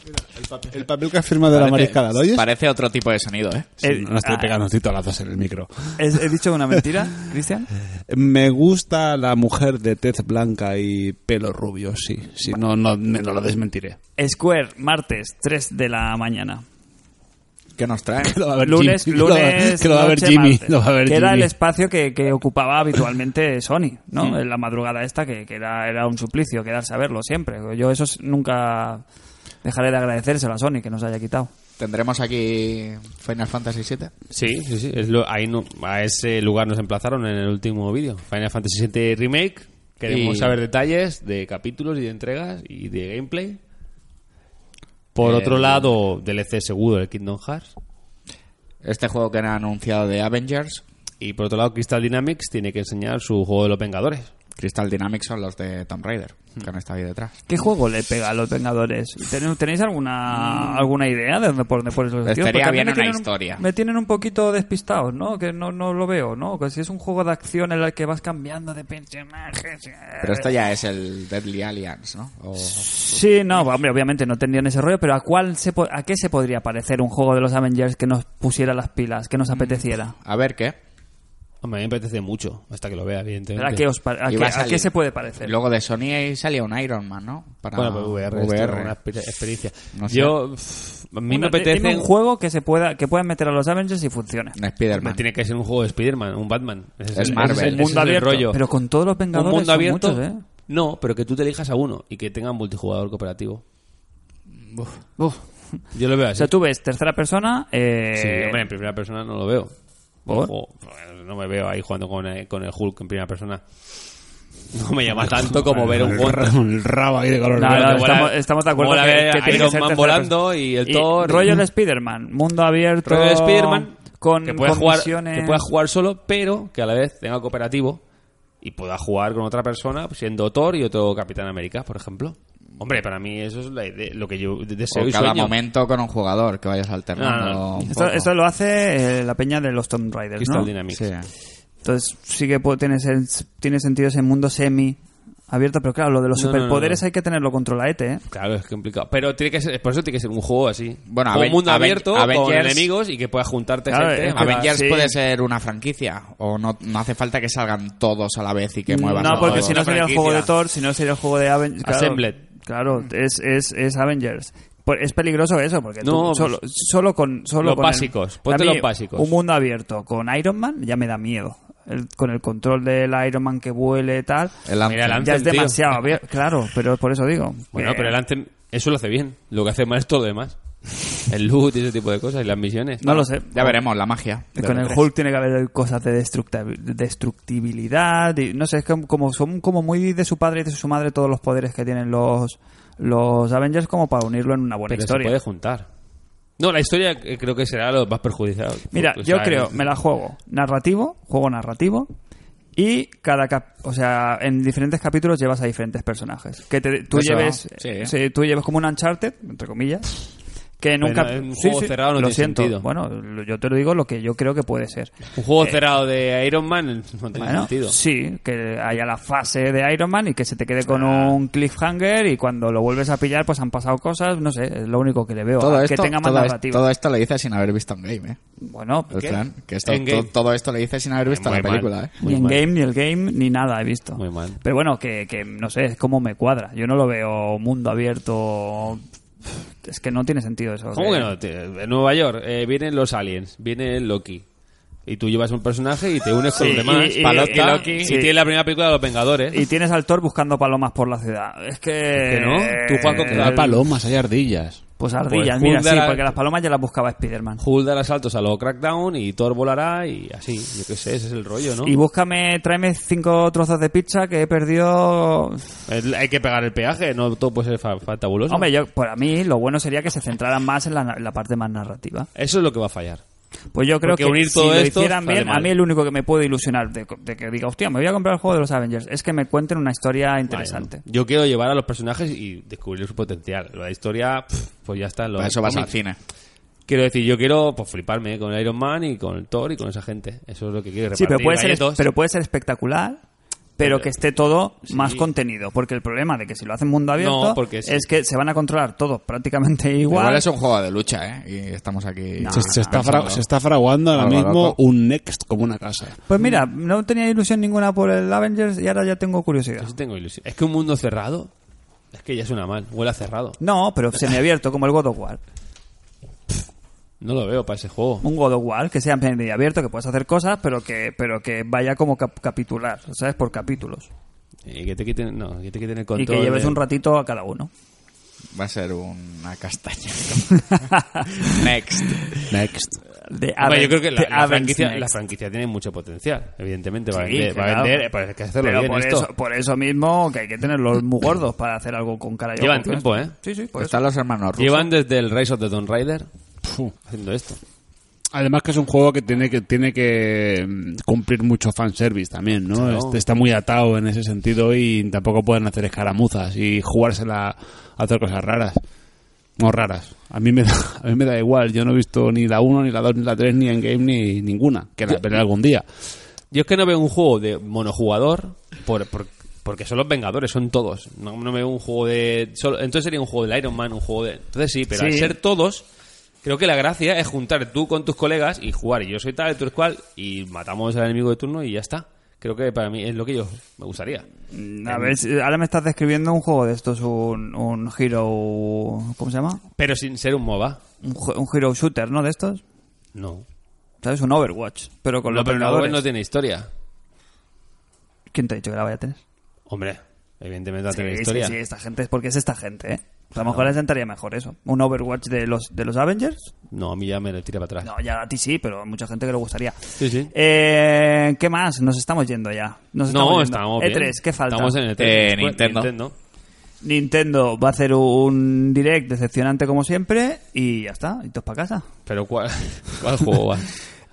Speaker 2: El papel que has firmado de la mariscada, ¿lo oyes?
Speaker 4: Parece otro tipo de sonido, ¿eh?
Speaker 2: Sí,
Speaker 1: Eh,
Speaker 2: no no estoy
Speaker 1: ah.
Speaker 2: pegando estoy todas en el micro.
Speaker 1: ¿He, he dicho una mentira, Cristian?
Speaker 2: Me gusta la mujer de tez blanca y pelo rubio, sí. Si no, no, me- no lo desmentiré.
Speaker 1: Square, martes, 3 de la mañana.
Speaker 4: ¿Qué nos trae?
Speaker 2: Que lo va a ver
Speaker 1: Lunes,
Speaker 2: Jimmy, que lo va a ver-
Speaker 1: lunes,
Speaker 2: que lo va a ver
Speaker 1: noche,
Speaker 2: Jimmy.
Speaker 1: martes.
Speaker 2: Lo va a ver
Speaker 1: que era el
Speaker 2: Jimmy.
Speaker 1: espacio que, que ocupaba habitualmente Sony, ¿no? En la madrugada esta, que, que era, era un suplicio quedarse a verlo siempre. Yo eso es- nunca dejaré de agradecérselo a Sony que nos haya quitado.
Speaker 4: ¿Tendremos aquí Final Fantasy VII?
Speaker 3: Sí, sí, sí. Es lo- ahí no- a ese lugar nos emplazaron en el último vídeo. Final Fantasy VII Remake. Queremos
Speaker 4: Y-
Speaker 3: saber detalles de capítulos y de entregas y de gameplay. Por
Speaker 4: Eh,
Speaker 3: otro lado, DLC seguro del Kingdom Hearts.
Speaker 4: Este juego que han anunciado de Avengers,
Speaker 3: Y por otro lado, Crystal Dynamics tiene que enseñar su juego de los Vengadores.
Speaker 4: Crystal Dynamics son los de Tomb Raider, que han estado ahí detrás.
Speaker 1: ¿Qué juego le pega a los Vengadores? ¿Ten- ¿Tenéis alguna
Speaker 2: Mm.
Speaker 1: alguna idea de dónde por dónde ponen los
Speaker 4: Estaría
Speaker 1: tiros? Porque a mí
Speaker 4: bien
Speaker 1: me
Speaker 4: una
Speaker 1: tienen
Speaker 4: historia.
Speaker 1: me tienen un poquito despistados, ¿no? Que no, no lo veo, ¿no? Que si es un juego de acción en el que vas cambiando de personajes.
Speaker 4: Pero esto ya es el Deadly Alliance, ¿no? O-
Speaker 1: Sí, no, hombre, obviamente no tendrían ese rollo, pero ¿a cuál se po- a qué se podría parecer un juego de los Avengers que nos pusiera las pilas,
Speaker 3: Mm.
Speaker 1: que nos apeteciera?
Speaker 4: A ver qué.
Speaker 3: Hombre, a mí me apetece mucho, hasta que lo vea,
Speaker 1: Pero
Speaker 3: evidentemente.
Speaker 1: ¿A qué, os pa- a
Speaker 4: Y
Speaker 1: qué-
Speaker 4: va a
Speaker 1: a
Speaker 4: salir.
Speaker 1: qué se puede parecer?
Speaker 4: Luego de Sony ahí salía un Iron Man, ¿no? Para
Speaker 3: Bueno, pues VR, esto
Speaker 4: VR.
Speaker 3: es una exper- experiencia.
Speaker 4: No sé.
Speaker 3: Yo, pff, a mí
Speaker 1: Una-
Speaker 3: me apetece...
Speaker 1: dime un juego que se pueda que puedan meter a los Avengers y funcione.
Speaker 4: Un Spider-Man.
Speaker 3: Tiene que ser un juego de Spider-Man, un Batman. Ese
Speaker 4: Es
Speaker 3: el-
Speaker 4: Marvel.
Speaker 3: ese es el-
Speaker 4: Un
Speaker 3: ese es el rollo.
Speaker 1: Pero con todos los
Speaker 3: un
Speaker 1: Vengadores
Speaker 3: mundo
Speaker 1: son
Speaker 3: abierto.
Speaker 1: muchos, ¿eh?
Speaker 3: No, pero que tú te elijas a uno y que tenga multijugador cooperativo.
Speaker 1: Uf.
Speaker 3: Yo lo veo
Speaker 1: O
Speaker 3: así.
Speaker 1: sea, tú ves tercera persona, eh,
Speaker 3: Sí, hombre, en primera persona no lo veo.
Speaker 1: ¿Por?
Speaker 3: Ojo, no me veo ahí jugando con el, con el Hulk en primera persona. No me llama tanto como ver un juego.
Speaker 2: Con el rabo ahí de color
Speaker 1: No, no,
Speaker 2: verde.
Speaker 3: Mola-
Speaker 1: estamos, estamos de acuerdo
Speaker 3: mola
Speaker 1: que,
Speaker 3: ver
Speaker 1: que
Speaker 3: a
Speaker 1: tiene que
Speaker 3: Iron
Speaker 1: ser
Speaker 3: Man
Speaker 1: tercera
Speaker 3: volando
Speaker 1: persona.
Speaker 3: y el Thor y-
Speaker 1: rollo de Spider-Man, mundo abierto.
Speaker 3: Rollo de Spider-Man.
Speaker 1: con
Speaker 3: que pueda jugar,
Speaker 1: condiciones-
Speaker 3: que pueda jugar solo, pero que a la vez tenga cooperativo y pueda jugar con otra persona, pues, siendo Thor y otro Capitán América, por ejemplo. Hombre, para mí eso es la idea- lo que yo deseo
Speaker 4: O
Speaker 3: y
Speaker 4: cada
Speaker 3: sueño.
Speaker 4: momento con un jugador que vayas alternando.
Speaker 3: No, no, no.
Speaker 4: un
Speaker 1: Esto,
Speaker 4: poco.
Speaker 1: esto lo hace eh, la peña de los Tomb Raiders,
Speaker 3: Crystal
Speaker 1: ¿no?
Speaker 3: Dynamics.
Speaker 4: Sí.
Speaker 1: Entonces sí que puede- tiene, sen- tiene sentido ese mundo semi abierto, pero claro, lo de los
Speaker 3: No, no, no,
Speaker 1: superpoderes
Speaker 3: no.
Speaker 1: hay que tenerlo controladete, ¿eh?
Speaker 3: Claro, es complicado. Pero tiene que ser, por eso tiene que ser un juego así.
Speaker 4: Bueno,
Speaker 3: Con
Speaker 4: Aven-
Speaker 3: un mundo
Speaker 4: Aven-
Speaker 3: abierto, con
Speaker 4: Avengers-
Speaker 3: enemigos y que puedas juntarte
Speaker 1: Claro,
Speaker 3: gente.
Speaker 1: es que-
Speaker 3: para-
Speaker 4: Avengers
Speaker 1: sí.
Speaker 4: puede ser una franquicia o no, no hace falta que salgan todos a la vez y que muevan
Speaker 1: Mm, No,
Speaker 4: todo.
Speaker 1: porque
Speaker 3: es
Speaker 1: si no
Speaker 3: una
Speaker 1: sería el
Speaker 3: franquicia.
Speaker 1: juego de Thor, si no sería el juego de Avengers. Claro,
Speaker 3: Assembled.
Speaker 1: Claro, es, es, es Avengers. Por- Es peligroso eso, porque tú
Speaker 3: No, pues,
Speaker 1: solo, solo con... Solo
Speaker 3: los
Speaker 1: con el-
Speaker 3: básicos,
Speaker 1: a
Speaker 3: ponte
Speaker 1: mí,
Speaker 3: los básicos.
Speaker 1: Un mundo abierto con Iron Man ya me da miedo. El- con el control del Iron Man que vuele y tal,
Speaker 4: El Anthem.
Speaker 3: Mira, el
Speaker 1: ya es
Speaker 3: Anthem, tío.
Speaker 1: demasiado Eh. abierto. Claro, pero por eso digo.
Speaker 3: Bueno,
Speaker 1: que-
Speaker 3: pero el Anthem, eso lo hace bien. Lo que hace mal es todo lo demás. El loot y ese tipo de cosas y las misiones.
Speaker 1: No lo sé.
Speaker 4: Ya veremos la magia. de
Speaker 1: Con
Speaker 4: los
Speaker 1: el
Speaker 4: tres.
Speaker 1: Hulk tiene que haber cosas de destructabil- destructibilidad. y no sé, es que como son como muy de su padre y de su madre todos los poderes que tienen los, los Avengers, como para unirlo en una buena
Speaker 3: Pero se
Speaker 1: historia.
Speaker 3: puede juntar. No, la historia eh, creo que será lo más perjudicado.
Speaker 1: Mira,
Speaker 3: O sea,
Speaker 1: yo creo, me la juego narrativo, juego narrativo. Y cada cap- o sea, en diferentes capítulos llevas a diferentes personajes. Que te- tú
Speaker 4: Eso,
Speaker 1: lleves
Speaker 4: sí.
Speaker 1: sí, tú lleves como un Uncharted, entre comillas, que
Speaker 3: Bueno,
Speaker 1: nunca
Speaker 3: en un juego cerrado no
Speaker 1: lo
Speaker 3: tiene
Speaker 1: siento.
Speaker 3: sentido.
Speaker 1: Bueno, lo- yo te lo digo lo que yo creo que puede ser.
Speaker 3: Un juego cerrado de Iron Man no tiene
Speaker 1: Eh, Bueno,
Speaker 3: sentido.
Speaker 1: Sí, que haya la fase de Iron Man y que se te quede con un cliffhanger y cuando lo vuelves a pillar pues han pasado cosas, no sé, es lo único que le veo.
Speaker 4: Todo
Speaker 1: a-
Speaker 4: esto,
Speaker 1: que tenga más
Speaker 4: todo, es-
Speaker 1: narrativa.
Speaker 4: todo esto lo hice sin haber visto un game, ¿eh?
Speaker 1: Bueno,
Speaker 4: El
Speaker 3: ¿Qué?
Speaker 4: plan, que esto,
Speaker 3: En game.
Speaker 4: to- todo esto lo hice sin haber visto
Speaker 3: Muy
Speaker 4: la
Speaker 3: mal.
Speaker 4: película, ¿eh?
Speaker 1: ni
Speaker 3: Muy
Speaker 1: en
Speaker 3: mal.
Speaker 1: game, ni el game, ni nada he visto.
Speaker 3: Muy mal.
Speaker 1: Pero bueno, que, que no sé, es como me cuadra. Yo no lo veo mundo abierto. Es que no tiene sentido eso.
Speaker 3: ¿Cómo que no? Te- En Nueva York eh, vienen los aliens, viene Loki. Y tú llevas un personaje y te unes con
Speaker 1: Sí,
Speaker 3: los demás.
Speaker 1: y- y-
Speaker 3: Palota,
Speaker 1: y Loki,
Speaker 3: y
Speaker 1: sí.
Speaker 3: tienes la primera película de los Vengadores.
Speaker 1: Y tienes al Thor buscando palomas por la ciudad. Es que.
Speaker 3: que no. Tú, Juanco, que
Speaker 2: Pero hay palomas, hay ardillas.
Speaker 1: Pues ardillas,
Speaker 3: Pues
Speaker 1: mira, sí,
Speaker 3: Hulk era-
Speaker 1: porque las palomas ya las buscaba Spider-Man.
Speaker 3: Hulk dará saltos a lo Crackdown y Thor volará y así. Yo qué sé, ese es el rollo, ¿no?
Speaker 1: Y búscame, tráeme cinco trozos de pizza que he perdido.
Speaker 3: El- Hay que pegar el peaje, no todo puede ser fa- fa- fabuloso.
Speaker 1: Hombre, yo, para mí lo bueno sería que se centraran más en la, en la parte más narrativa.
Speaker 3: Eso es lo que va a fallar.
Speaker 1: Pues yo creo
Speaker 3: Porque
Speaker 1: que
Speaker 3: unir
Speaker 1: si
Speaker 3: todo
Speaker 1: lo
Speaker 3: esto
Speaker 1: hicieran
Speaker 3: sale
Speaker 1: bien, a
Speaker 3: mal.
Speaker 1: mí el único que me puede ilusionar de, de que diga, hostia, me voy a comprar el juego de los Avengers, es que me cuenten una historia interesante.
Speaker 3: Yo quiero llevar a los personajes y descubrir su potencial. La historia, pf, pues ya está. Lo
Speaker 4: Para eso vas al
Speaker 3: cómic.
Speaker 4: cine.
Speaker 3: Quiero decir, yo quiero pues, fliparme con Iron Man y con el Thor y con esa gente. Eso es lo que quiero
Speaker 1: sí, pero
Speaker 3: repartir
Speaker 1: puede, ser,
Speaker 3: galletos.
Speaker 1: pero puede ser espectacular, pero
Speaker 3: Pero-
Speaker 1: que esté todo
Speaker 3: sí.
Speaker 1: más contenido. Porque el problema de que si lo hacen mundo abierto
Speaker 3: No, porque sí.
Speaker 1: es que se van a controlar todos prácticamente igual.
Speaker 4: Igual, es un juego de lucha, ¿eh? Y estamos aquí.
Speaker 1: No.
Speaker 2: Se, se está, fra-
Speaker 4: pensando.
Speaker 2: se está fraguando ahora
Speaker 4: Algo
Speaker 2: mismo
Speaker 4: loco.
Speaker 2: un Next como una casa.
Speaker 1: Pues mira, no tenía ilusión ninguna por el Avengers y ahora ya tengo curiosidad.
Speaker 3: Yo sí tengo ilusión. Es que un mundo cerrado, es que ya suena mal. Huele a cerrado.
Speaker 1: No, pero semiabierto, como el God of War.
Speaker 3: No lo veo para ese juego.
Speaker 1: Un God of War que sea semiabierto, que puedas hacer cosas, pero que, pero que vaya como cap- capitular, ¿sabes? Por capítulos.
Speaker 3: Y que te quiten, no, que te quiten el
Speaker 1: Y
Speaker 3: control.
Speaker 1: que lleves
Speaker 3: de-
Speaker 1: un ratito a cada uno.
Speaker 4: Va a ser una castaña. Next.
Speaker 2: Next.
Speaker 1: De
Speaker 3: Hombre,
Speaker 1: Aven-
Speaker 3: yo creo que la,
Speaker 1: de
Speaker 3: la
Speaker 1: Avengers
Speaker 3: franquicia,
Speaker 1: Next.
Speaker 3: la franquicia tiene mucho potencial, evidentemente,
Speaker 1: Sí,
Speaker 3: va a vender. Va
Speaker 1: claro.
Speaker 3: a vender, eh, pues hay que hacerlo
Speaker 1: Pero
Speaker 3: bien
Speaker 1: por
Speaker 3: esto.
Speaker 1: Eso, por eso mismo que hay que tenerlos muy gordos para hacer algo con cara y
Speaker 3: Llevan
Speaker 1: ojos,
Speaker 3: tiempo,
Speaker 1: ¿sabes?
Speaker 3: ¿eh?
Speaker 1: Sí, sí, por eso.
Speaker 4: Están los hermanos rusos.
Speaker 3: Llevan desde el Rise of the Tomb Raider pf, haciendo esto.
Speaker 2: Además que es un juego que tiene que tiene que mm, cumplir mucho fanservice también, ¿no?
Speaker 3: Claro.
Speaker 2: Este- está muy atado en ese sentido y tampoco pueden hacer escaramuzas y jugársela a hacer cosas raras. No raras. A mí me da, a mí me da igual. Yo no he visto ni la 1, ni la 2, ni la 3, ni en game, ni ninguna. Que la veré algún día.
Speaker 3: Yo es que no veo un juego de monojugador por, por- porque son los Vengadores, son todos. No, no veo un juego de. solo- entonces sería un juego del Iron Man, un juego de. Entonces sí, pero al
Speaker 1: Sí.
Speaker 3: ser todos, creo que la gracia es juntar tú con tus colegas y jugar. Yo soy tal, tú eres cual, y matamos al enemigo de turno y ya está. Creo que para mí es lo que yo me gustaría.
Speaker 1: Mm, A ver, si- ahora me estás describiendo un juego de estos, un, un hero... ¿Cómo se llama?
Speaker 3: Pero sin ser un MOBA.
Speaker 1: Un, jo- un hero shooter, ¿no? De estos.
Speaker 3: No.
Speaker 1: ¿Sabes? Un Overwatch, pero con
Speaker 3: No,
Speaker 1: los
Speaker 3: pero la web
Speaker 1: ordenadores.
Speaker 3: no tiene historia.
Speaker 1: ¿Quién te ha dicho que la vaya a tener?
Speaker 3: Hombre, evidentemente no tiene
Speaker 1: sí,
Speaker 3: historia.
Speaker 1: sí, sí, esta gente es porque es esta gente, ¿eh? A lo mejor les sentaría mejor eso. ¿Un Overwatch de los, de los Avengers?
Speaker 3: No, a mí ya me lo tira para atrás.
Speaker 1: No, ya a ti sí, pero a mucha gente que le gustaría.
Speaker 3: Sí, sí.
Speaker 1: Eh, ¿Qué más? Nos estamos yendo ya. Nos estamos yendo.
Speaker 3: no, estamos bien.
Speaker 1: E3, ¿qué falta?
Speaker 3: Estamos en el E3.
Speaker 4: Eh,
Speaker 3: Después,
Speaker 4: Nintendo.
Speaker 1: Nintendo va a hacer un direct decepcionante como siempre y ya está, y todos para casa.
Speaker 3: Pero ¿cuál, cuál juego va?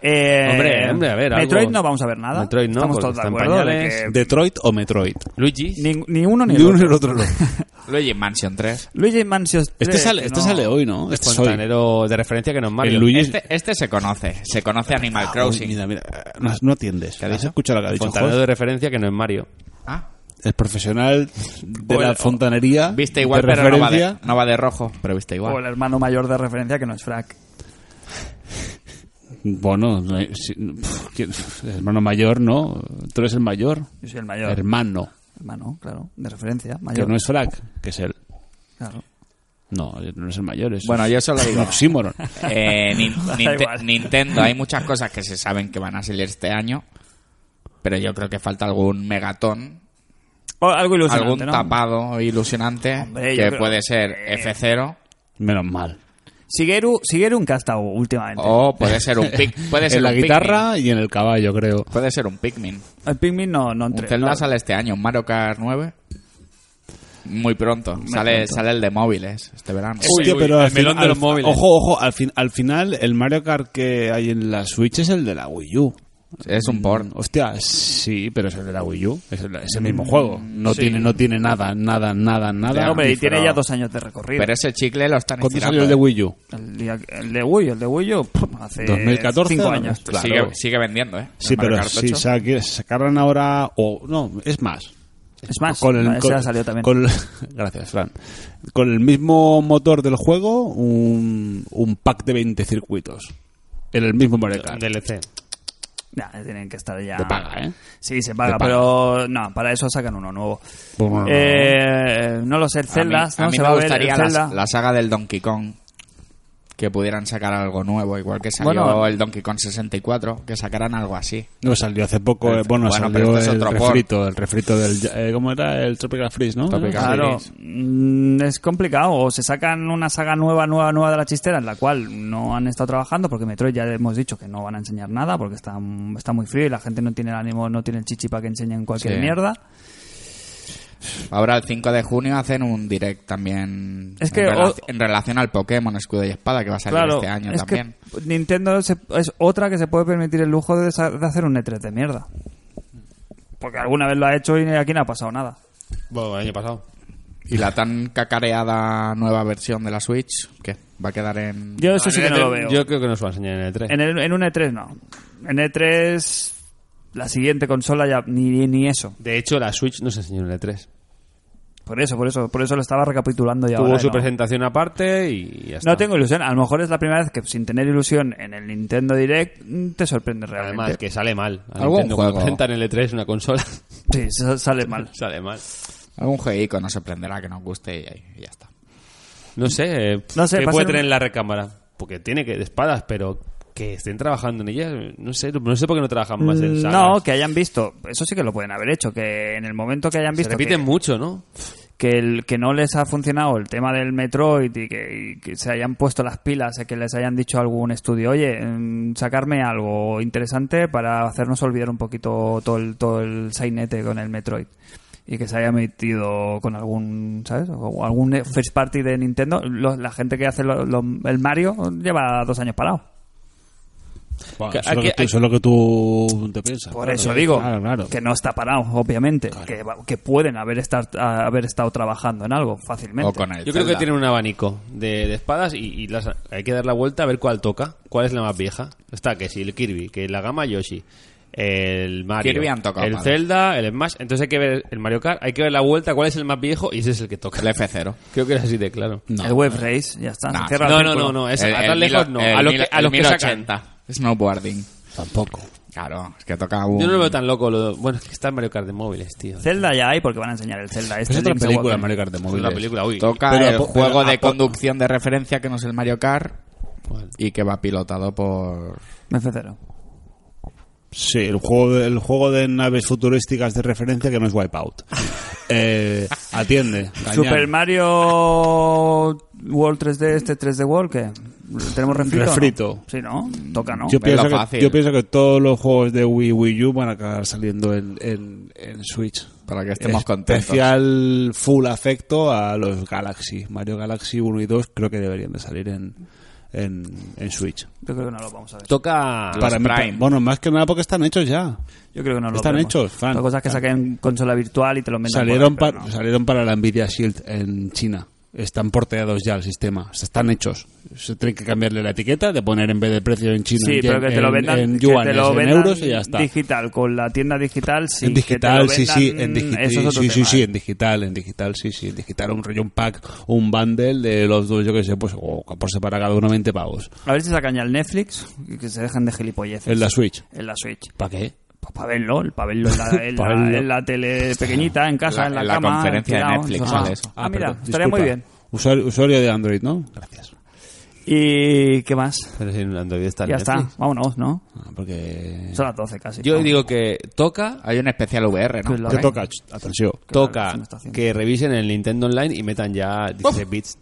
Speaker 1: Eh,
Speaker 3: Hombre, hombre, a ver, algo-
Speaker 1: Metroid no vamos a ver nada.
Speaker 3: Metroid no,
Speaker 1: Estamos
Speaker 3: porque
Speaker 1: todos de
Speaker 3: está en
Speaker 1: acuerdo de
Speaker 3: pañales.
Speaker 4: Em,
Speaker 1: que
Speaker 2: ¿Detroit o Metroid? Este
Speaker 3: Luigi.
Speaker 1: ni, ni uno ni
Speaker 2: Ni
Speaker 1: el
Speaker 2: uno
Speaker 1: otro.
Speaker 2: ni el otro. no.
Speaker 4: Luigi Mansion 3.
Speaker 1: Luigi Mansion
Speaker 2: Este
Speaker 1: 3,
Speaker 2: sale, este
Speaker 1: no.
Speaker 2: sale hoy, ¿no? Este es hoy.
Speaker 3: fontanero de referencia que nos es Mario.
Speaker 2: El Luigi-
Speaker 4: Este, este se conoce. Se conoce Animal Crossing.
Speaker 2: Mira, mira, no, no atiendes.
Speaker 4: ¿Qué ha
Speaker 2: ¿Has
Speaker 4: dicho?
Speaker 2: escuchado lo que ha dicho?
Speaker 3: fontanero
Speaker 2: Jorge?
Speaker 3: de referencia que no es Mario.
Speaker 4: Ah,
Speaker 2: El profesional de
Speaker 4: Bueno,
Speaker 2: la fontanería.
Speaker 4: viste igual,
Speaker 2: de
Speaker 4: pero no va, de,
Speaker 2: referencia.
Speaker 4: no va de rojo. Pero
Speaker 3: este
Speaker 4: viste
Speaker 1: O
Speaker 4: igual.
Speaker 1: el hermano mayor de referencia que no es Frank.
Speaker 2: Bueno, no hay- si- pf, ¿quién- hermano mayor, ¿no? Tú eres el mayor.
Speaker 1: Yo soy el mayor.
Speaker 2: Hermano.
Speaker 1: hermano, claro. De referencia,
Speaker 2: Que
Speaker 1: mayor.
Speaker 2: no es Frank, que es él.
Speaker 1: Claro.
Speaker 2: No, no es el mayor. Es
Speaker 4: Bueno, yo solo
Speaker 2: es un
Speaker 4: digo.
Speaker 2: oxímoron.
Speaker 4: eh, nin- ninte-
Speaker 1: igual.
Speaker 4: Nintendo, hay muchas cosas que se saben que van a salir este año. Pero yo creo que falta algún megatón.
Speaker 1: O Oh, algo ilusionante,
Speaker 4: Algún
Speaker 1: ¿no?
Speaker 4: tapado ilusionante.
Speaker 1: Hombre, yo
Speaker 4: que
Speaker 1: creo- eh,
Speaker 4: puede ser F0.
Speaker 2: Menos mal.
Speaker 1: Shigeru, Shigeru un castao últimamente.
Speaker 4: O puede ser un pic, puede ser
Speaker 2: en la
Speaker 4: un
Speaker 2: guitarra y en el caballo, creo.
Speaker 4: Pikmin. Puede ser un Pikmin.
Speaker 1: El Pikmin no, no
Speaker 4: Un
Speaker 1: entré.
Speaker 4: Zelda
Speaker 1: no.
Speaker 4: sale este año, un Mario Kart 9. Muy pronto. sale, sale el de móviles este verano.
Speaker 3: Uy,
Speaker 2: Hostia,
Speaker 3: uy,
Speaker 2: pero
Speaker 3: el
Speaker 2: al fin-
Speaker 3: melón de
Speaker 2: al-
Speaker 3: los móviles.
Speaker 2: Ojo, ojo, al, fin- al final el Mario Kart que hay en la Switch es el de la Wii U.
Speaker 4: Es un porn.
Speaker 2: Hostia, sí, pero es el de la Wii U. Es el, es el mismo juego. No, tiene, no tiene nada, nada, nada, nada.
Speaker 1: No, hombre, y tiene
Speaker 2: Pero-
Speaker 1: ya dos años de recorrido.
Speaker 4: Pero ese chicle lo están
Speaker 2: ¿Cuándo
Speaker 4: estirando.
Speaker 2: salió el de
Speaker 4: eh.
Speaker 2: Wii U?
Speaker 1: El, día- el de Wii, el de Wii U, pum, hace
Speaker 2: 2014,
Speaker 1: cinco
Speaker 2: ¿no?
Speaker 1: años.
Speaker 2: Claro.
Speaker 4: Sigue, sigue vendiendo, ¿eh? El
Speaker 2: Sí,
Speaker 4: Mario
Speaker 2: pero
Speaker 4: Kart
Speaker 2: si
Speaker 4: 8.
Speaker 2: saque- sacaran ahora. O, no, es más.
Speaker 1: Es más,
Speaker 2: Con el-
Speaker 1: no, ese
Speaker 2: con-
Speaker 1: ha salido también.
Speaker 2: con- gracias, Fran. Con el mismo motor del juego, un, un pack de 20 circuitos. En el mismo Mario Kart.
Speaker 3: DLC.
Speaker 1: Nah, tienen que estar ya.
Speaker 2: De paga, ¿eh?
Speaker 1: Sí, se paga,
Speaker 2: De paga.
Speaker 1: pero no, para eso sacan uno nuevo.
Speaker 3: Ah.
Speaker 2: Bueno,
Speaker 1: Eh, no lo sé, el
Speaker 4: A mí,
Speaker 1: Zelda,
Speaker 4: a
Speaker 1: ¿no?
Speaker 4: mí
Speaker 1: se
Speaker 4: me
Speaker 1: va a ver el
Speaker 4: gustaría la,
Speaker 1: Zelda.
Speaker 4: la saga del Donkey Kong. Que pudieran sacar algo nuevo, igual que salió
Speaker 1: Bueno.
Speaker 4: el Donkey Kong 64. Que sacaran algo así.
Speaker 2: No salió hace poco, eh, bueno,
Speaker 4: Bueno,
Speaker 2: salió
Speaker 4: pero este es
Speaker 2: el
Speaker 4: otro port.
Speaker 2: refrito, el refrito del eh, ¿cómo era? El Tropical Freeze, ¿no?
Speaker 4: Tropical
Speaker 2: Ah,
Speaker 1: Claro,
Speaker 4: Gabriel.
Speaker 1: mm, es complicado. O se sacan una saga nueva, nueva, nueva de la chistera, en la cual no han estado trabajando, porque Metroid ya hemos dicho que no van a enseñar nada, porque está, está muy frío y la gente no tiene el ánimo, no tiene el chichi para que enseñen cualquier
Speaker 4: Sí.
Speaker 1: mierda.
Speaker 4: Ahora el 5 de junio hacen un direct también
Speaker 1: Es que
Speaker 4: en, rela-
Speaker 1: o-
Speaker 4: en relación al Pokémon Escudo y Espada que va a salir este año
Speaker 1: es
Speaker 4: también.
Speaker 1: que Nintendo se- es otra que se puede permitir el lujo de, sa- de hacer un E3 de mierda. Porque alguna vez lo ha hecho y aquí no ha pasado nada.
Speaker 3: Bueno, el año pasado.
Speaker 4: Y la tan cacareada nueva versión de la Switch, que va a quedar en...
Speaker 1: Yo eso sí que no lo veo.
Speaker 3: Yo creo que nos va a enseñar en el 3.
Speaker 1: En, el- en un E3 no. En E3 la siguiente consola ya ni, ni eso.
Speaker 3: De hecho, la Switch nos enseñó en el 3.
Speaker 1: Por eso, por eso, por eso lo estaba recapitulando ya.
Speaker 3: Tuvo
Speaker 1: ahora,
Speaker 3: su
Speaker 1: ¿no?
Speaker 3: presentación aparte y ya está.
Speaker 1: No tengo ilusión. A lo mejor es la primera vez que sin tener ilusión en el Nintendo Direct mm, te sorprende realmente.
Speaker 3: Además, que sale mal. A
Speaker 4: Algún
Speaker 3: Nintendo, cuando
Speaker 4: juego.
Speaker 3: presentan en el 3 una consola,
Speaker 1: Sí, sa- sale mal.
Speaker 3: sale mal.
Speaker 4: Algún jueguito nos sorprenderá que nos guste y, ahí- y ya está.
Speaker 3: No sé, eh,
Speaker 1: No sé,
Speaker 3: ¿qué
Speaker 1: va a ser un-
Speaker 3: puede tener en la recámara? Porque tiene que de espadas, pero que estén trabajando en ellas, no sé, no sé por qué no trabajan más en sagas.
Speaker 1: Mm, No, que hayan visto. Eso sí que lo pueden haber hecho. Que en el momento que hayan
Speaker 3: se
Speaker 1: visto.
Speaker 3: repiten
Speaker 1: que-
Speaker 3: mucho, ¿no?
Speaker 1: que, el, que no les ha funcionado el tema del Metroid y que, y que se hayan puesto las pilas, eh, que les hayan dicho a algún estudio, oye, mm, sacarme algo interesante para hacernos olvidar un poquito todo el, todo el sainete con el Metroid. Y que se haya metido con algún, ¿sabes? O algún first party de Nintendo. Lo- la gente que hace lo- lo- el Mario lleva dos años parado.
Speaker 2: bueno,
Speaker 3: que-
Speaker 2: eso, es lo
Speaker 3: hay
Speaker 2: que
Speaker 3: que-
Speaker 2: tú, eso es lo que tú te piensas.
Speaker 1: Por
Speaker 2: claro.
Speaker 1: eso digo
Speaker 2: Claro, claro.
Speaker 1: que no está parado, obviamente. Que, va- que pueden haber, estar, a- haber estado trabajando en algo fácilmente.
Speaker 4: O con el
Speaker 3: Yo creo que
Speaker 4: Zelda.
Speaker 3: tienen un abanico de, de espadas y, y las, hay que dar la vuelta a ver cuál toca, cuál es la más vieja. Está que si el Kirby, que la gama Yoshi, el Mario,
Speaker 4: Kirby han tocado
Speaker 3: el
Speaker 4: mal.
Speaker 3: Zelda, el Smash. Entonces hay que ver el Mario Kart, hay que ver la vuelta, cuál es el más viejo y ese es el que toca.
Speaker 4: El F0.
Speaker 3: Creo que es así de claro.
Speaker 1: El Web Race, ya está.
Speaker 4: No,
Speaker 1: se cierra el
Speaker 3: No, no,
Speaker 1: círculo.
Speaker 3: no, no, es,
Speaker 4: El-
Speaker 3: a
Speaker 4: el
Speaker 3: tan lejos
Speaker 4: mil o-
Speaker 3: no,
Speaker 4: el
Speaker 3: a los
Speaker 4: mil-
Speaker 3: que, a
Speaker 4: el
Speaker 3: los que sacan.
Speaker 4: 1080. Snowboarding.
Speaker 2: Tampoco.
Speaker 4: Claro, es que toca un...
Speaker 3: Yo no lo veo tan loco. Lo, bueno, es que está el Mario Kart de móviles, tío.
Speaker 1: Zelda ya hay porque van a enseñar el Zelda. Este
Speaker 2: Pues Es otra
Speaker 1: Link's
Speaker 2: película,
Speaker 1: Awakening.
Speaker 2: Mario Kart de móviles.
Speaker 3: la película, uy.
Speaker 4: Toca
Speaker 2: Pero
Speaker 4: el
Speaker 2: apo-
Speaker 4: juego
Speaker 2: pero
Speaker 4: de
Speaker 2: apo-
Speaker 4: conducción de referencia que no es el Mario Kart
Speaker 3: Bueno,
Speaker 4: y que va pilotado por...
Speaker 1: F0.
Speaker 2: Sí, el juego, de- el juego de naves futurísticas de referencia que no es Wipeout. eh, atiende. Cañal.
Speaker 1: Super Mario World 3D, este 3D World, ¿qué? ¿Tenemos refrito? o no?
Speaker 2: Refrito.
Speaker 1: Sí, ¿no? Toca, ¿no?
Speaker 2: Yo
Speaker 4: Verlo
Speaker 2: pienso, que,
Speaker 4: fácil.
Speaker 2: yo pienso que todos los juegos de Wii Wii U van a acabar saliendo en, en, en Switch.
Speaker 4: Para que estemos contentos.
Speaker 2: Especial full afecto a los Galaxy. Mario Galaxy 1 y 2 creo que deberían de salir en, en, en Switch.
Speaker 1: Yo creo que no lo vamos a ver.
Speaker 3: Toca.
Speaker 2: Para mí,
Speaker 4: Prime.
Speaker 2: bueno, más que nada porque están hechos ya.
Speaker 1: Yo creo que no lo
Speaker 2: Están
Speaker 1: veremos.
Speaker 2: hechos, Fran.
Speaker 1: La cosa es que saquen consola virtual y te lo metan.
Speaker 2: Salieron,
Speaker 1: por ahí,
Speaker 2: pa-
Speaker 1: pero no.
Speaker 2: salieron para la Nvidia Shield en China. Están porteados ya el sistema. O sea, Están hechos. Se tienen que cambiarle la etiqueta, de poner en vez de precio en China
Speaker 1: Sí,
Speaker 2: en,
Speaker 1: pero que te lo
Speaker 2: en-
Speaker 1: vendan,
Speaker 2: en
Speaker 1: que te
Speaker 2: yuanes,
Speaker 1: lo
Speaker 2: en
Speaker 1: vendan
Speaker 2: euros y ya está.
Speaker 1: Digital, con la tienda digital, sí.
Speaker 2: en
Speaker 1: que te
Speaker 2: digital,
Speaker 1: lo
Speaker 2: sí, sí,
Speaker 1: vendan,
Speaker 2: en digital,
Speaker 1: eso es otro
Speaker 2: sí, sí,
Speaker 1: tema,
Speaker 2: sí,
Speaker 1: ¿eh?
Speaker 2: en digital, en digital, sí, sí, en digital, un rollo, un pack, un bundle de los dos, yo que sé, pues o por separado cada uno 20 pavos
Speaker 1: A ver si sacan ya el Netflix y que se dejan de gilipolleces.
Speaker 2: en la Switch.
Speaker 1: En la Switch.
Speaker 2: ¿Para qué?
Speaker 1: Pues para verlo, el- para verlo en la, en la-
Speaker 2: Pa' verlo.
Speaker 1: en la tele pequeñita, en casa,
Speaker 4: La-
Speaker 1: en la
Speaker 4: en la
Speaker 1: cama.
Speaker 4: conferencia de
Speaker 1: tirado,
Speaker 4: Netflix,
Speaker 1: entonces,
Speaker 4: sale
Speaker 1: ah,
Speaker 4: eso.
Speaker 1: Ah, mira,
Speaker 2: perdón,
Speaker 1: estaría muy
Speaker 2: disculpa.
Speaker 1: bien.
Speaker 2: Usuario, usuario de Android, ¿no? Gracias.
Speaker 1: ¿Y qué más?
Speaker 3: Pero si en Android está en
Speaker 1: Ya está,
Speaker 3: Netflix.
Speaker 1: vámonos, ¿no?
Speaker 2: Ah, Porque
Speaker 1: Son las 12 casi.
Speaker 3: Yo
Speaker 1: Vamos.
Speaker 3: digo que toca.
Speaker 4: Hay un especial VR, ¿no?
Speaker 1: Pues la-
Speaker 2: ¿qué toca? Ch, Atención.
Speaker 3: toca
Speaker 1: raro, se me está haciendo.
Speaker 3: que revisen el Nintendo Online y metan ya 16 bits.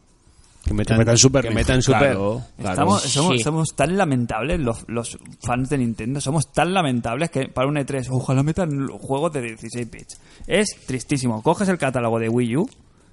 Speaker 3: Que metan,
Speaker 2: Que metan Super
Speaker 3: que
Speaker 2: Nintendo,
Speaker 3: metan Super.
Speaker 2: claro, claro.
Speaker 1: Estamos, somos,
Speaker 3: Sí.
Speaker 1: somos tan lamentables los, los fans de Nintendo, somos tan lamentables que para un E3 ojalá metan juegos de 16 bits. Es tristísimo. Coges el catálogo de Wii U,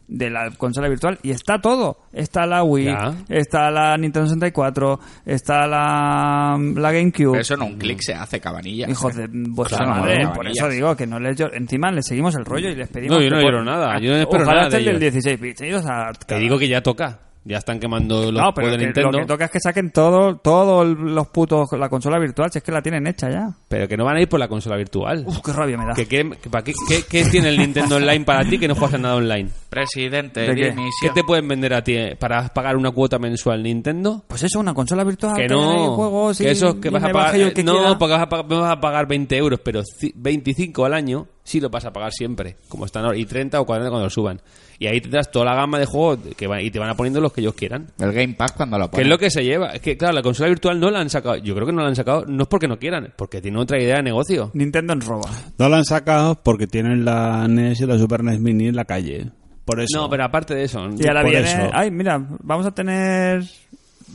Speaker 1: de la consola virtual, y está todo. Está la Wii,
Speaker 3: Ya.
Speaker 1: está la Nintendo 64, está la, la GameCube.
Speaker 4: Pero eso en un clic se hace, cabanilla.
Speaker 1: Hijos de vuestra
Speaker 4: Claro,
Speaker 1: madre, ¿eh?
Speaker 4: no,
Speaker 1: por
Speaker 4: no,
Speaker 1: eso
Speaker 4: no.
Speaker 1: digo que no les llor- Encima les seguimos el rollo y les pedimos.
Speaker 3: No, yo no
Speaker 1: que por- Ah,
Speaker 3: lloro nada, yo no espero
Speaker 1: Ojalá
Speaker 3: nada de
Speaker 1: estén del
Speaker 3: ellos.
Speaker 1: 16 bits. Ellos a
Speaker 3: Te digo que ya toca. Ya están quemando los
Speaker 1: no, pero
Speaker 3: juegos de
Speaker 1: que
Speaker 3: Nintendo.
Speaker 1: lo que toca es que saquen todo, todos los putos la consola virtual, si es que la tienen hecha ya.
Speaker 3: Pero que no van a ir por la consola virtual.
Speaker 1: Uf, qué rabia me da.
Speaker 3: Que, quieren- que pa' qué- qué- qué tiene el Nintendo Online para ti que no juegas a nada online?
Speaker 4: Presidente,
Speaker 1: ¿De qué?
Speaker 3: ¿Qué
Speaker 4: dimisión.
Speaker 3: te pueden vender a ti eh, para pagar una cuota mensual Nintendo?
Speaker 1: Pues eso, una consola virtual
Speaker 3: Que
Speaker 1: hay
Speaker 3: no,
Speaker 1: juegos y,
Speaker 3: que eso que
Speaker 1: y
Speaker 3: vas
Speaker 1: me
Speaker 3: a pagar, eh,
Speaker 1: baje yo el que
Speaker 3: no,
Speaker 1: quiera.
Speaker 3: porque vas a pagar, me vas a pagar 20 euros, pero ci- 25 al año sí lo vas a pagar siempre, como están ahora, y 30 o 40 cuando lo suban. Y ahí tendrás toda la gama de juegos que va- y te van a poniendo los que ellos quieran.
Speaker 4: El Game Pass cuando lo
Speaker 3: Que
Speaker 4: ponen.
Speaker 3: es lo que se lleva. Es que, claro, la consola virtual no la han sacado. Yo creo que no la han sacado, no es porque no quieran, porque tienen otra idea de negocio.
Speaker 1: Nintendo nos roba.
Speaker 2: no la han sacado porque tienen la NES y la Super NES Mini en la calle. ¿eh? Por eso.
Speaker 3: No, pero aparte de eso.
Speaker 1: Y ahora
Speaker 2: por
Speaker 1: viene,
Speaker 2: eso.
Speaker 1: ay, mira, vamos a tener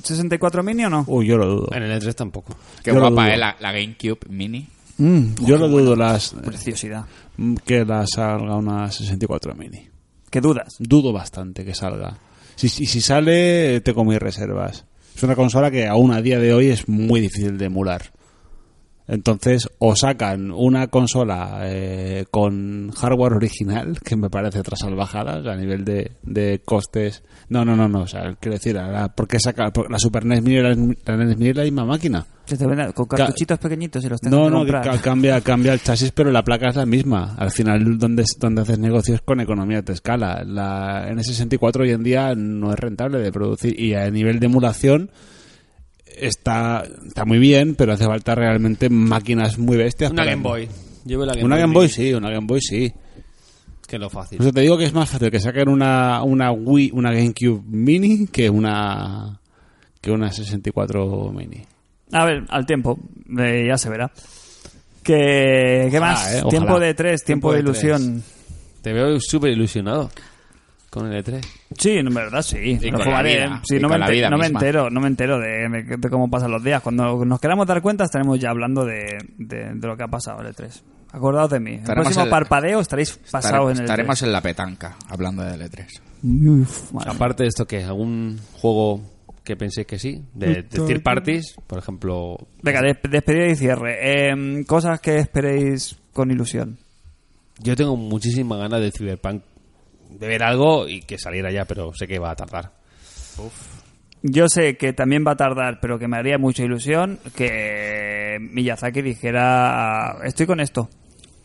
Speaker 1: 64 mini o no?
Speaker 2: Uy, yo lo dudo.
Speaker 3: En el E3 tampoco.
Speaker 4: Qué
Speaker 2: Yo lo
Speaker 4: guapa
Speaker 2: dudo.
Speaker 4: es la, la GameCube Mini.
Speaker 2: Mm, yo lo dudo las
Speaker 1: Preciosidad.
Speaker 2: mm, que la salga una 64 mini.
Speaker 1: ¿Qué dudas?
Speaker 2: Dudo bastante que salga. Si, si, si sale, te comí reservas. Es una consola que aún a día de hoy es muy difícil de emular. Entonces, o sacan una consola eh, con hardware original, que me parece otras salvajadas a nivel de, de costes. No, no, no, no. O sea, quiero decir, ahora, ¿por qué saca por- la Super NES Mini y la, la NES Mini es la misma máquina?
Speaker 1: Se te venden con cartuchitos pequeñitos y los tengo
Speaker 2: No,
Speaker 1: que
Speaker 2: no, que
Speaker 1: comprar.
Speaker 2: ca- cambia, cambia el chasis, pero la placa es la misma. Al final, donde, donde haces negocios con economía de escala. La N64 hoy en día no es rentable de producir y a nivel de emulación está, está muy bien, pero hace falta realmente máquinas muy bestias.
Speaker 3: Una
Speaker 2: para-
Speaker 3: Game Boy. Yo veo la Game
Speaker 2: Una
Speaker 3: Boy.
Speaker 2: Game Boy
Speaker 3: Mini,
Speaker 2: sí, una Game Boy sí.
Speaker 3: Que es lo fácil.
Speaker 2: Por eso te digo que es más fácil que saquen una, una Wii, una GameCube Mini que una que una 64 Mini.
Speaker 1: A ver, al tiempo, eh, ya se verá. ¿Qué, qué
Speaker 2: Ojalá,
Speaker 1: más?
Speaker 2: eh, ojalá.
Speaker 1: Tiempo de tres, tiempo,
Speaker 3: Tiempo
Speaker 1: de
Speaker 3: de
Speaker 1: ilusión.
Speaker 3: Te veo súper ilusionado con el E E3.
Speaker 1: Sí, en verdad sí. Lo
Speaker 4: Y con la
Speaker 1: jugaré, ¿eh?
Speaker 4: vida,
Speaker 1: sí,
Speaker 4: y
Speaker 1: no, me
Speaker 4: con la
Speaker 1: enter-
Speaker 4: vida
Speaker 1: no me
Speaker 4: misma.
Speaker 1: entero, no me entero de, de cómo pasan los días. Cuando nos queramos dar cuenta estaremos ya hablando de, de- de lo que ha pasado en el 3. Acordaos de mí. El
Speaker 4: Estaremos
Speaker 1: próximo
Speaker 4: en-
Speaker 1: parpadeo estaréis pasados en el
Speaker 4: estaremos en la petanca, hablando de L3.
Speaker 1: E3. Uf, madre.
Speaker 3: Aparte de esto, que ¿Algún juego que penséis que sí? De, de Third Parties, por ejemplo.
Speaker 1: Venga, des- despedida y cierre. Em, cosas que esperéis con ilusión.
Speaker 3: Yo tengo muchísima ganas de Cyberpunk. De ver algo y que saliera ya, pero sé que va a tardar.
Speaker 1: Yo sé que también va a tardar, pero que me haría mucha ilusión que Miyazaki dijera estoy con esto.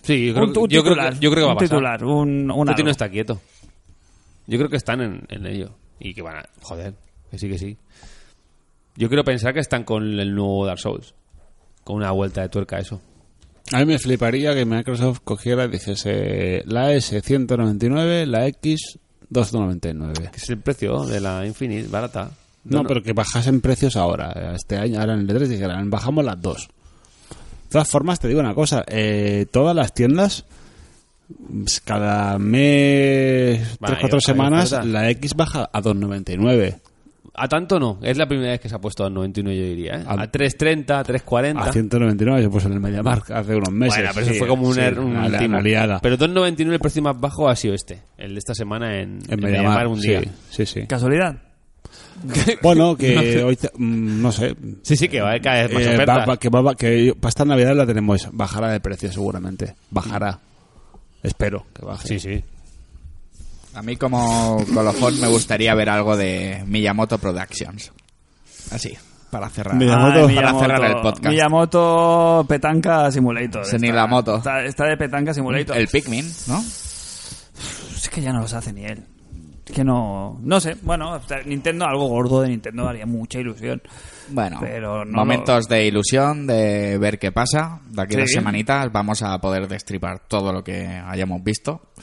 Speaker 3: Sí, yo creo,
Speaker 1: Un- un
Speaker 3: yo creo
Speaker 1: titular,
Speaker 3: que, yo creo que va a
Speaker 1: un
Speaker 3: pasar.
Speaker 1: titular, un, un
Speaker 3: Putin
Speaker 1: algo.
Speaker 3: no está quieto. Yo creo que están en, en ello. Y que van a... Joder, que sí, que sí. Yo quiero pensar que están con el nuevo Dark Souls. Con una vuelta de tuerca a eso.
Speaker 2: A mí me fliparía que Microsoft cogiera y dijese la S199, la X299.
Speaker 3: Que es el precio de la Infinite, barata.
Speaker 2: No, pero que bajasen precios ahora. Este año, ahora en el E3 dijeran, bajamos las dos. De todas formas, te digo una cosa. eh, todas las tiendas, pues, cada mes,
Speaker 3: Va,
Speaker 2: tres,
Speaker 3: hay-
Speaker 2: cuatro
Speaker 3: hay
Speaker 2: semanas,
Speaker 3: ofertas.
Speaker 2: la X baja a 299.
Speaker 3: A tanto no. Es la primera vez que se ha puesto a 91, yo diría. ¿eh?
Speaker 2: A-
Speaker 3: A 3.30, a
Speaker 2: A
Speaker 3: 3.40.
Speaker 2: 199 se puso en el MediaMark hace unos meses.
Speaker 3: Bueno, pero eso
Speaker 2: Sí,
Speaker 3: fue como un,
Speaker 2: sí,
Speaker 3: er- un
Speaker 2: una,
Speaker 3: timo.
Speaker 2: una liada.
Speaker 3: Pero 2.99 el precio más bajo ha sido este. El de esta semana en,
Speaker 2: en
Speaker 3: en Mediamar
Speaker 2: MediaMark,
Speaker 3: un
Speaker 2: sí,
Speaker 3: día.
Speaker 2: sí, sí.
Speaker 1: ¿Casualidad?
Speaker 2: Bueno, que hoy, te- mm, no sé.
Speaker 3: Sí, sí, que va a haber cada vez más
Speaker 2: Eh,
Speaker 3: ofertas.
Speaker 2: va- va- que, va- va- que para esta Navidad la tenemos. Bajará de precio seguramente. Bajará. Espero que baje.
Speaker 3: Sí, sí.
Speaker 4: A mí como colofón me gustaría ver algo de Miyamoto Productions. Así, para cerrar.
Speaker 2: Miyamoto.
Speaker 1: Ah,
Speaker 4: para cerrar el podcast.
Speaker 1: Miyamoto Petanca Simulator.
Speaker 4: Se ni
Speaker 1: Está-
Speaker 4: la moto.
Speaker 1: Está, está de Petanca Simulator.
Speaker 4: El Pikmin, ¿no?
Speaker 1: Es que ya no los hace ni él. Es que no... No sé. Bueno, o sea, Nintendo, algo gordo de Nintendo haría mucha ilusión.
Speaker 4: Bueno,
Speaker 1: Pero no
Speaker 4: momentos de ilusión, de ver qué pasa. De aquí a unas
Speaker 1: Sí.
Speaker 4: semanitas vamos a poder destripar todo lo que hayamos visto.
Speaker 1: a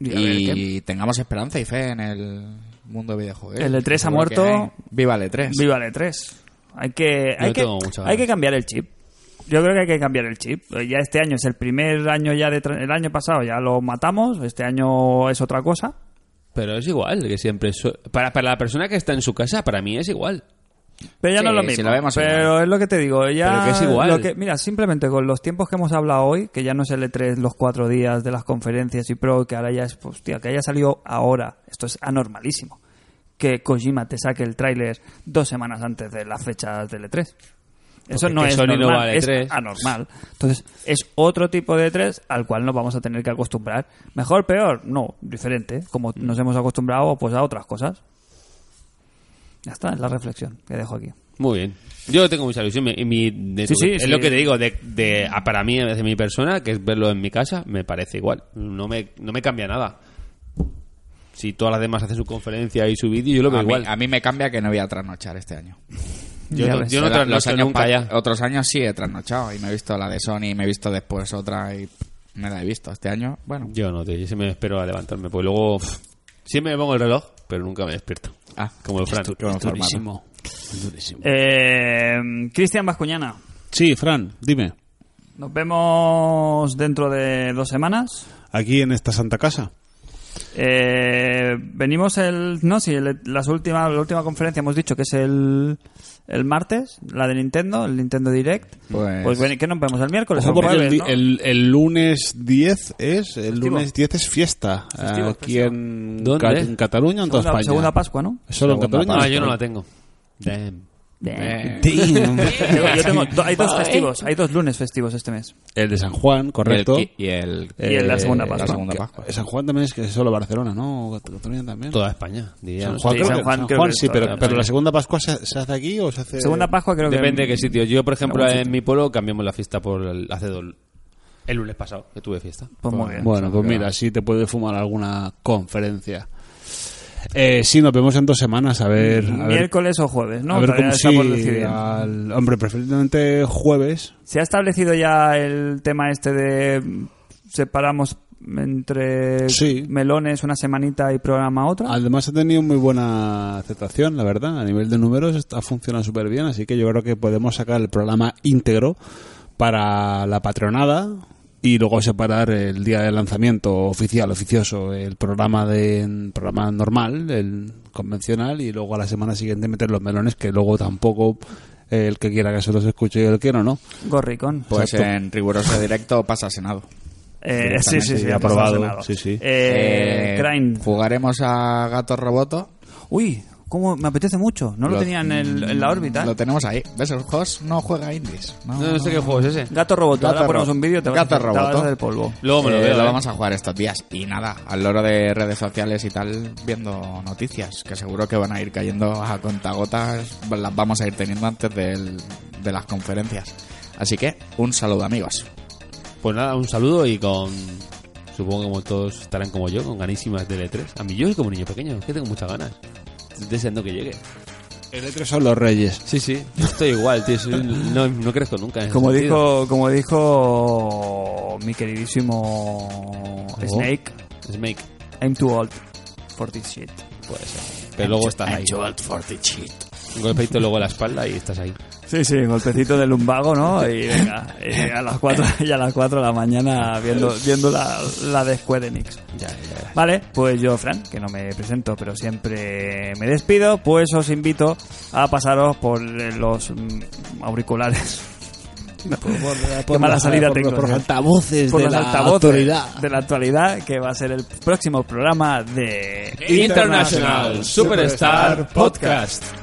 Speaker 1: ver
Speaker 4: Y, tengamos esperanza y fe en el mundo de videojuegos.
Speaker 1: El E3 ha
Speaker 4: Seguro que
Speaker 1: muerto.
Speaker 4: hay. Viva el E E3.
Speaker 1: Viva el E3. Hay que, hay,
Speaker 3: Yo
Speaker 1: que,
Speaker 3: tengo muchas
Speaker 1: hay
Speaker 3: ganas.
Speaker 1: que cambiar el chip. Yo creo que hay que cambiar el chip. Eh, Ya este año es el primer año ya de... tra- El año pasado ya lo matamos, este año es otra cosa.
Speaker 3: Pero es igual, que siempre. su- Para, para la persona que está en su casa, para mí es igual.
Speaker 1: Pero ya
Speaker 4: Sí,
Speaker 1: no es lo
Speaker 4: si
Speaker 1: mismo.
Speaker 4: lo vemos
Speaker 1: pero
Speaker 4: igual.
Speaker 1: es lo que te digo. Ya
Speaker 3: Pero que es igual.
Speaker 1: lo que- mira, simplemente con los tiempos que hemos hablado hoy, que ya no es el E3, los cuatro días de las conferencias y pro, que ahora ya es, hostia, que haya salido ahora, esto es anormalísimo. Que Kojima te saque el tráiler dos semanas antes de las fechas del E3. Eso
Speaker 3: Porque
Speaker 1: no
Speaker 3: que
Speaker 1: es
Speaker 3: Sony no
Speaker 1: normal,
Speaker 3: va E al
Speaker 1: es
Speaker 3: E3.
Speaker 1: anormal. Entonces, es otro tipo de E3 al cual nos vamos a tener que acostumbrar. ¿Mejor, peor? No, diferente. Como
Speaker 3: Mm.
Speaker 1: nos hemos acostumbrado pues a otras cosas. Ya está, es la reflexión que dejo aquí.
Speaker 3: Muy bien. Yo tengo mucha ilusión. mi- mi- de-
Speaker 1: Sí, sí,
Speaker 3: es
Speaker 1: sí.
Speaker 3: lo que te digo, de, de- a- para mí, desde mi persona, que es verlo en mi casa, me parece igual. No me, no me cambia nada. Si todas las demás hacen su conferencia y su vídeo,
Speaker 1: E
Speaker 3: yo lo veo
Speaker 4: a, mí,
Speaker 3: igual.
Speaker 4: a mí me cambia que no voy a trasnochar este año.
Speaker 3: yo
Speaker 1: Ya
Speaker 3: no,
Speaker 1: ves.
Speaker 3: yo no
Speaker 4: Los- los
Speaker 3: trasnocho
Speaker 4: años
Speaker 3: nunca
Speaker 4: pa-
Speaker 3: ya.
Speaker 4: Otros años sí he trasnochado y me he visto la de Sony, me he visto después otra y pff, me la he visto. Este año, bueno.
Speaker 3: Yo no, tío. Yo siempre me espero a levantarme, porque luego pff, siempre me pongo el reloj, pero nunca me despierto.
Speaker 4: Ah,
Speaker 3: Como el Fran.
Speaker 4: qué buen formato.
Speaker 2: Durísimo. Durísimo.
Speaker 1: Eh, Cristian Bascuñana,
Speaker 2: Sí, Fran, dime.
Speaker 1: nos vemos dentro de dos semanas.
Speaker 2: Aquí en esta santa casa.
Speaker 1: Eh, venimos el. No, sí, el- las últimas, la última conferencia hemos dicho que es el, el martes, la de Nintendo, el Nintendo Direct.
Speaker 4: Pues-
Speaker 1: Pues, bueno, ¿y ¿qué nos vemos el miércoles? o
Speaker 2: Ojo,
Speaker 1: el
Speaker 2: porque el,
Speaker 1: jueves,
Speaker 2: di-
Speaker 1: no?
Speaker 2: el- el lunes 10 es el
Speaker 1: Festivo.
Speaker 2: lunes 10 es fiesta eh,
Speaker 1: Festivo,
Speaker 2: aquí
Speaker 1: festivo.
Speaker 2: en,
Speaker 3: ¿Dónde?
Speaker 2: Cat- en Cataluña o en toda
Speaker 1: segunda,
Speaker 2: España.
Speaker 1: segunda Pascua, ¿no?
Speaker 2: ¿Solo en
Speaker 4: Segunda
Speaker 2: Cataluña?
Speaker 3: Ah, yo no la tengo. Damn.
Speaker 1: Bien.
Speaker 2: Damn.
Speaker 1: Tengo- Yo tengo, do- hay dos festivos, hay dos lunes festivos este mes.
Speaker 2: El de San Juan, correcto.
Speaker 4: Y el, qui- y el-
Speaker 1: Y en la segunda
Speaker 4: eh, la
Speaker 1: Pascua.
Speaker 4: segunda
Speaker 2: que-
Speaker 4: Pascua.
Speaker 2: San Juan también es que es solo Barcelona, ¿no? Cataluña también.
Speaker 3: Toda España, diría.
Speaker 2: San Juan,
Speaker 1: Sí,
Speaker 2: creo
Speaker 1: San
Speaker 2: que-
Speaker 1: Juan
Speaker 2: San
Speaker 1: creo
Speaker 2: Juan,
Speaker 1: que
Speaker 2: sí,
Speaker 1: es
Speaker 2: pero,
Speaker 1: toda
Speaker 2: pero
Speaker 1: España.
Speaker 2: la segunda Pascua se, se hace aquí o se hace.
Speaker 1: Segunda Pascua creo que.
Speaker 3: Depende de qué sitio. Yo, por ejemplo,
Speaker 1: algún
Speaker 3: en mi pueblo cambiamos la fiesta por el, hace dos- el lunes pasado, que tuve fiesta.
Speaker 1: Pues muy bien.
Speaker 2: Bueno, pues mira, sí te puede fumar alguna conferencia. Eh, sí, nos vemos en dos semanas, a ver. A ver,
Speaker 1: miércoles o jueves, ¿no?
Speaker 2: a ver
Speaker 1: Todavía
Speaker 2: cómo
Speaker 1: está
Speaker 2: sí,
Speaker 1: por decidir.
Speaker 2: al- hombre, preferiblemente jueves.
Speaker 1: ¿Se ha establecido ya el tema este de mm, separamos entre
Speaker 2: Sí. Ah,
Speaker 1: melones una semanita y programa otra?
Speaker 2: Además ha tenido muy buena aceptación, la verdad. A nivel de números está- ha funcionado súper bien, así que yo creo que podemos sacar el programa íntegro para la patronada y luego separar el día de lanzamiento oficial, oficioso, el programa de programa normal, el convencional y luego a la semana siguiente meter los melones que luego tampoco eh, el que quiera que se los escuche y el que no, no.
Speaker 1: Gorricón.
Speaker 4: Pues
Speaker 2: Exacto.
Speaker 4: en riguroso directo pasa Senado.
Speaker 1: Eh, sí, sí, sí, está
Speaker 2: ya aprobado,
Speaker 1: ordenado.
Speaker 2: sí, sí.
Speaker 1: Eh,
Speaker 4: Eh,
Speaker 1: Crane.
Speaker 4: Jugaremos a Gato Roboto.
Speaker 1: Uy, cómo me apetece mucho. No lo, tenía en, el- en la órbita. ¿eh?
Speaker 4: Lo tenemos ahí. ¿Ves? El host no juega indies. No,
Speaker 3: No, no sé qué juego es ese.
Speaker 1: Gato robot.
Speaker 4: Gato
Speaker 1: ahora ponemos
Speaker 4: Ro-
Speaker 1: un vídeo y te vas
Speaker 4: Gato
Speaker 1: a hacer- te vas a
Speaker 4: Roboto.
Speaker 1: hacer polvo.
Speaker 3: Luego me lo
Speaker 4: Eh,
Speaker 3: veo.
Speaker 4: lo
Speaker 3: ¿eh?
Speaker 4: vamos a jugar estos días. Y nada, al loro de redes sociales y tal, viendo noticias, que seguro que van a ir cayendo a contagotas, las vamos a ir teniendo antes del- de las conferencias. Así que, un saludo amigos.
Speaker 3: Pues nada, un saludo y con. Supongo que como todos estarán como yo, con ganísimas de E3. A mí yo soy como un niño pequeño, es que tengo muchas ganas. Estoy Deseando que llegue.
Speaker 2: El otro son los reyes.
Speaker 3: Sí, sí. Yo estoy igual, tío. soy un- no, no crezco nunca. en ese
Speaker 1: Como
Speaker 3: sentido.
Speaker 1: dijo, como dijo mi queridísimo Snake,
Speaker 3: Snake.
Speaker 1: I'm too old for this shit.
Speaker 3: Puede ser. Pero luego estás ahí. Un golpeito luego a la espalda y estás ahí.
Speaker 1: Sí, sí, golpecito de lumbago, ¿no? Y venga, y a las 4, y a las 4 de la mañana viendo, viendo la, la de Square Enix.
Speaker 3: Ya, ya, ya.
Speaker 1: Vale, pues yo, Fran, que no me presento, pero siempre me despido, pues os invito a pasaros por los mm, eh, auriculares por, qué mala salida
Speaker 2: por,
Speaker 1: tengo.
Speaker 2: por los
Speaker 1: ¿no?
Speaker 2: altavoces
Speaker 1: Por
Speaker 2: de
Speaker 1: los
Speaker 2: la
Speaker 1: altavoces
Speaker 2: autoridad.
Speaker 1: de la actualidad, que va a ser el próximo programa de
Speaker 3: International Superstar Podcast.